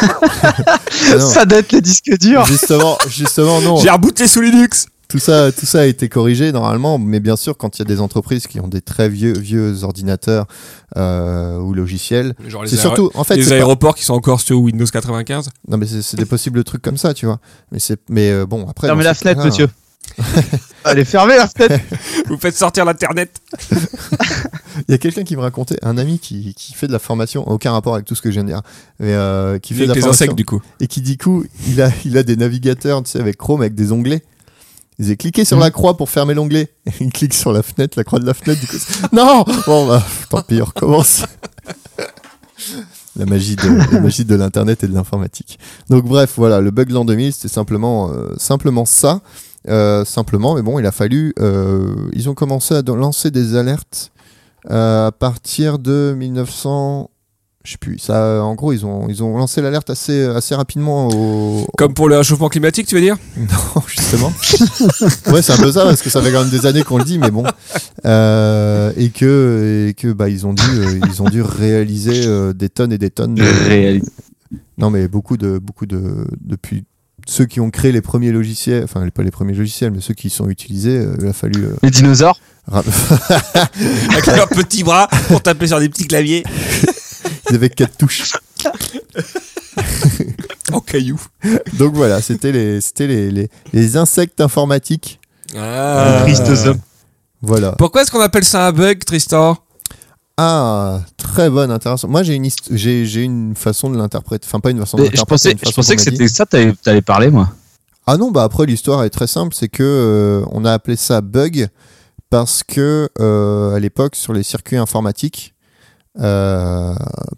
Ah non,
<laughs> Ça date le disque dur
justement justement non
J'ai rebooté sous Linux.
tout ça, tout ça a été corrigé normalement, mais bien sûr, quand il y a des entreprises qui ont des très vieux, vieux ordinateurs euh, ou logiciels,
Genre les,
c'est
aéro-
surtout, en fait,
les
c'est pas-
aéroports qui sont encore sur Windows 95.
non mais c'est c'est des possibles trucs comme ça, tu vois. Mais c'est, mais euh, bon, après.
Fermez
dans
la
ces
fenêtre,
cas-là,
monsieur <laughs> Allez, fermez la <laughs> fenêtre
Vous faites sortir l'internet.
Il y a quelqu'un qui me racontait, un ami qui, qui fait de la formation, aucun rapport avec tout ce que je viens de dire, mais euh, qui fait de
Avec
la
les
formation
insectes du coup.
et qui du coup, il a, il a des navigateurs, tu sais, avec Chrome, avec des onglets. Il disait cliquez sur la croix pour fermer l'onglet. <laughs> Et il clique sur la fenêtre, la croix de la fenêtre. Du coup, <laughs> c'est- non Bon bah, tant pis, on recommence. <laughs> La magie de, la magie de l'internet et de l'informatique. Donc bref, voilà, le bug de l'an 2000, c'était simplement, euh, simplement ça. Euh, simplement, mais bon, il a fallu. euh, ils ont commencé à lancer des alertes euh, à partir de 1900. Je sais plus. Ça, euh, en gros, ils ont, ils ont lancé l'alerte assez, assez rapidement au. <laughs>
Comme pour le réchauffement climatique, tu veux dire
Non, justement. ouais, c'est un peu ça parce que ça fait quand même des années qu'on le dit, mais bon. Euh, et que, et que, bah, ils ont dû, euh, ils ont dû réaliser euh, des tonnes et des tonnes. de- non, mais beaucoup de, beaucoup de, depuis ceux qui ont créé les premiers logiciels, enfin les- pas les premiers logiciels, mais ceux qui sont utilisés, euh, il a fallu. euh, <laughs>
Les dinosaures
ra-
Avec leurs petits bras pour taper sur des petits claviers.
Ils avaient quatre touches.
En caillou.
Donc voilà, c'était les, c'était les, les, les insectes informatiques. Euh,
Ah.
Christosome.
Voilà.
Pourquoi est-ce qu'on appelle ça un bug, Tristan
Ah, très bonne intéressant. Moi, j'ai une, hist- j'ai, j'ai une façon de l'interpréter. Enfin, pas une façon de
Mais Je
l'interpréter.
pensais,
une
je
façon
pensais que
qu'on m'a dit.
c'était ça t'allais t'allais parler, moi.
Ah non, bah après, l'histoire est très simple. C'est que euh, on a appelé ça bug parce que euh, à l'époque, sur les circuits informatiques, euh,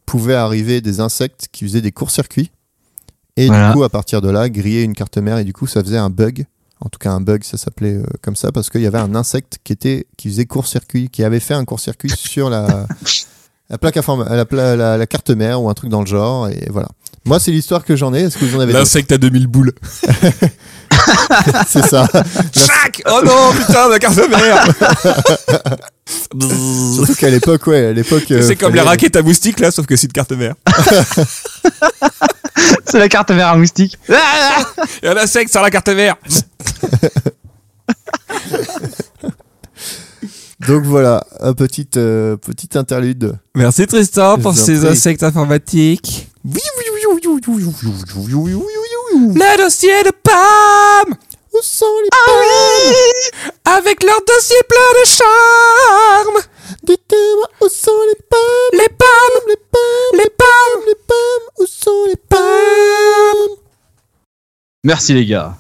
pouvaient arriver des insectes qui faisaient des courts-circuits. Et
Voilà.
du coup, à partir de là, griller une carte mère. Et du coup, ça faisait un bug. En tout cas, un bug, ça s'appelait euh, comme ça parce qu'il y avait un insecte qui, était, qui faisait court-circuit, qui avait fait un court-circuit sur la, la, plaque informa- la, pla- la- la carte mère ou un truc dans le genre. Et voilà. Moi, c'est l'histoire que j'en ai. Est-ce que vous en avez d'autres
L'insecte à 2000 boules.
C'est ça.
Chac Oh non, putain, ma carte mère <laughs>
Surtout qu'à l'époque, ouais, à
<laughs>
l'époque. euh,
Mmh. C'est comme les
fallait-
raquettes à moustiques là, sauf que c'est une carte mère.
<laughs> C'est la carte vers un moustique.
Et un insecte sur la carte mère.
Donc voilà, un petit, euh, petit interlude.
Merci Tristan
Je
pour
vous en
ces
prie.
insectes informatiques.
Mm.
Le dossier de Pam
Où sont les
Avec leur dossier plein de charme
Dites-moi où sont les pommes,
Les Pam
les pommes,
Les Pam
les pommes, où sont les pommes
Merci les gars.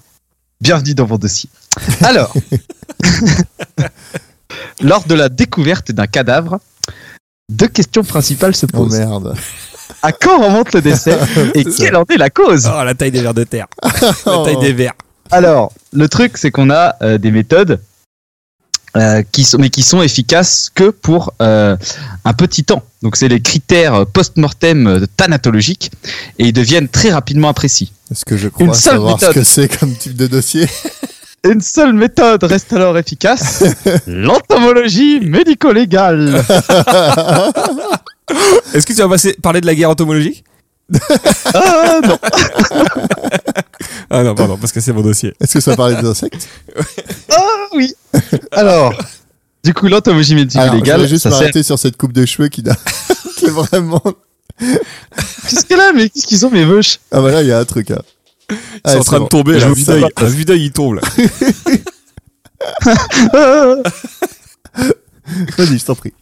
Bienvenue dans mon dossier.
<laughs>
Alors, <laughs> lors de la découverte d'un cadavre, deux questions principales se
Oh
posent.
merde.
à quand remonte le
<laughs>
décès et
C'est
quelle en est la cause
Oh, la taille des vers de terre
Oh.
La taille des vers
Alors, le truc, c'est qu'on a euh, des méthodes euh, qui sont, mais qui sont efficaces que pour euh, un petit temps. Donc, c'est les critères post-mortem euh, thanatologiques et ils deviennent très rapidement imprécis.
Est-ce que je crois
Une seule
savoir
méthode.
ce que c'est comme type de dossier
Une seule méthode reste alors efficace l'entomologie médico-légale.
Est-ce que tu vas passer- parler de la guerre entomologique
Ah, non.
<laughs> Ah non, pardon, parce que c'est mon dossier.
Est-ce que ça parlait des insectes
Ah oui. Alors, du coup, l'entomologie
Alors, je
médico-légale,
voulais juste
ça sert-
m'arrêter sur cette coupe de cheveux qui, n'a- <laughs> qui est vraiment...
Qu'est-ce qu'elle a Mais qu'est-ce qu'ils ont mes vaches
Ah bah là, il y a un truc. hein.
C'est en train de tomber.
Je vous
là. Un vue d'œil-
sors.
un vue d'œil, il tombe. Là.
Vas-y, je t'en prie.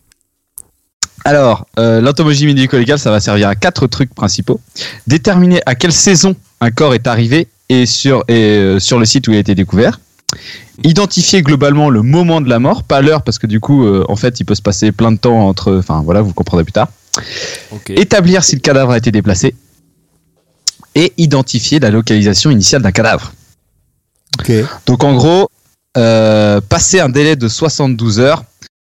Alors, euh, l'entomologie médico-légale, ça va servir à quatre trucs principaux. Déterminer à quelle saison un corps est arrivé et sur, et, euh, sur le site où il a été découvert. Identifier globalement le moment de la mort, pas l'heure, parce que du coup, euh, en fait, il peut se passer plein de temps entre. Enfin, voilà, vous comprendrez plus tard. Établir si le cadavre a été déplacé. Et identifier la localisation initiale d'un cadavre.
Ok.
Donc en gros, euh, passer un délai de 72 heures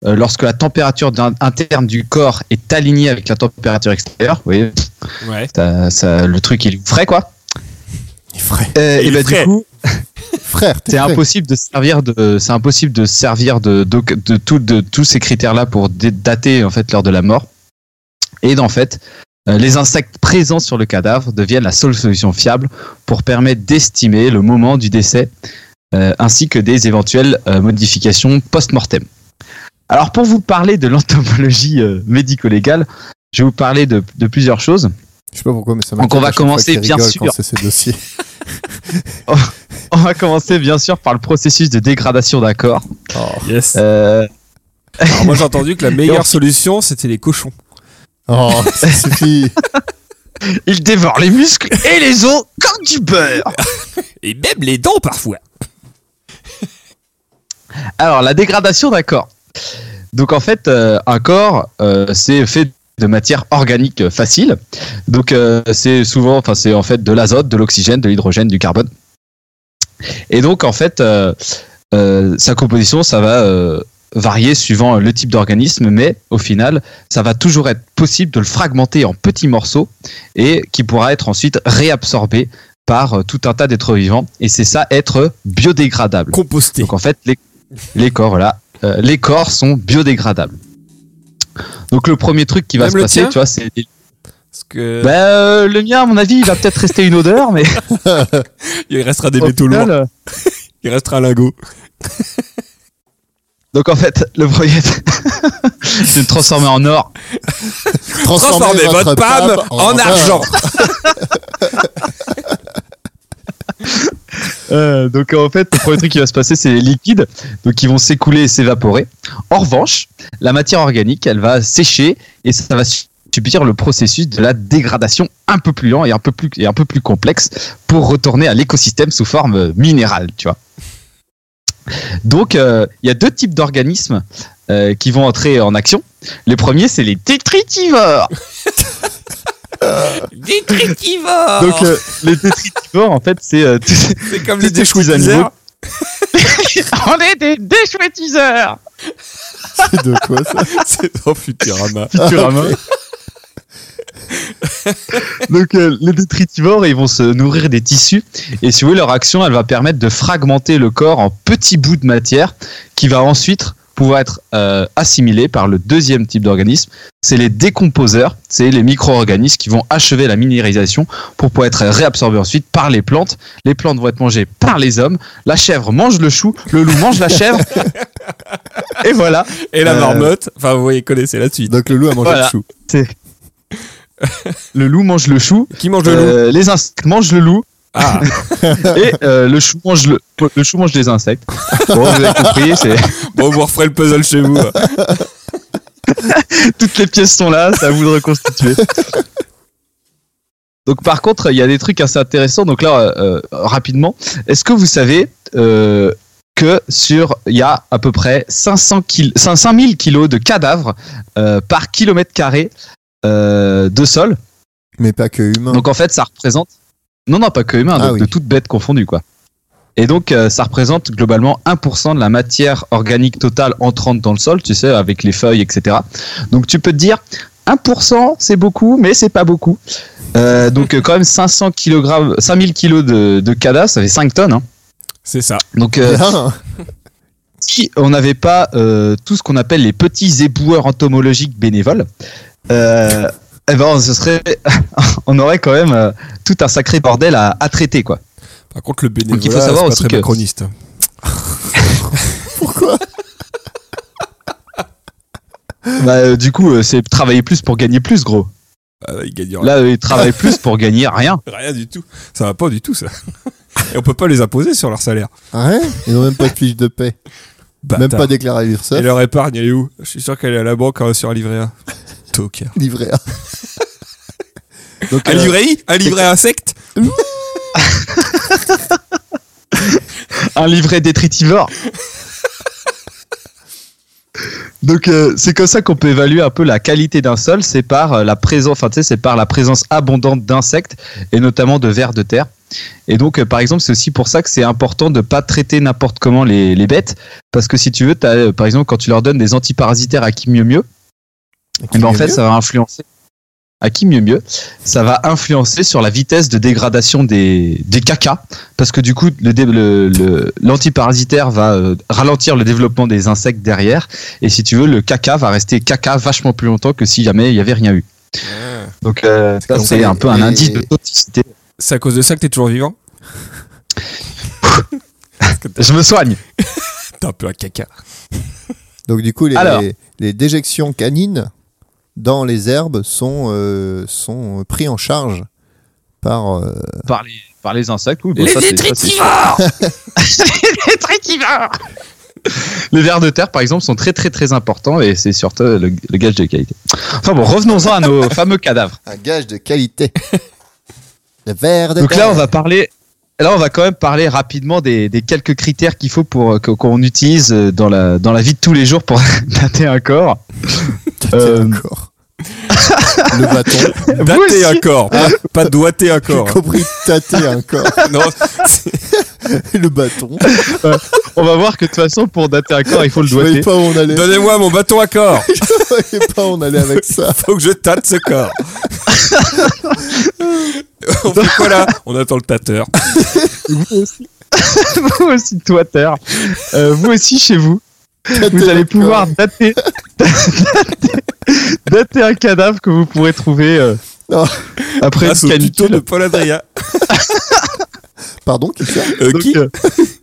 euh, lorsque la température d'un- interne du corps est alignée avec la température extérieure, vous voyez,
Ouais.
ça- ça- le truc il est frais quoi.
Frère.
Euh,
Il
et
est
ben,
frais.
du coup,
Frère, t'es
c'est
frère.
impossible de servir de, c'est impossible de servir de de, de tout- de tous ces critères là pour dé- dater en fait l'heure de la mort. Et en fait, euh, les insectes présents sur le cadavre deviennent la seule solution fiable pour permettre d'estimer le moment du décès euh, ainsi que des éventuelles euh, modifications post-mortem. Alors pour vous parler de l'entomologie euh, médico-légale, je vais vous parler de, de plusieurs choses.
Je sais pas pourquoi, mais ça
Donc, on
m'intéresse
va
à chaque fois
commencer,
qu'il
bien
rigole
sûr.
quand C'est ces dossiers. <laughs>
On va commencer bien sûr par le processus de dégradation d'un corps.
Yes.
Euh,
Oh. Alors moi j'ai entendu que la meilleure solution c'était les cochons.
Oh, ça
<laughs>
suffit.
Il dévore les muscles et les os comme du beurre.
Et même les dents parfois.
Alors, la dégradation d'un corps. Donc, en fait, euh, un corps, euh, c'est fait de matière organique euh, facile. Donc, euh, c'est souvent, enfin, c'est en fait de l'azote, de l'oxygène, de l'hydrogène, du carbone. Et donc, en fait, euh, euh, sa composition, ça va euh, varier suivant le type d'organisme, mais au final, ça va toujours être possible de le fragmenter en petits morceaux et qui pourra être ensuite réabsorbé par euh, tout un tas d'êtres vivants. Et c'est ça, être biodégradable.
Compostés.
Donc en fait, les, les corps, voilà, euh, les corps sont biodégradables. Donc le premier truc qui va
Même
se
le
passer,
tien
tu vois, c'est
Parce que
Bah, euh, le mien, à mon avis, il va peut-être rester une odeur, mais
il restera des
au
métaux
final,
lourds.
euh,
Il restera un lingot.
donc en fait, le premier, <laughs> c'est de transformer en or.
Transformez votre
pape
pâme en argent.
Euh, donc en fait, le premier truc qui va se passer, c'est les liquides, donc qui vont s'écouler et s'évaporer. En revanche, la matière organique, elle va sécher et ça va su- subir le processus de la dégradation un peu plus lent et un peu plus et un peu plus complexe pour retourner à l'écosystème sous forme euh, minérale, tu vois. Donc euh, il y a deux types d'organismes euh, qui vont entrer en action. Le premier, c'est les détritivores.
Détritivore.
Donc euh, les détritivores, en fait, c'est euh, <laughs> tous-
c'est comme
c'est
les
des petits
déchouisaniers. <laughs>
animaux.
On est des déchouettiseurs
C'est <laughs> de quoi ça
C'est dans Futurama.
Futurama. <laughs> Donc euh, les détritivores, ils vont se nourrir des tissus et si vous voulez leur action, elle va permettre de fragmenter le corps en petits bouts de matière qui va ensuite pouvoir être euh, assimilé par le deuxième type d'organisme, c'est les décomposeurs, c'est les micro-organismes qui vont achever la minéralisation pour pouvoir être réabsorbés ensuite par les plantes. Les plantes vont être mangées par les hommes, la chèvre mange le chou, le loup mange la chèvre. Et voilà,
Et la
Euh,
marmotte. Enfin vous voyez, connaissez la suite.
Donc le loup a mangé
Voilà.
le chou.
le loup mange le chou,
Qui mange le loup
Euh, les insectes mangent le
<laughs>
loup
Ah,
et euh, le chou mange le, le chou mange les insectes. Bon, vous avez compris, c'est <laughs>
bon, vous referez le puzzle chez vous.
toutes les pièces sont là, c'est à vous de reconstituer. Donc par contre, il y a des trucs assez intéressants. Donc là, euh, euh, rapidement, est-ce que vous savez euh, que sur il y a à peu près 500 kil- 500 000 kilos de cadavres euh, par kilomètre carré euh, de sol.
Mais pas que humain.
Donc en fait, ça représente. Non, non, pas que humain,
Ah
donc
oui.
de toutes bêtes confondues, quoi. Et donc, euh, ça représente globalement 1% de la matière organique totale entrante dans le sol, tu sais, avec les feuilles, etc. Donc, tu peux te dire, 1%, c'est beaucoup, mais c'est pas beaucoup. Euh, donc, euh, quand même, 500 kg, 5000 kg de, de cadavres, ça fait 5 tonnes. hein.
C'est ça.
Donc, euh,
Bien.
si on n'avait pas euh, tout ce qu'on appelle les petits éboueurs entomologiques bénévoles, euh, eh ben, on, se serait, <laughs> on aurait quand même euh, tout un sacré bordel à, à traiter, quoi.
Par contre, le bénévolat,
Donc, il faut savoir
c'est pas
aussi
très
que-
macroniste.
Bah, euh, du coup, euh, c'est travailler plus pour gagner plus, gros.
Ah, il gagnera
Là, ils travaillent plus pour gagner rien.
rien du tout. Ça va pas du tout, ça. Et on peut pas les imposer sur leur salaire.
Hein Ils n'ont même pas de fiche de paix. Même
Bâtard.
pas déclaré l'URSSAF.
Et leur épargne, elle est où Je suis sûr qu'elle est à la banque euh, sur un livret A. Tocard.
Livret A. <laughs> Donc,
Un
euh,
livret I Un livret A secte
Un livret détritivore. Donc euh, c'est comme ça qu'on peut évaluer un peu la qualité d'un sol, c'est par euh, la présence, enfin tu sais, c'est par la présence abondante d'insectes et notamment de vers de terre. Et donc euh, par exemple c'est aussi pour ça que c'est important de pas traiter n'importe comment les, les bêtes, parce que si tu veux, t'as, euh, par exemple quand tu leur donnes des antiparasitaires à qui mieux mieux,
qui
Eh ben, en
est
fait,
mieux
ça va influencer. À qui mieux mieux Ça va influencer sur la vitesse de dégradation des, des cacas, parce que du coup, le dé- le- le- l'antiparasitaire va euh, ralentir le développement des insectes derrière, et si tu veux, le caca va rester caca vachement plus longtemps que si jamais il y avait rien eu. Donc euh, ça,
comme
c'est
ça,
un peu un
et-
indice de toxicité.
C'est à cause de ça que t'es toujours vivant
Je me soigne.
T'es un peu un caca.
<laughs>
Donc du coup, les,
Alors.
les déjections canines dans les herbes sont, euh, sont pris en charge par... euh,
Par les, par les insectes, oui. bon,
Les
ça, c'est- ça, c'est-
détritivores <laughs> Les détritivores
Les vers de terre, par exemple, sont très très très importants, et c'est surtout le, le gage de qualité. Enfin bon, revenons-en à nos fameux cadavres.
un gage de qualité. <laughs> Le verre de
Donc là,
terre.
on va parler. Là, on va quand même parler rapidement des, des quelques critères qu'il faut pour euh, que- qu'on utilise euh, dans la, dans la vie de tous les jours pour <laughs> dater un corps.
Tiens,
euh,
encore. Le bâton.
Dater un corps.
Ah.
Pas, pas doiter un corps.
<laughs> J'ai compris tâter un <laughs> corps.
Non,
Le bâton.
On va voir que de toute façon, pour dater un corps, il faut le
Je voyais
doigter.
pas où on allait.
donnez-moi mon bâton à corps.
<laughs> Je voyais pas où on allait avec <laughs> ça.
Faut que je tâte ce
<laughs>
corps. On fait quoi là On attend le tâteur.
vous aussi, doigteur. Euh, vous aussi, chez vous, vous allez pouvoir dater, <laughs> dater- dater un cadavre que vous pourrez trouver euh,
Non.
après
Grâce
une
Ah, au tuto
canicule.
de Paul Adria.
Pardon, qui ça
Euh,
Donc,
qui
euh,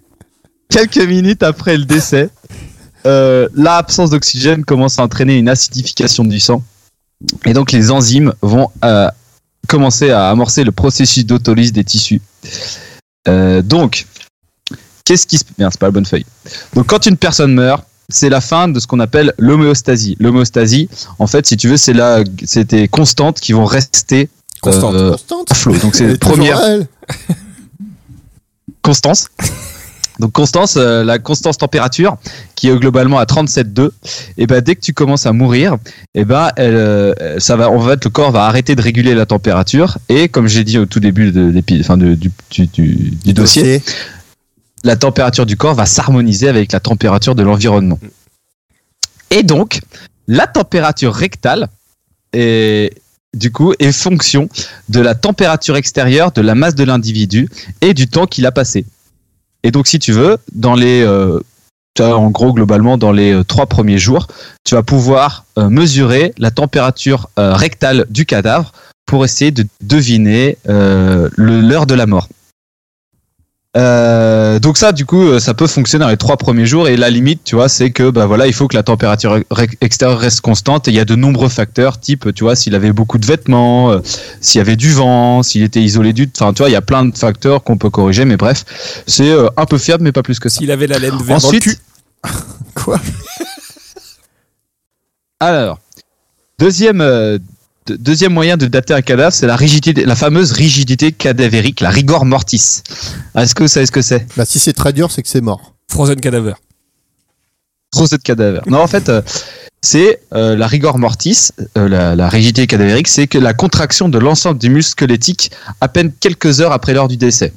<laughs> Quelques minutes après le décès, euh, l'absence d'oxygène commence à entraîner une acidification du sang. Et donc les enzymes vont euh, commencer à amorcer le processus d'autolyse des tissus. Euh, donc, qu'est-ce qui se... Merde, c'est pas la bonne feuille. Donc quand une personne meurt, c'est la fin de ce qu'on appelle l'homéostasie. L'homéostasie, en fait, si tu veux, c'est la... c'est des constantes qui vont rester
Constante.
euh,
Constante.
à flot. Donc c'est
Elle
la
est toujours
première...
à elle.
Constance. <laughs> Donc Constance, euh, la constance température qui est globalement à 37,2, et ben dès que tu commences à mourir, et ben elle, euh, ça va, en fait le corps va arrêter de réguler la température et comme j'ai dit au tout début de, l'épi- enfin, de- du, du- du- du dossier, la température du corps va s'harmoniser avec la température de l'environnement. Et donc la température rectale est du coup est fonction de la température extérieure, de la masse de l'individu et du temps qu'il a passé. Et donc, si tu veux, dans les, euh, tu as, en gros, globalement, dans les euh, trois premiers jours, tu vas pouvoir euh, mesurer la température euh, rectale du cadavre pour essayer de deviner euh, le- l'heure de la mort. Euh, donc ça, du coup, euh, ça peut fonctionner dans les trois premiers jours. Et la limite, tu vois, c'est que, bah voilà, il faut que la température rec- extérieure reste constante. Et il y a de nombreux facteurs, type, tu vois, s'il avait beaucoup de vêtements, euh, s'il y avait du vent, s'il était isolé du, enfin, tu vois, il y a plein de facteurs qu'on peut corriger. Mais bref, c'est euh, un peu fiable, mais pas plus que ça.
S'il avait la laine verte dans le cul. <laughs>
Ensuite,
Quoi
alors, deuxième, euh, de- deuxième moyen de dater un cadavre, c'est la rigidité, la fameuse rigidité cadavérique, la rigor mortis. Est-ce que vous savez ce que c'est
Bah, si c'est très dur, c'est que c'est mort.
Frozen cadaver.
Trop de cadavre. Non, en fait, euh, c'est euh, la rigor mortis, euh, la, la rigidité cadavérique, c'est que la contraction de l'ensemble des muscles squelettiques à peine quelques heures après l'heure du décès.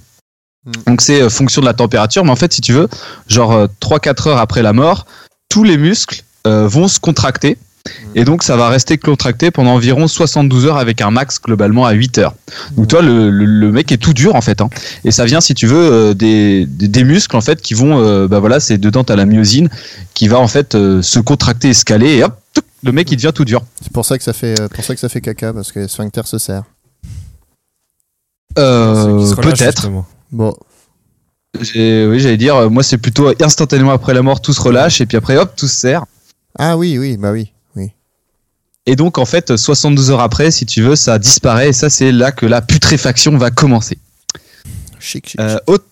Mm.
Donc c'est euh, fonction de la température, mais en fait, si tu veux, genre 3-4 heures après la mort, tous les muscles euh, vont se contracter. Et donc, ça va rester contracté pendant environ 72 heures avec un max globalement à 8 heures. Donc, toi, le, le- le mec est tout dur en fait. hein. Et ça vient, si tu veux, euh, des, des, des muscles en fait qui vont, euh, bah voilà, c'est dedans, t'as la myosine qui va en fait euh, se contracter et se caler et hop, touc, le mec il devient tout dur.
C'est pour ça que ça fait, euh, pour ça que ça fait caca, parce que les sphincters se serrent.
Ceux qui
Euh,
se relâchent,
Peut-être.
justement.
Bon.
J'ai- Oui, j'allais dire, euh, moi c'est plutôt instantanément après la mort, tout se relâche et puis après hop, tout se serre.
Ah oui, oui, bah oui. oui.
Et donc, en fait, 72 heures après, si tu veux, ça disparaît. Et ça, c'est là que la putréfaction va commencer.
Chic, chic.
Euh, autre,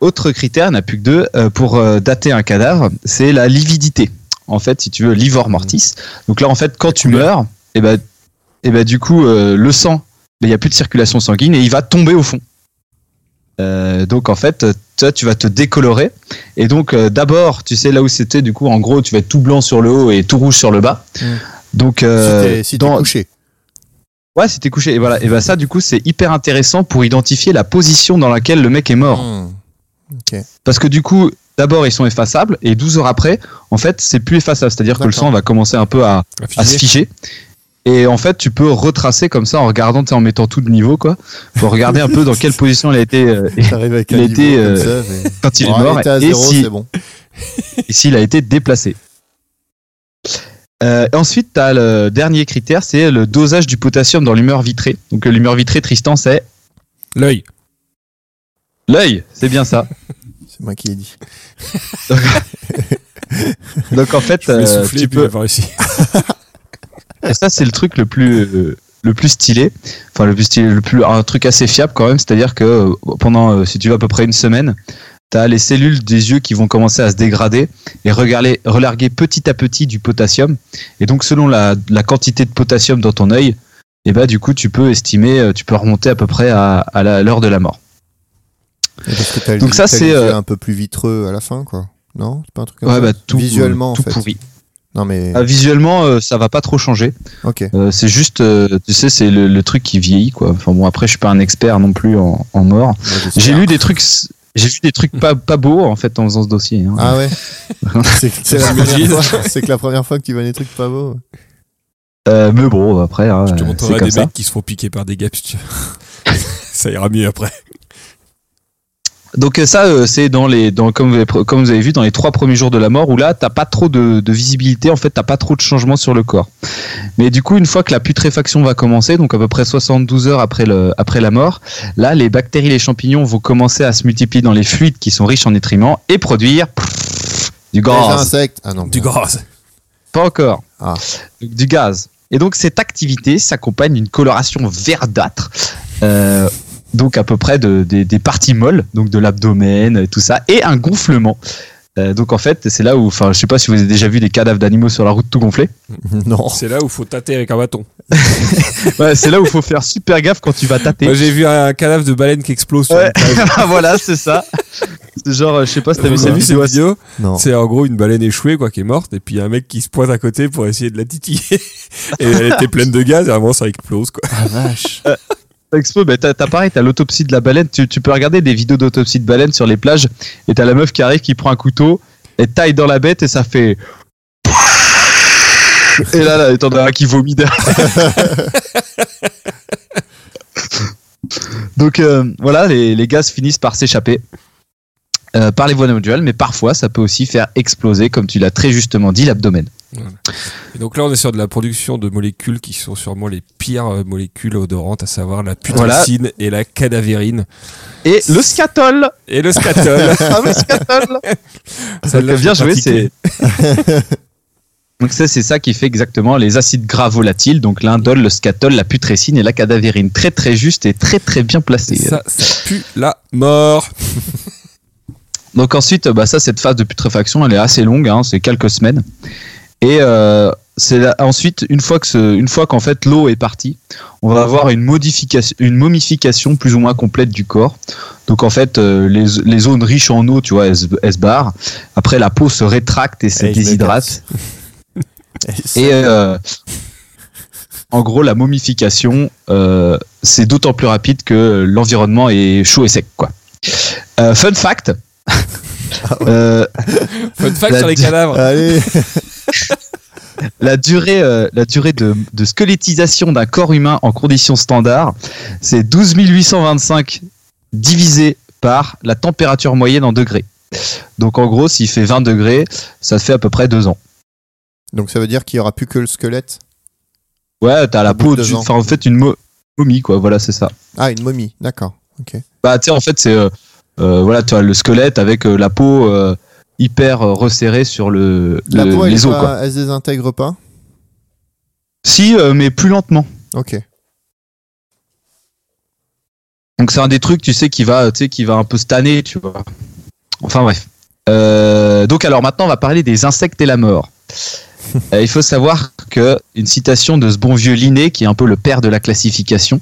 autre critère, il n'y en a plus que deux, euh, pour euh, dater un cadavre, c'est la lividité. En fait, si tu veux, livor mortis.
Mmh.
Donc là, en fait, quand tu meurs, et ben, eh ben, du coup, euh, le sang, il n'y a plus de circulation sanguine et il va tomber au fond. Euh, donc en fait, toi, tu vas te décolorer. Et donc, euh, d'abord, tu sais là où c'était, du coup, en gros, tu vas être tout blanc sur le haut et tout rouge sur le bas.
Mm.
Donc, euh,
Mmh. si t'es si t'es
dans-
couché.
ouais, si t'es couché. Et voilà. Et ben ça, du coup, c'est hyper intéressant pour identifier la position dans laquelle le mec est mort.
Hmm. Ok.
Parce que du coup, d'abord, ils sont effaçables, et 12 heures après, en fait, c'est plus effaçable. C'est-à-dire que le
D'accord.
sang va commencer un peu à,
À
à se
figer.
figer. Et en fait, tu peux retracer comme ça en regardant, tu sais, en mettant tout de niveau, quoi, pour regarder un peu dans quelle position il a été euh, <laughs>
T'arrives avec
Il
un
était,
niveau
euh,
comme ça,
<laughs>
mais...
quand il est
Bon,
mort,
arrêtez à
et
zéro,
si-
c'est bon.
et s'il a été déplacé. Euh, ensuite, tu as le dernier critère, c'est le dosage du potassium dans l'humeur vitrée. Donc euh, l'humeur vitrée, Tristan, c'est
L'œil.
l'œil, c'est
<laughs>
bien ça.
C'est moi qui l'ai dit.
Donc en fait,
Je voulais
euh,
souffler,
tu
puis
peux,
avoir réussi.
Et ça, c'est le truc le plus, euh, le plus stylé. Enfin, le plus stylé, le plus, un truc assez fiable quand même. C'est-à-dire que euh, pendant, euh, si tu veux, à peu près une semaine, tu as les cellules des yeux qui vont commencer à se dégrader et regarder, relarguer petit à petit du potassium. Et donc, selon la, la quantité de potassium dans ton œil, et ben, du coup, tu peux estimer, euh, tu peux remonter à peu près à, à la- l'heure de la mort.
Mais Parce que t'as
Donc
le-
ça,
t'as les
c'est,
yeux
euh,
un peu plus vitreux à la fin, quoi. Non, c'est pas un truc comme
Ouais,
ça.
bah, tout,
Visuellement, en
tout
fait.
pourri.
Non mais,
Ah, visuellement, euh, ça va pas trop changer.
ok.
Euh, c'est juste, euh, tu sais, c'est le, le truc qui vieillit, quoi. Enfin bon, après, je suis pas un expert non plus en, en mort.
Moi, j'espère.
J'ai lu des trucs, j'ai vu des trucs pas, pas beaux en fait en faisant ce dossier. hein.
Ah
<laughs>
ouais. c'est c'est la
J'imagine.
première fois. C'est que la première fois que tu vois des trucs pas beaux.
Euh, mais bon, après, hein,
Je te
euh, c'est
montrerai
comme
des
ça.
mecs qui se font piquer par des gaps. tu vois. <laughs> ça ira mieux après.
Donc euh, ça, euh, c'est dans les, dans comme vous, avez, pr- comme vous avez vu, dans les trois premiers jours de la mort où là, t'as pas trop de, de visibilité. En fait, t'as pas trop de changements sur le corps. Mais du coup, une fois que la putréfaction va commencer, donc à peu près 72 heures après le, après la mort, là, les bactéries, les champignons vont commencer à se multiplier dans les fluides qui sont riches en nutriments et produire pff, du
Des
gaz.
insectes. Ah non.
Du
merde.
gaz.
Pas encore.
Ah.
Donc, du gaz. Et donc cette activité s'accompagne d'une coloration verdâtre, euh, donc à peu près de- des- des parties molles, donc de l'abdomen, et tout ça, et un gonflement. Euh, donc en fait, c'est là où, enfin, je sais pas si vous avez déjà vu des cadavres d'animaux sur la route tout gonflés.
Non.
C'est là où faut tâter avec un bâton.
Ouais, c'est là où il faut faire super gaffe quand tu vas tâter.
Moi, j'ai vu un cadavre de baleine qui explose. sur
Ouais.
une plage.
<laughs> voilà, c'est ça. C'est genre, euh, je sais pas si t'as vu
Vous avez
cette
vu cette
vidéo.
vidéo
Non.
C'est en gros une baleine échouée, quoi, qui est morte, et puis un mec qui se pointe à côté pour essayer de la titiller. <laughs> et elle était pleine de gaz, et vraiment ça explose, quoi.
Ah vache.
Expo, ben, t'as, t'as pareil, t'as l'autopsie de la baleine. Tu, tu peux regarder des vidéos d'autopsie de baleine sur les plages et t'as la meuf qui arrive, qui prend un couteau et taille dans la bête et ça fait. Et là, là, et t'en as un qui vomit derrière. Donc euh, voilà, les, les gaz finissent par s'échapper euh, par les voies nodules, mais parfois ça peut aussi faire exploser, comme tu l'as très justement dit, l'abdomen.
Et donc là, on est sur de la production de molécules qui sont sûrement les pires euh, molécules odorantes, à savoir la putrescine et la cadavérine.
Et le scatole
Et le scatol.
<laughs> Ah, le scatole
ça
Donc, bien joué, c'est. Donc ça, c'est ça qui fait exactement les acides gras volatiles, donc l'indole, le scatole, la putrécine et la cadavérine. Très très juste et très très bien placé.
Ça, ça pue la mort.
Donc ensuite, bah ça, cette phase de putréfaction, elle est assez longue, hein, c'est quelques semaines. Et euh, c'est là- ensuite, une fois que ce- une fois qu'en fait l'eau est partie, on va avoir une modification, une momification plus ou moins complète du corps. Donc en fait, euh, les, les zones riches en eau, tu vois, elles, se- elles se barrent. Après, la peau se rétracte et se
Eh, je me
déshydrate.
Et
Et euh, en gros, la momification, euh, c'est d'autant plus rapide que l'environnement est chaud et sec. Quoi. Euh, fun fact. <laughs> euh,
Fun fact
La
sur les
di- Euh,
cadavres.
Allez.
la durée, euh, la durée de, de squelettisation d'un corps humain en conditions standard, c'est 12 825 divisé par la température moyenne en degrés. Donc en gros, s'il fait 20 degrés, ça fait à peu près deux ans.
Donc ça veut dire qu'il y aura plus que le squelette.
Ouais, t'as la
Au bout de
peau,
deux
du-
ans.
enfin en fait une mo- momie, quoi. Voilà, c'est ça.
Ah une momie. D'accord. Ok.
Bah, tu sais, en fait, c'est euh, euh, voilà, tu as le squelette avec euh, la peau euh, hyper euh, resserrée sur le,
La
le-
peau elle,
les
est
os.
pas-
Quoi.
elle se désintègre pas.
Si, euh, mais plus lentement.
Ok.
Donc c'est un des trucs, tu sais, qui va, tu sais, qui va un peu stanner, tu vois. Enfin bref. Euh, donc alors maintenant, on va parler des insectes et
<laughs>
la mort. Euh, il faut savoir que une citation de ce bon vieux Linné, qui est un peu le père de la classification,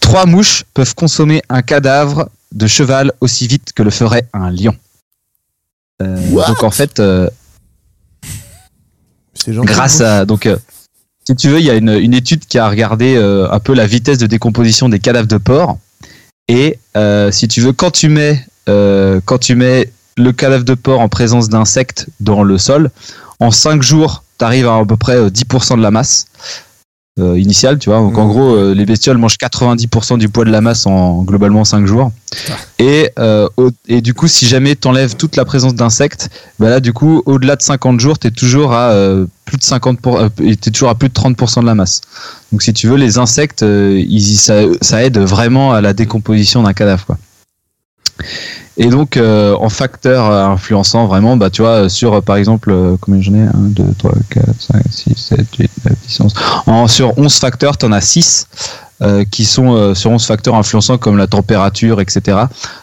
trois mouches peuvent consommer un cadavre de cheval aussi vite que le ferait un lion. Euh,
What
donc en fait, euh,
C'est gentil.
grâce à donc euh, si tu veux il y a une, une étude qui a regardé euh, un peu la vitesse de décomposition des cadavres de porc et euh, si tu veux quand tu mets euh, quand tu mets le cadavre de porc en présence d'insectes dans le sol en 5 jours tu arrives à à peu près euh, 10% de la masse euh, initiale tu vois donc en
Mhm.
gros euh, les bestioles mangent 90% du poids de la masse en globalement 5 jours et, euh, au- et du coup si jamais t'enlèves toute la présence d'insectes bah là, du coup, au-delà de 50 jours, tu es toujours à euh, plus de 50 pour- euh, t'es toujours à plus de 30% de la masse. Donc, si tu veux, les insectes, euh, ils, ça, ça aide vraiment à la décomposition d'un cadavre, quoi. Et donc, euh, en facteur euh, influençant vraiment, bah, tu vois, sur, euh, par exemple, euh, combien j'en ai 1, 2, 3, 4, 5, 6, 7, 8, 9, 10, 11. En, sur 11 facteurs, tu en as 6 qui sont euh, sur 11 facteurs influençants comme la température, etc.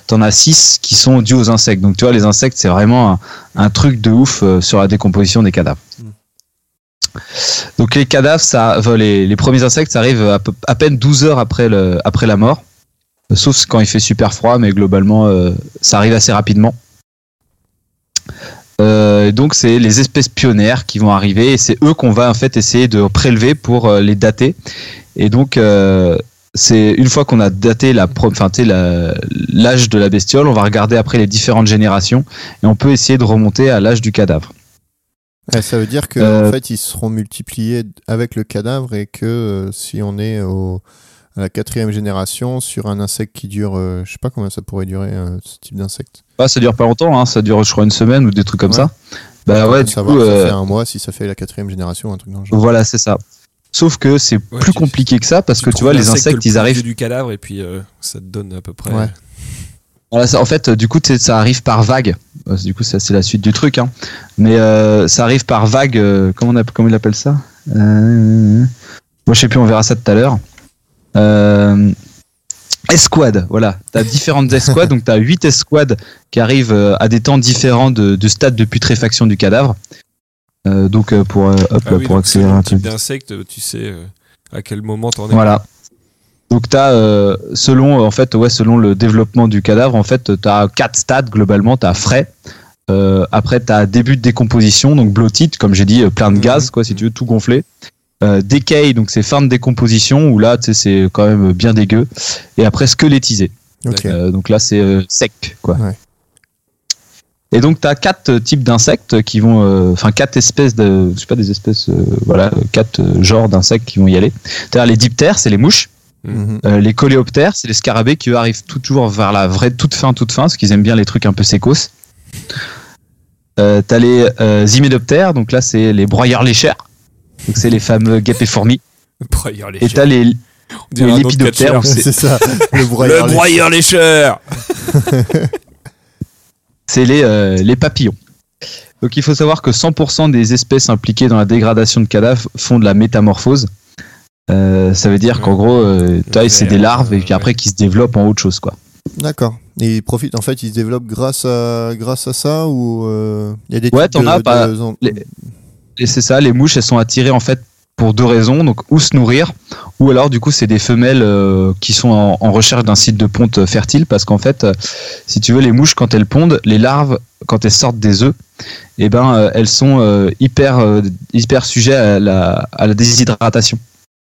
Tu en as 6 qui sont dus aux insectes. Donc, tu vois, les insectes, c'est vraiment un, un truc de ouf euh, sur la décomposition des cadavres. Donc les cadavres, ça, enfin, les, les premiers insectes, ça arrive à, peu- à peine 12 heures après, le, après la mort, Euh, sauf quand il fait super froid, mais globalement, euh, ça arrive assez rapidement. Euh, et donc c'est les espèces pionnières qui vont arriver et c'est eux qu'on va en fait essayer de prélever pour euh, les dater. Et donc euh, c'est une fois qu'on a daté la pro- enfin, tu sais, la- l'âge de la bestiole, on va regarder après les différentes générations et on peut essayer de remonter à l'âge du cadavre.
Ah, ça veut dire que
Euh,
en fait ils seront multipliés avec le cadavre et que euh, si on est au, à la quatrième génération sur un insecte qui dure, euh, je sais pas combien ça pourrait durer euh, ce type d'insecte.
Bah, ça dure pas longtemps, hein, ça dure je crois une semaine ou des trucs comme
Ouais.
ça. Bah ouais,
Faut
du
savoir
coup,
si ça
euh,
fait un mois si ça fait la quatrième génération, un truc dans le genre.
voilà, c'est ça. Sauf que c'est
Ouais,
plus
tu-
compliqué que ça parce que tu
trouves
vois, les
l'insecte le
insectes,
plus
ils arrivent.
vieux du cadavre et puis euh, ça te donne à peu près.
Ouais.
Voilà, ça- en fait, euh, du coup, tu sais, ça arrive par vague. Euh, Du coup, ça c'est la suite du truc. Hein. Mais euh, ça arrive par vague. euh, comment, on appelle, comment il appelle ça euh, Moi, je sais plus. On verra ça tout à l'heure. Euh, escouade. Voilà. T'as différentes escouades. donc, t'as huit escouades qui arrivent euh, à des temps différents de, de stade de putréfaction du cadavre. Euh, donc, euh, pour euh, hop,
Ah
là,
oui,
pour
donc c'est
accélérer
le
un petit
type
peu.
d'insecte, tu sais euh, à quel moment t'en es. <laughs>
Voilà. Donc tu as selon euh, en fait ouais selon le développement du cadavre en fait tu as quatre stades globalement, tu as frais euh, après tu as début de décomposition donc blottite comme j'ai dit euh, plein de
Mhm.
gaz quoi si tu veux tout gonflé. Euh, decay donc c'est fin de décomposition où là tu sais, c'est quand même bien dégueu et après squelettisé.
Ok.
Euh, donc là, c'est euh, sec, quoi.
Ouais.
Et donc, tu as quatre euh, types d'insectes qui vont. euh, Enfin, quatre espèces de. Je sais pas, des espèces. euh, voilà, euh, quatre euh, genres d'insectes qui vont y aller. Tu as les diptères, c'est les mouches.
Mm.
<laughs> Mhm.
Euh, les coléoptères, c'est les scarabées qui eux, arrivent tout, toujours vers la vraie toute fin, toute fin, parce qu'ils aiment bien les trucs un peu sécos. Euh, t'as les euh, hyménoptères, donc là c'est les broyeurs léchères, donc c'est les fameux guêpes et fourmis.
Broyeur
Et t'as les, les lépidoptères, c'est-
C'est
<laughs>
ça. Le broyeur.
Le broyeur lécheur
c'est les, euh, les papillons. Donc il faut savoir que 100% des espèces impliquées dans la dégradation de cadavres font de la métamorphose. Euh, ça veut dire qu'en gros, euh, t'as-
Ouais,
c'est des larves et puis
ouais.
après qui se développent en autre chose. quoi.
D'accord. Et ils profitent. En fait, ils se développent grâce à grâce à ça ou euh, il y a des
Ouais,
types
t'en
de-
as,
de-
bah,
zan-
les- Et c'est ça, les mouches, elles sont attirées en fait pour deux raisons, donc ou se nourrir, ou alors du coup c'est des femelles euh, qui sont en, en recherche d'un site de ponte euh, fertile, parce qu'en fait, euh, si tu veux, les mouches quand elles pondent, les larves quand elles sortent des œufs, eh ben euh, elles sont euh, hyper euh, hyper sujets à la, à la déshydratation.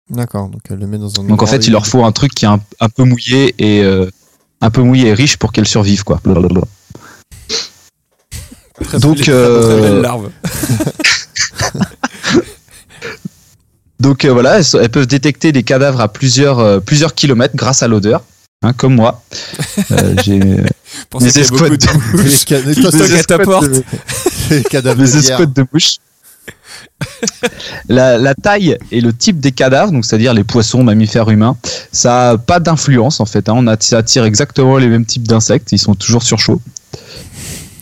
D'accord. Donc elle le met dans un.
Donc en
endroit
fait, il leur
humide.
faut un truc qui est un, un peu mouillé et euh, un peu mouillé et riche pour qu'elles survivent quoi. Blablabla. Donc,
Très belle
euh,
larve.
Donc euh, voilà, elles, sont- elles peuvent détecter des cadavres à plusieurs, euh, plusieurs kilomètres grâce à l'odeur, hein, comme moi. Euh, j'ai-
Je pensais
les
qu'il y avait beaucoup <laughs>
escouades.
de
Les
mouches.
ca- les-
Des
les-
à ta porte.
<laughs> les cadavres
les
de bière.
escouades de bouche. La, la taille et le type des cadavres, donc c'est-à-dire les poissons, mammifères humains, ça n'a pas d'influence en fait. hein. On atti- ça attire exactement les mêmes types d'insectes, ils sont toujours sur chaud.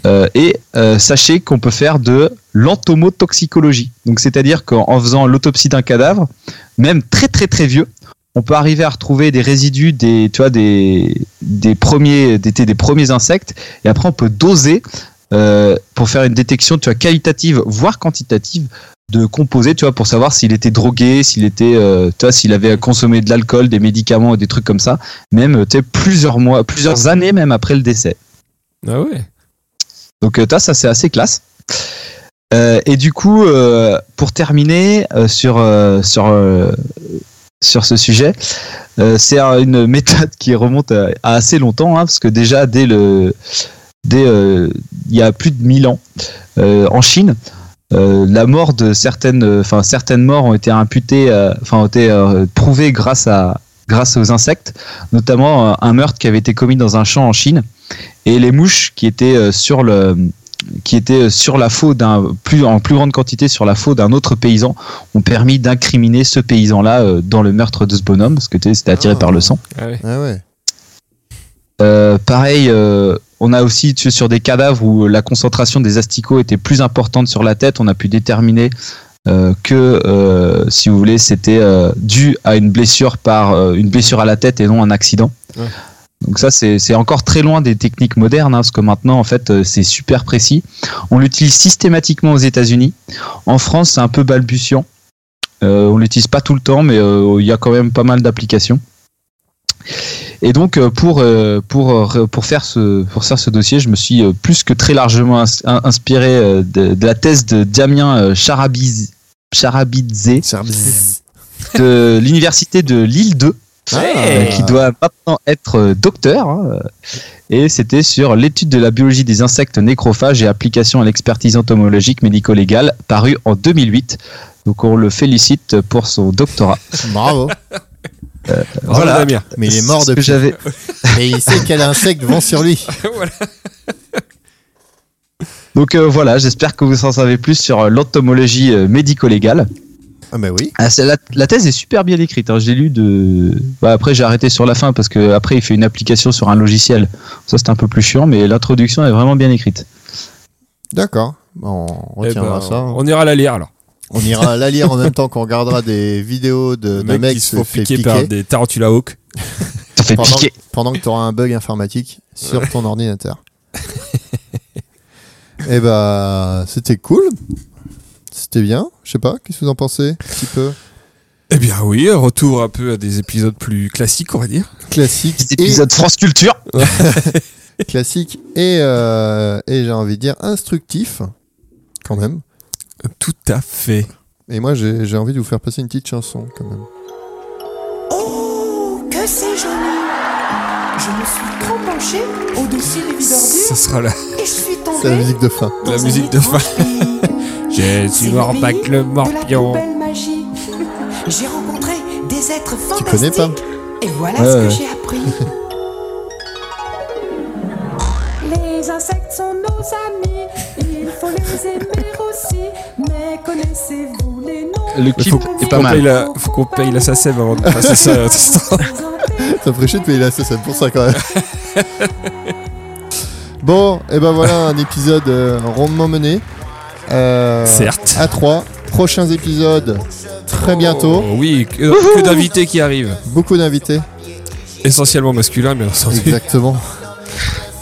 Euh, et euh, sachez qu'on peut faire de l'entomotoxicologie. Donc, c'est-à-dire qu'en en faisant l'autopsie d'un cadavre, même très très très vieux, on peut arriver à retrouver des résidus des, tu vois, des, des premiers, des, des premiers insectes. Et après, on peut doser euh, pour faire une détection, tu vois, qualitative, voire quantitative de composés, tu vois, pour savoir s'il était drogué, s'il était, euh, tu vois, s'il avait consommé de l'alcool, des médicaments et des trucs comme ça, même, euh, tu sais, plusieurs mois, plusieurs années même après le décès.
Ah ouais.
Donc, euh, t'as, ça, c'est assez classe. Euh, et du coup, euh, pour terminer euh, sur, euh, sur, euh, sur ce sujet, euh, c'est euh, une méthode qui remonte à, à assez longtemps, hein, parce que déjà, dès le, dès, euh, il y a plus de 1000 ans, euh, en Chine, euh, la mort de certaines, euh, enfin certaines morts ont été imputées, euh, enfin ont été euh, prouvées grâce à, grâce aux insectes, notamment euh, un meurtre qui avait été commis dans un champ en Chine et les mouches qui étaient euh, sur le, qui étaient euh, sur la peau d'un plus en plus grande quantité sur la peau d'un autre paysan ont permis d'incriminer ce paysan-là euh, dans le meurtre de ce bonhomme parce que tu sais, c'était attiré
Ah.
par le sang.
Ah ouais.
Ah ouais.
Euh, pareil, euh, on a aussi tu sais, sur des cadavres où la concentration des asticots était plus importante sur la tête, on a pu déterminer euh, que, euh, si vous voulez, c'était euh, dû à une blessure par euh, une blessure à la tête et non un accident.
Ouais.
Donc ça, c'est c'est encore très loin des techniques modernes, hein, parce que maintenant, en fait, euh, c'est super précis. On l'utilise systématiquement aux États-Unis. En France, c'est un peu balbutiant. Euh, on l'utilise pas tout le temps, mais euh, il y a quand même pas mal d'applications. Et donc euh, pour euh, pour euh, pour faire ce pour faire ce dossier, je me suis euh, plus que très largement ins- in- inspiré euh, de, de la thèse de Damien euh, Charabiz Charabizé de l'université de Lille 2
Ah,
euh, qui doit maintenant être euh, docteur hein, euh, et c'était sur l'étude de la biologie des insectes nécrophages et application à l'expertise entomologique médico-légale paru en 2008. Donc on le félicite pour son doctorat.
Bravo.
Bravo,
Voilà.
Damien.
Mais il est
C'est
mort
ce que
depuis.
j'avais
Et il sait quel insecte vend sur lui.
Donc euh, voilà, j'espère que vous en savez plus sur euh, l'entomologie euh, médico-légale.
Ah bah oui.
Ah, c'est- la, la thèse est super bien écrite. hein, J'ai lu de. bah, après, j'ai arrêté sur la fin parce que après, il fait une application sur un logiciel. Ça, c'est un peu plus chiant, mais l'introduction est vraiment bien écrite.
D'accord. Bon, on
Eh
retiendra
ben,
ça. hein.
On ira la lire alors.
On ira la lire en même temps qu'on regardera des vidéos de, de
Le mec
mecs
qui
qui
se font piquer par des tarantulas hawks.
Ça fait
pendant,
piquer.
pendant que tu auras un bug informatique sur ton ordinateur. Eh bah, c'était cool. C'était bien. Je sais pas, qu'est-ce que vous en pensez Un petit peu
Eh bien oui, retour un peu à des épisodes plus classiques, on va dire.
classique.
Petit
et-
épisode France Culture.
classique et, euh, et j'ai envie de dire instructif quand même.
Tout à fait.
Et moi j'ai j'ai envie de vous faire passer une petite chanson quand même.
Oh, que c'est joli Je me suis trop penchée au-dessus des
Ça
bidordures
sera la,
et je suis tombée
C'est la musique de fin.
dans
la
un
musique de fin.
étrange
<laughs>
pays.
Je
C'est
suis
le
Morbac le
pays De la plus
morpion.
belle magie. J'ai rencontré des êtres fantastiques.
connais pas
Et voilà
Ouais,
ce que
ouais.
j'ai
<laughs>
appris. Les insectes sont nos amis, il faut les aimer aussi. Mais connaissez-vous les noms
Le clip
Faut
est
qu'on
pas
qu'on
mal.
paye la- faut qu'on paye la SACEM E avant
<laughs>
de passer ça. ça-
Ça ferait chier de payer la SSM pour ça quand même. bon, et ben voilà un épisode euh, rondement mené. Euh,
Certes.
À 3. Prochains épisodes très bientôt.
Oh oui, que, que d'invités qui arrivent.
Beaucoup d'invités.
Essentiellement masculins, bien entendu.
Exactement.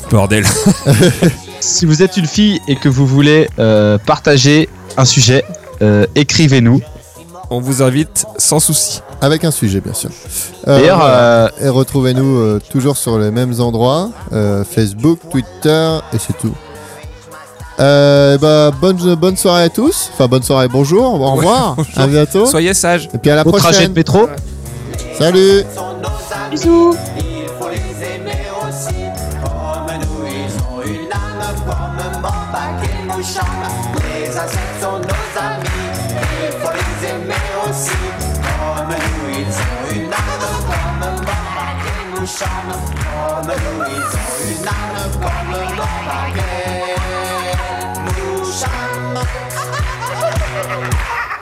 Bordel.
Si vous êtes une fille et que vous voulez euh, partager un sujet, euh, écrivez-nous.
On vous invite sans souci.
Avec un sujet bien sûr. Euh,
D'ailleurs, euh,
Et retrouvez-nous euh, toujours sur les mêmes endroits euh, Facebook, Twitter, et c'est tout. Euh, bah, bonne, bonne soirée à tous. Enfin, bonne soirée, bonjour, au revoir, à bientôt.
Soyez sages.
Et puis à la
au trajet de
prochaine.
métro.
Salut!
Bisous
Il faut les aimer aussi Comme nous ils ont une âme Comme Morbac et Moucham Les insectes sont nos amis Il faut les aimer aussi Comme nous ils ont une âme Comme Morbac et Moucham Comme nous ils ont une âme Comme Morbac et Moucham